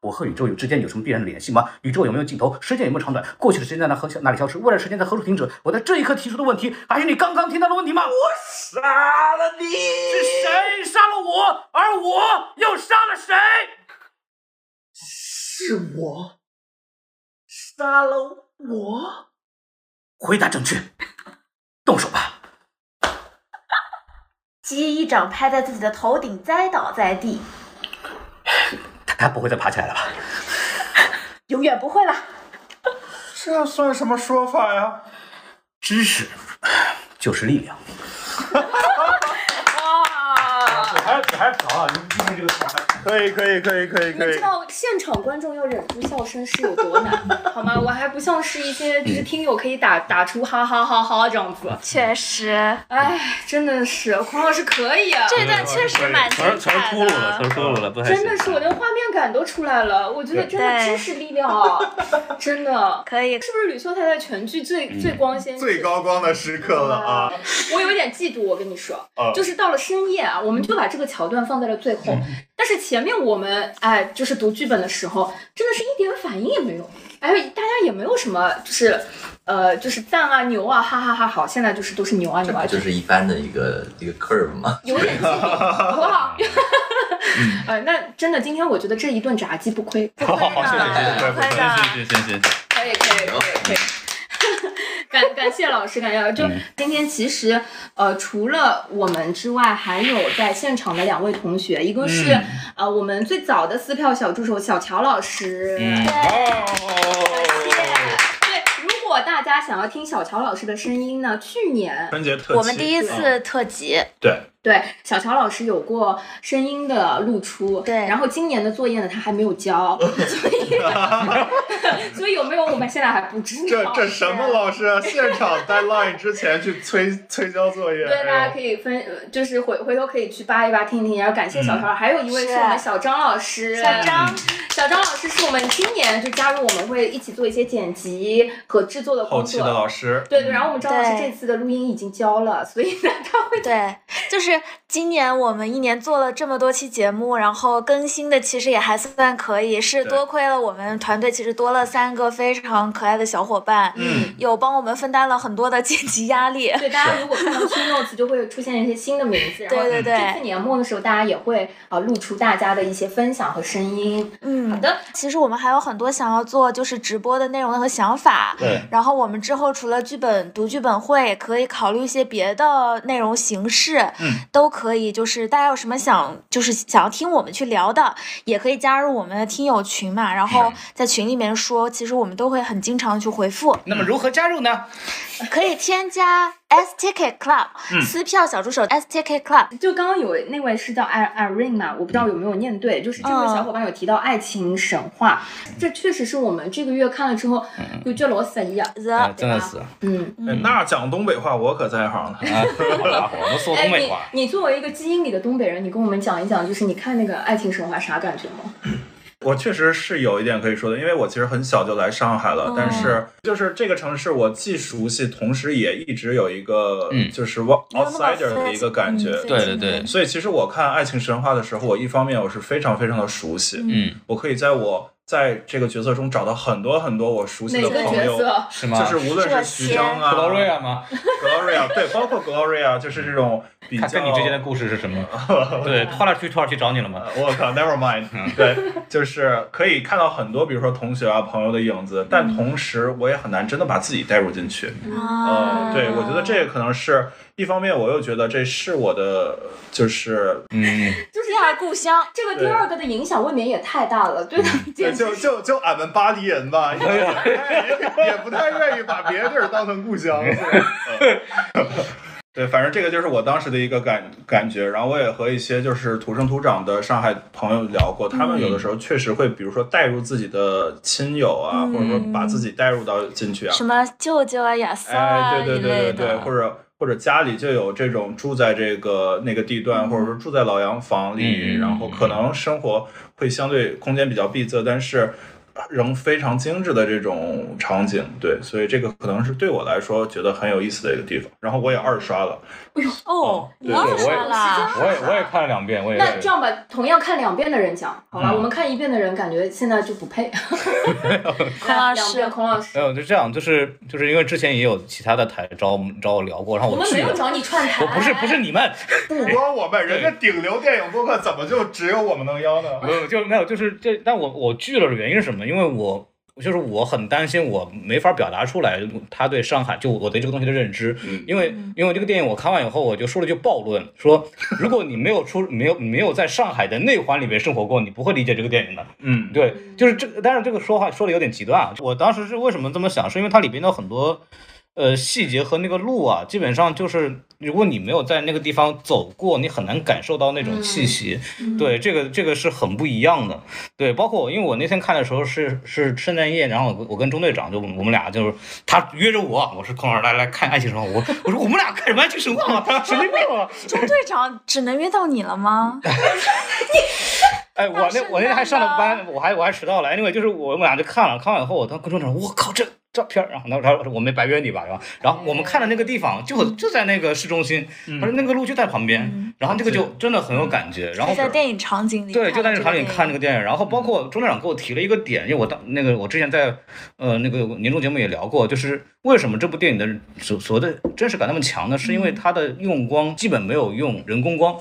Speaker 7: 我和宇宙有之间有什么必然的联系吗？宇宙有没有尽头？时间有没有长短？过去的时间在哪何哪里消失？未来时间在何处停止？我在这一刻提出的问题，还是你刚刚听到的问题吗？
Speaker 5: 我杀了你！
Speaker 7: 是谁杀了我，而我又杀了谁？
Speaker 5: 是我杀了我。
Speaker 7: 回答正确，动手吧！
Speaker 2: 鸡一掌拍在自己的头顶，栽倒在地。
Speaker 7: 他他不会再爬起来了吧？
Speaker 2: 永远不会了。
Speaker 4: 这算什么说法呀？
Speaker 7: 知识就是力量。
Speaker 4: 你还你还嫖啊？你毕竟这个词还可以可以可以可以
Speaker 3: 你知道现场观众要忍住笑声是有多 难，好吗？我还不像是一些
Speaker 4: 嗯
Speaker 3: 就是听友可以打打出哈哈哈哈这样子。
Speaker 2: 确实，
Speaker 3: 哎，真的是孔老师可以啊，
Speaker 2: 这一段确实蛮精
Speaker 11: 词儿
Speaker 2: 彩
Speaker 11: 秃噜了，词
Speaker 2: 的。
Speaker 11: 儿秃噜了，不太行。
Speaker 3: 真的是我连画面感都出来了。我觉得真的
Speaker 2: 对
Speaker 3: 知识力量 啊，真的。
Speaker 2: 可以，
Speaker 3: 是不是吕秀才在全剧最、最光鲜、
Speaker 4: 嗯最高光的时刻了啊！
Speaker 3: 我有点嫉妒，我跟你说，
Speaker 4: 啊
Speaker 3: 就是到了深夜啊，我们就把这个桥段放在了最后，
Speaker 5: 嗯
Speaker 3: 但是前面我们哎，就是读剧本的时候，真的是一点反应也没有，哎，大家也没有什么就是呃，就是赞啊、牛啊，哈哈哈好，现在就是都是牛啊、牛啊，
Speaker 5: 这就是一般的一个一个 curve 嘛。
Speaker 3: 有 点嫉妒，好不好？
Speaker 5: 嗯
Speaker 3: 呃，那真的，今天我觉得这一顿炸鸡不亏，不亏
Speaker 11: 好，谢谢谢谢
Speaker 2: 不亏的。
Speaker 11: 谢谢谢谢谢谢。
Speaker 3: 可以可以可以可以。
Speaker 5: 嗯
Speaker 3: 感感谢老师，感谢老师。就今天其实，呃，除了我们之外，还有在现场的两位同学，一个
Speaker 5: 嗯
Speaker 3: 是、呃我们最早的撕票小助手小乔老师，
Speaker 11: 嗯
Speaker 3: 对，如果大家想要听小乔老师的声音呢，去年
Speaker 4: 春节特辑，
Speaker 2: 我们第一次特辑，
Speaker 4: 对
Speaker 3: 对小乔老师有过声音的露出，
Speaker 2: 对
Speaker 3: 然后今年的作业呢，他还没有 交，所以所以有没有我们现在还不知道。
Speaker 4: 这这什么老师啊？现场 deadline 之前去催催交作业，
Speaker 3: 对，大
Speaker 4: 哎
Speaker 3: 家
Speaker 4: 呦
Speaker 3: 可以分，呃就是回回头可以去扒一扒听一听。然后感谢
Speaker 4: 嗯
Speaker 3: 小乔，还有一位是
Speaker 2: 是
Speaker 3: 我们小张老师，
Speaker 2: 小张
Speaker 3: 小张老师是我们今年就加入我们会一起做一些剪辑和制作的
Speaker 11: 嗯
Speaker 3: 工
Speaker 4: 后期的
Speaker 3: 作。
Speaker 4: 老师，
Speaker 3: 对对，然后我们张老师
Speaker 2: 对
Speaker 3: 这次的录音已经交了，所以呢， 他会
Speaker 2: 对，就是今年我们一年做了这么多期节目，然后更新的其实也还算可以，是
Speaker 4: 对
Speaker 2: 多亏了我们团队，其实多了三个非常可爱的小伙伴，
Speaker 4: 嗯，
Speaker 2: 有帮我们分担了很多的剪辑压力。
Speaker 3: 对大家如果看到 show notes 就会出现一些新的名字，然后
Speaker 2: 对对
Speaker 3: 这
Speaker 2: 对
Speaker 3: 次，年末的时候，大家也会啊露出大家的一些分享和声音。好
Speaker 2: 嗯，
Speaker 3: 的，
Speaker 2: 其实我们还有很多想要做，就是直播的内容和想法。
Speaker 11: 对，
Speaker 2: 然后我们之后除了剧本读剧本会，也可以考虑一些别的内容形式，
Speaker 4: 嗯，
Speaker 2: 都可以。就是大家有什么想，就是想要听我们去聊的，也可以加入我们的听友群嘛，然后在群里面说，其实我们都会很经常去回复。
Speaker 11: 那么如何加入呢？
Speaker 2: 可以添加 STK Club、撕
Speaker 4: 嗯
Speaker 2: 票小助手 STK Club，
Speaker 3: 就刚刚有那位是叫艾艾瑞嘛，我不知道有没有念对，就是这
Speaker 2: 嗯
Speaker 3: 位小伙伴有提到爱情神话，这确实是我们这个月看了之后
Speaker 2: 嗯
Speaker 3: 就觉得老死一样，
Speaker 11: 啊
Speaker 2: The
Speaker 11: 真的是啊，
Speaker 3: 嗯。
Speaker 4: 哎那讲东北话我可在行了。
Speaker 11: 好家伙，我们说
Speaker 3: 哎
Speaker 11: 东，北
Speaker 2: 啊
Speaker 11: 话。
Speaker 3: 你你作为一个基因里的东北人，你跟我们讲一讲，就是你看那个《爱情神话》啥感觉吗？
Speaker 4: 我确实是有一点可以说的，因为我其实很小就来上海了，
Speaker 12: 哦
Speaker 4: 但是就是这个城市我既熟悉，同时也一直有一个
Speaker 7: 嗯
Speaker 4: 就是往
Speaker 12: 没有那么
Speaker 4: outsider 的一个感觉。
Speaker 12: 嗯对对对
Speaker 4: 所以其实我看《爱情神话》的时候，我一方面我是非常非常的熟悉，
Speaker 12: 嗯，
Speaker 4: 我可以在我。在这个角色中找到很多很多我熟悉的
Speaker 12: 哪个
Speaker 4: 朋友
Speaker 12: 角色，
Speaker 7: 是吗
Speaker 4: 就是无论是徐峥啊、
Speaker 7: 这些 Gloria 吗
Speaker 4: Gloria 对，包括 Gloria，就是这种比较。
Speaker 7: 他跟你之间的故事是什么？对，后来去土耳其找你了吗？
Speaker 4: 我靠，Never mind，对，就是可以看到很多，比如说同学啊、朋友的影子，但同时我也很难真的把自己带入进去。
Speaker 12: 啊
Speaker 4: 呃，对，我觉
Speaker 2: 啊
Speaker 4: 得这个可能是一方面，我又觉得这是我的，就是
Speaker 7: 嗯，
Speaker 3: 就是第二故乡，这个第二个的影响未免也太大了，对他们
Speaker 4: 对，就就就俺们巴黎人吧，也
Speaker 2: 哎
Speaker 4: 不太哎也不太愿意把别的地儿当成故乡。
Speaker 2: 嗯
Speaker 4: 对，反正这个就是我当时的一个感感觉，然后我也和一些就是土生土长的上海朋友聊过，他们有的时候确实会，比如说带入自己的亲友啊，
Speaker 2: 嗯
Speaker 4: 或者说把自己带入到进去啊，
Speaker 2: 什么舅舅啊、亚瑟啊、
Speaker 4: 哎，对对
Speaker 2: 一
Speaker 4: 对对
Speaker 2: 类
Speaker 4: 对，
Speaker 2: 的，
Speaker 4: 或者或者家里就有这种住在这个那个地段，或者
Speaker 7: 嗯
Speaker 4: 说住在老洋房里，然后可能生活会相对空间比较闭塞，但是仍非常精致的这种场景，对，所以这个可能是对我来说觉得很有意思的一个地方。然后我也二刷了，
Speaker 2: 哦，
Speaker 4: 嗯对，
Speaker 7: 我也
Speaker 4: 我也
Speaker 7: 我也我也看了两遍，我也
Speaker 3: 那
Speaker 7: 是
Speaker 3: 这。样吧，同样看两遍的人讲，好吧，
Speaker 7: 嗯
Speaker 3: 我们看一遍的人感觉现在就不 配。
Speaker 2: 孔老
Speaker 3: 师，孔老师，
Speaker 7: 没有，就这样，就是就是因为之前也有其他的台找我们找我聊过，然后
Speaker 3: 我们
Speaker 7: 去
Speaker 3: 没有
Speaker 7: 了。
Speaker 3: 找你串台，啊
Speaker 7: 我不是不是你们， 哎
Speaker 4: 不光我们，人家顶流电影播客怎么就只有我们能邀呢？
Speaker 7: 没有，就没有，就是这，但我我拒了的原因是什么？因为我就是我很担心我没法表达出来他对上海就我对这个东西的认知，因为
Speaker 3: 嗯
Speaker 7: 因为这个电影我看完以后，我就说了一句暴论，说如果你没有出没有没有在上海的内环里面生活过，你不会理解这个电影的。
Speaker 4: 嗯，
Speaker 7: 对，就是这个，但是这个说话说的有点极端啊。我当时是为什么这么想，是因为它里边的很多呃细节和那个路啊，基本上就是如果你没有在那个地方走过，你很难感受到那种气息。对，这个这个是很不一样的。对，包括我，因为我那天看的时候是是圣诞夜，然后我跟我跟中队长就我们我们俩就是他约着我，我说空儿来来看《爱情神话》，我我说我们俩看什么《爱情神话》吗？他说神经病啊！
Speaker 2: 中队长只能约到你了吗？
Speaker 7: 哎，我那我那天还上了班，我还我还迟到了。Anyway，就是我们俩就看了，看完以后，我当观众长，我靠，这照片儿，然后他说我没白约你吧，然后然后我们看的那个地方就就在那个市中心，他说那个路就在旁边，然后这个就真的很有感觉，然后
Speaker 2: 嗯在电影场景里看
Speaker 7: 对，
Speaker 2: 了这
Speaker 7: 就
Speaker 2: 个
Speaker 7: 在
Speaker 2: 电
Speaker 7: 那
Speaker 2: 影，嗯
Speaker 7: 个场景看这个电影，然后包括钟队长给我提了一个点，因为我当那个我之前在呃那个年终节目也聊过，就是为什么这部电影的所所谓的真实感那么强呢？是因为
Speaker 2: 嗯
Speaker 7: 它的用光基本没有用人工光。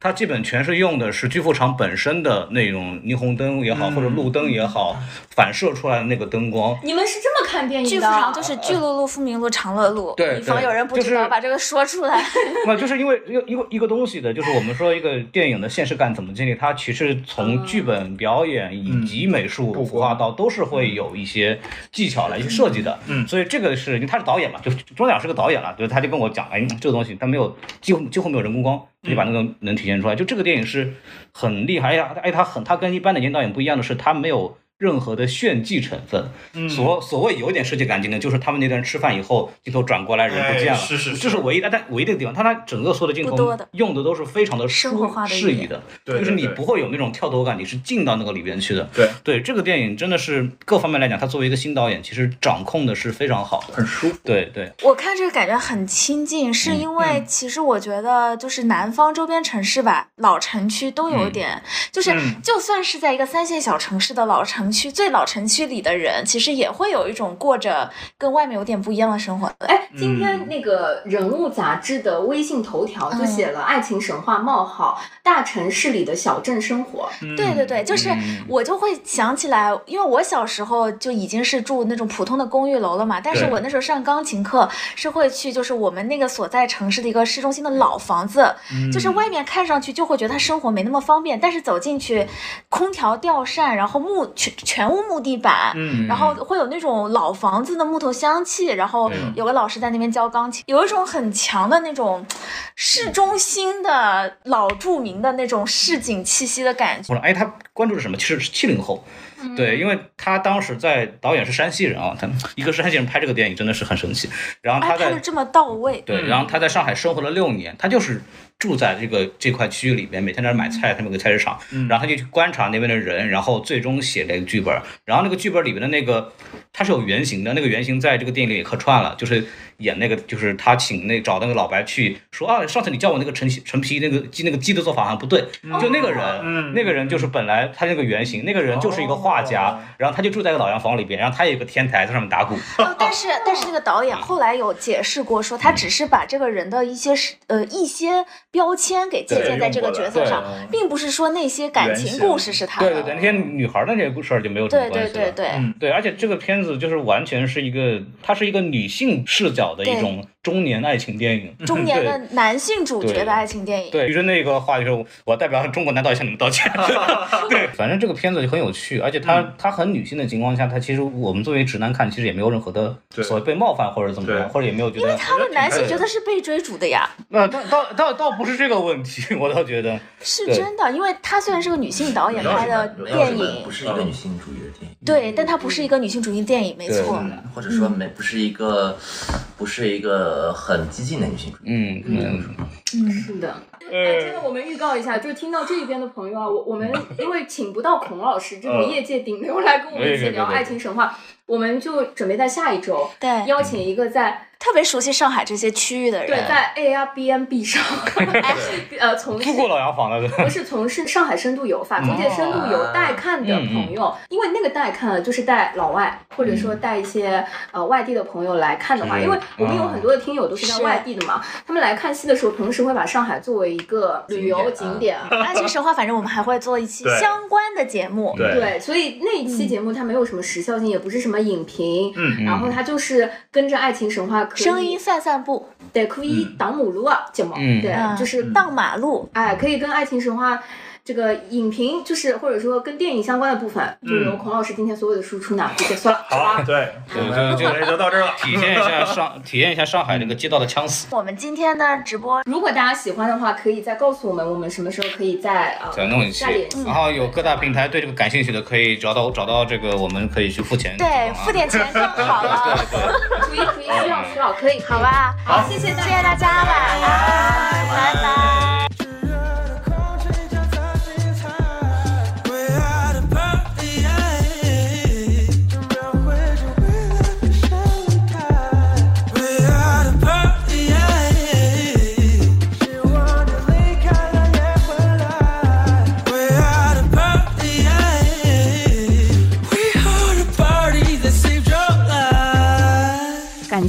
Speaker 7: 它基本全是用的是巨富场本身的那种霓虹灯也好，或者
Speaker 2: 嗯
Speaker 7: 路灯也好，反射出来的那个灯光，
Speaker 3: 你们是这么看电影的？
Speaker 2: 巨富长就是巨鹿路、富民路、长乐路，
Speaker 7: 对
Speaker 2: 以防
Speaker 7: 对
Speaker 2: 有人不
Speaker 7: 就
Speaker 2: 知道，
Speaker 7: 是
Speaker 2: 把这个说出 来。
Speaker 7: 那就是因为一个一个一个东西的，就是我们说一个电影的现实感怎么建立，它其实从剧本、表演
Speaker 4: 嗯
Speaker 7: 以及美术、服化道都是会有一些技巧来去设计的。嗯，所以这个是因为他是导演嘛，就钟奖是个导演了，对，他就跟我讲，哎，这个东西他没有几乎几乎没有人工光，他就把那个
Speaker 4: 嗯
Speaker 7: 能体现出来。就这个电影是很厉害，哎呀，哎，他很他跟一般的演导演不一样的是，他没有。任何的炫技成分，
Speaker 4: 嗯
Speaker 7: 所所谓有点设计感情呢，就是他们那段吃饭以后，镜头转过来人不见了，
Speaker 4: 哎是是是
Speaker 7: 这是唯一的，但唯一的地方，它它整个所有的镜
Speaker 2: 不多
Speaker 7: 头
Speaker 2: 的
Speaker 7: 用的都是非常的生
Speaker 2: 活化的
Speaker 7: 适
Speaker 2: 一
Speaker 7: 宜
Speaker 2: 点
Speaker 7: 的，
Speaker 4: 对对
Speaker 7: 就是你
Speaker 4: 对
Speaker 7: 不会有那种跳脱感，你是进到那个里边去的。
Speaker 4: 对
Speaker 7: 对，这个电影真的是各方面来讲，他作为一个新导演，其实掌控的是非常好的，很
Speaker 4: 舒服。
Speaker 7: 对对，
Speaker 2: 我看这个感觉很亲近，
Speaker 7: 嗯
Speaker 2: 是因为其实我觉得就是南方周边城市吧，老城区都有点，就是
Speaker 13: 嗯
Speaker 2: 就算是在一个三线小城市的老城区，最老城区里的人，其实也会有一种过着跟外面有点不一样的生活的。
Speaker 3: 哎，
Speaker 14: 嗯
Speaker 3: 今天那个《人物》杂志的微信头条就写
Speaker 2: 嗯
Speaker 3: 了“爱情神话：冒号大城市里的小镇生活”。
Speaker 4: 嗯
Speaker 13: 嗯
Speaker 2: 对对对，就是我就会想起来，因为我小时候就已经是住那种普通的公寓楼了嘛，但是
Speaker 13: 对
Speaker 2: 我那时候上钢琴课是会去，就是我们那个所在城市的一个市中心的老房子，
Speaker 13: 嗯
Speaker 2: 就是外面看上去就会觉得它生活没那么方便，但是走进去，空调吊扇，然后木全全屋木地板，
Speaker 13: 嗯
Speaker 2: 然后会有那种老房子的木头香气，然后
Speaker 13: 对啊
Speaker 2: 有个老师在那边教钢琴，有一种很强的那种市中心的老著名的那种市井气息的感觉。
Speaker 7: 我说哎，他关注的是什么？其实是七零后，
Speaker 14: 嗯
Speaker 7: 对，因为他当时在导演是山西人啊，他一个山西人拍这个电影真的是很神奇。然后
Speaker 2: 哎，
Speaker 7: 他
Speaker 2: 拍
Speaker 7: 在
Speaker 2: 的这么到位，嗯
Speaker 7: 对，然后他在上海生活了六年，他就是住在这个这块区域里边，每天在那儿买菜，他们有个菜市场，然后他就去观察那边的人，然后最终写了一个剧本。然后那个剧本里面的那个它是有原型的，那个原型在这个电影里也客串了，就是演那个就是他请那找那个老白去说啊，上次你教我那个陈皮陈皮那个鸡那个鸡的做法好像不对，就那个人，那个人就是本来他那个原型，那个人就是一个画家，然后他就住在一个老洋房里边，然后他有一个天台在上面打鼓。
Speaker 2: 哦，但是但是那个导
Speaker 7: 嗯
Speaker 2: 演后来有解释过，说他只是把这个人的一些是呃一些标签给借鉴在这个角色上
Speaker 7: 对，
Speaker 2: 并不是说那些感情故事是他
Speaker 7: 对对
Speaker 2: 的。
Speaker 7: 对，那些女孩儿的那些故事儿就没有什么
Speaker 2: 对
Speaker 7: 关系了。
Speaker 2: 对对对嗯
Speaker 7: 对，而且这个片子就是完全是一个，它是一个女性视角的
Speaker 2: 对
Speaker 7: 一种中年爱情电影。
Speaker 2: 中年的男性主角
Speaker 7: 对
Speaker 2: 的爱情电影，
Speaker 7: 对，于是那个话就是，我代表中国男导演向你们道歉。 对，反正这个片子就很有趣，而且它、它很女性的情况下，它其实我们作为直男看，其实也没有任何的所谓被冒犯或者怎么样，或者也没有觉得。因为
Speaker 2: 他们男性觉得是被追逐的呀，
Speaker 7: 那倒倒倒倒不是这个问题，我倒觉得
Speaker 2: 是
Speaker 7: 对
Speaker 2: 真的，因为他虽然是个女性导演拍的电影，
Speaker 5: 不是一个女性主义的电影，
Speaker 2: 对，但他不是一个女性主义电影，没错。
Speaker 5: 嗯或者说没不是一个不是一个很激进的女性主义，
Speaker 7: 嗯呃嗯，
Speaker 2: 嗯，
Speaker 3: 是的。哎，真的，我们预告一下，就是听到这一边的朋友啊，我我们因为请不到孔老师这种
Speaker 14: 嗯
Speaker 3: 业界顶流来跟我们一
Speaker 14: 对对
Speaker 3: 起聊
Speaker 14: 对对
Speaker 3: 爱情神话，我们就准备在下一周
Speaker 2: 对
Speaker 3: 邀请一个在
Speaker 2: 特别熟悉上海这些区域的
Speaker 14: 嗯
Speaker 2: 人，
Speaker 3: 对在 Airbnb 上呃从事
Speaker 7: 住过老洋房了的
Speaker 3: 不。是从事上海深度游、法租界深度游
Speaker 7: 哦
Speaker 3: 带看的朋友，因为那个带看就是带老外，或者说带一些呃外地的朋友来看的话，
Speaker 14: 嗯
Speaker 3: 因为我们有很多的听友都是在
Speaker 14: 是
Speaker 3: 外地的嘛，他们来看戏的时候，同时会把上海作为一个旅游景点。啊
Speaker 2: 爱情神话，反正我们还会做一期
Speaker 3: 对
Speaker 2: 相关的节
Speaker 4: 嗯
Speaker 2: 目。
Speaker 3: 对所以那一期节目它没有什么时效性，也不是什么影评，
Speaker 2: 嗯
Speaker 3: 然后它就是跟着爱情神话可以
Speaker 2: 声音散散步，
Speaker 3: 对，可以挡马路啊，节目，
Speaker 2: 嗯
Speaker 3: 对
Speaker 2: 嗯，
Speaker 3: 就是
Speaker 2: 荡马路，
Speaker 3: 哎，可以跟爱情神话。这个影评就是或者说跟电影相关的部分，就由
Speaker 4: 嗯
Speaker 3: 孔老师今天所有的输出呢就结束了，好吧？
Speaker 7: 啊
Speaker 3: 嗯
Speaker 4: 对，
Speaker 7: 我们
Speaker 4: 就就到这儿了，
Speaker 7: 体现一下上体验一下上海这个街道的枪死。
Speaker 2: 我们今天呢直播，
Speaker 3: 如果大家喜欢的话，可以再告诉我们，我们什么时候可以再呃
Speaker 7: 再弄一期
Speaker 3: 再联系。，
Speaker 7: 然后有各大平台对这个感兴趣的，可以找到找到这个，我们可以去付钱。啊
Speaker 2: 对，付点钱更好了。
Speaker 3: 注意注意，徐
Speaker 7: 嗯
Speaker 3: 老师老可以，
Speaker 2: 好吧？好，谢谢谢谢大家，晚安，拜拜。
Speaker 15: 感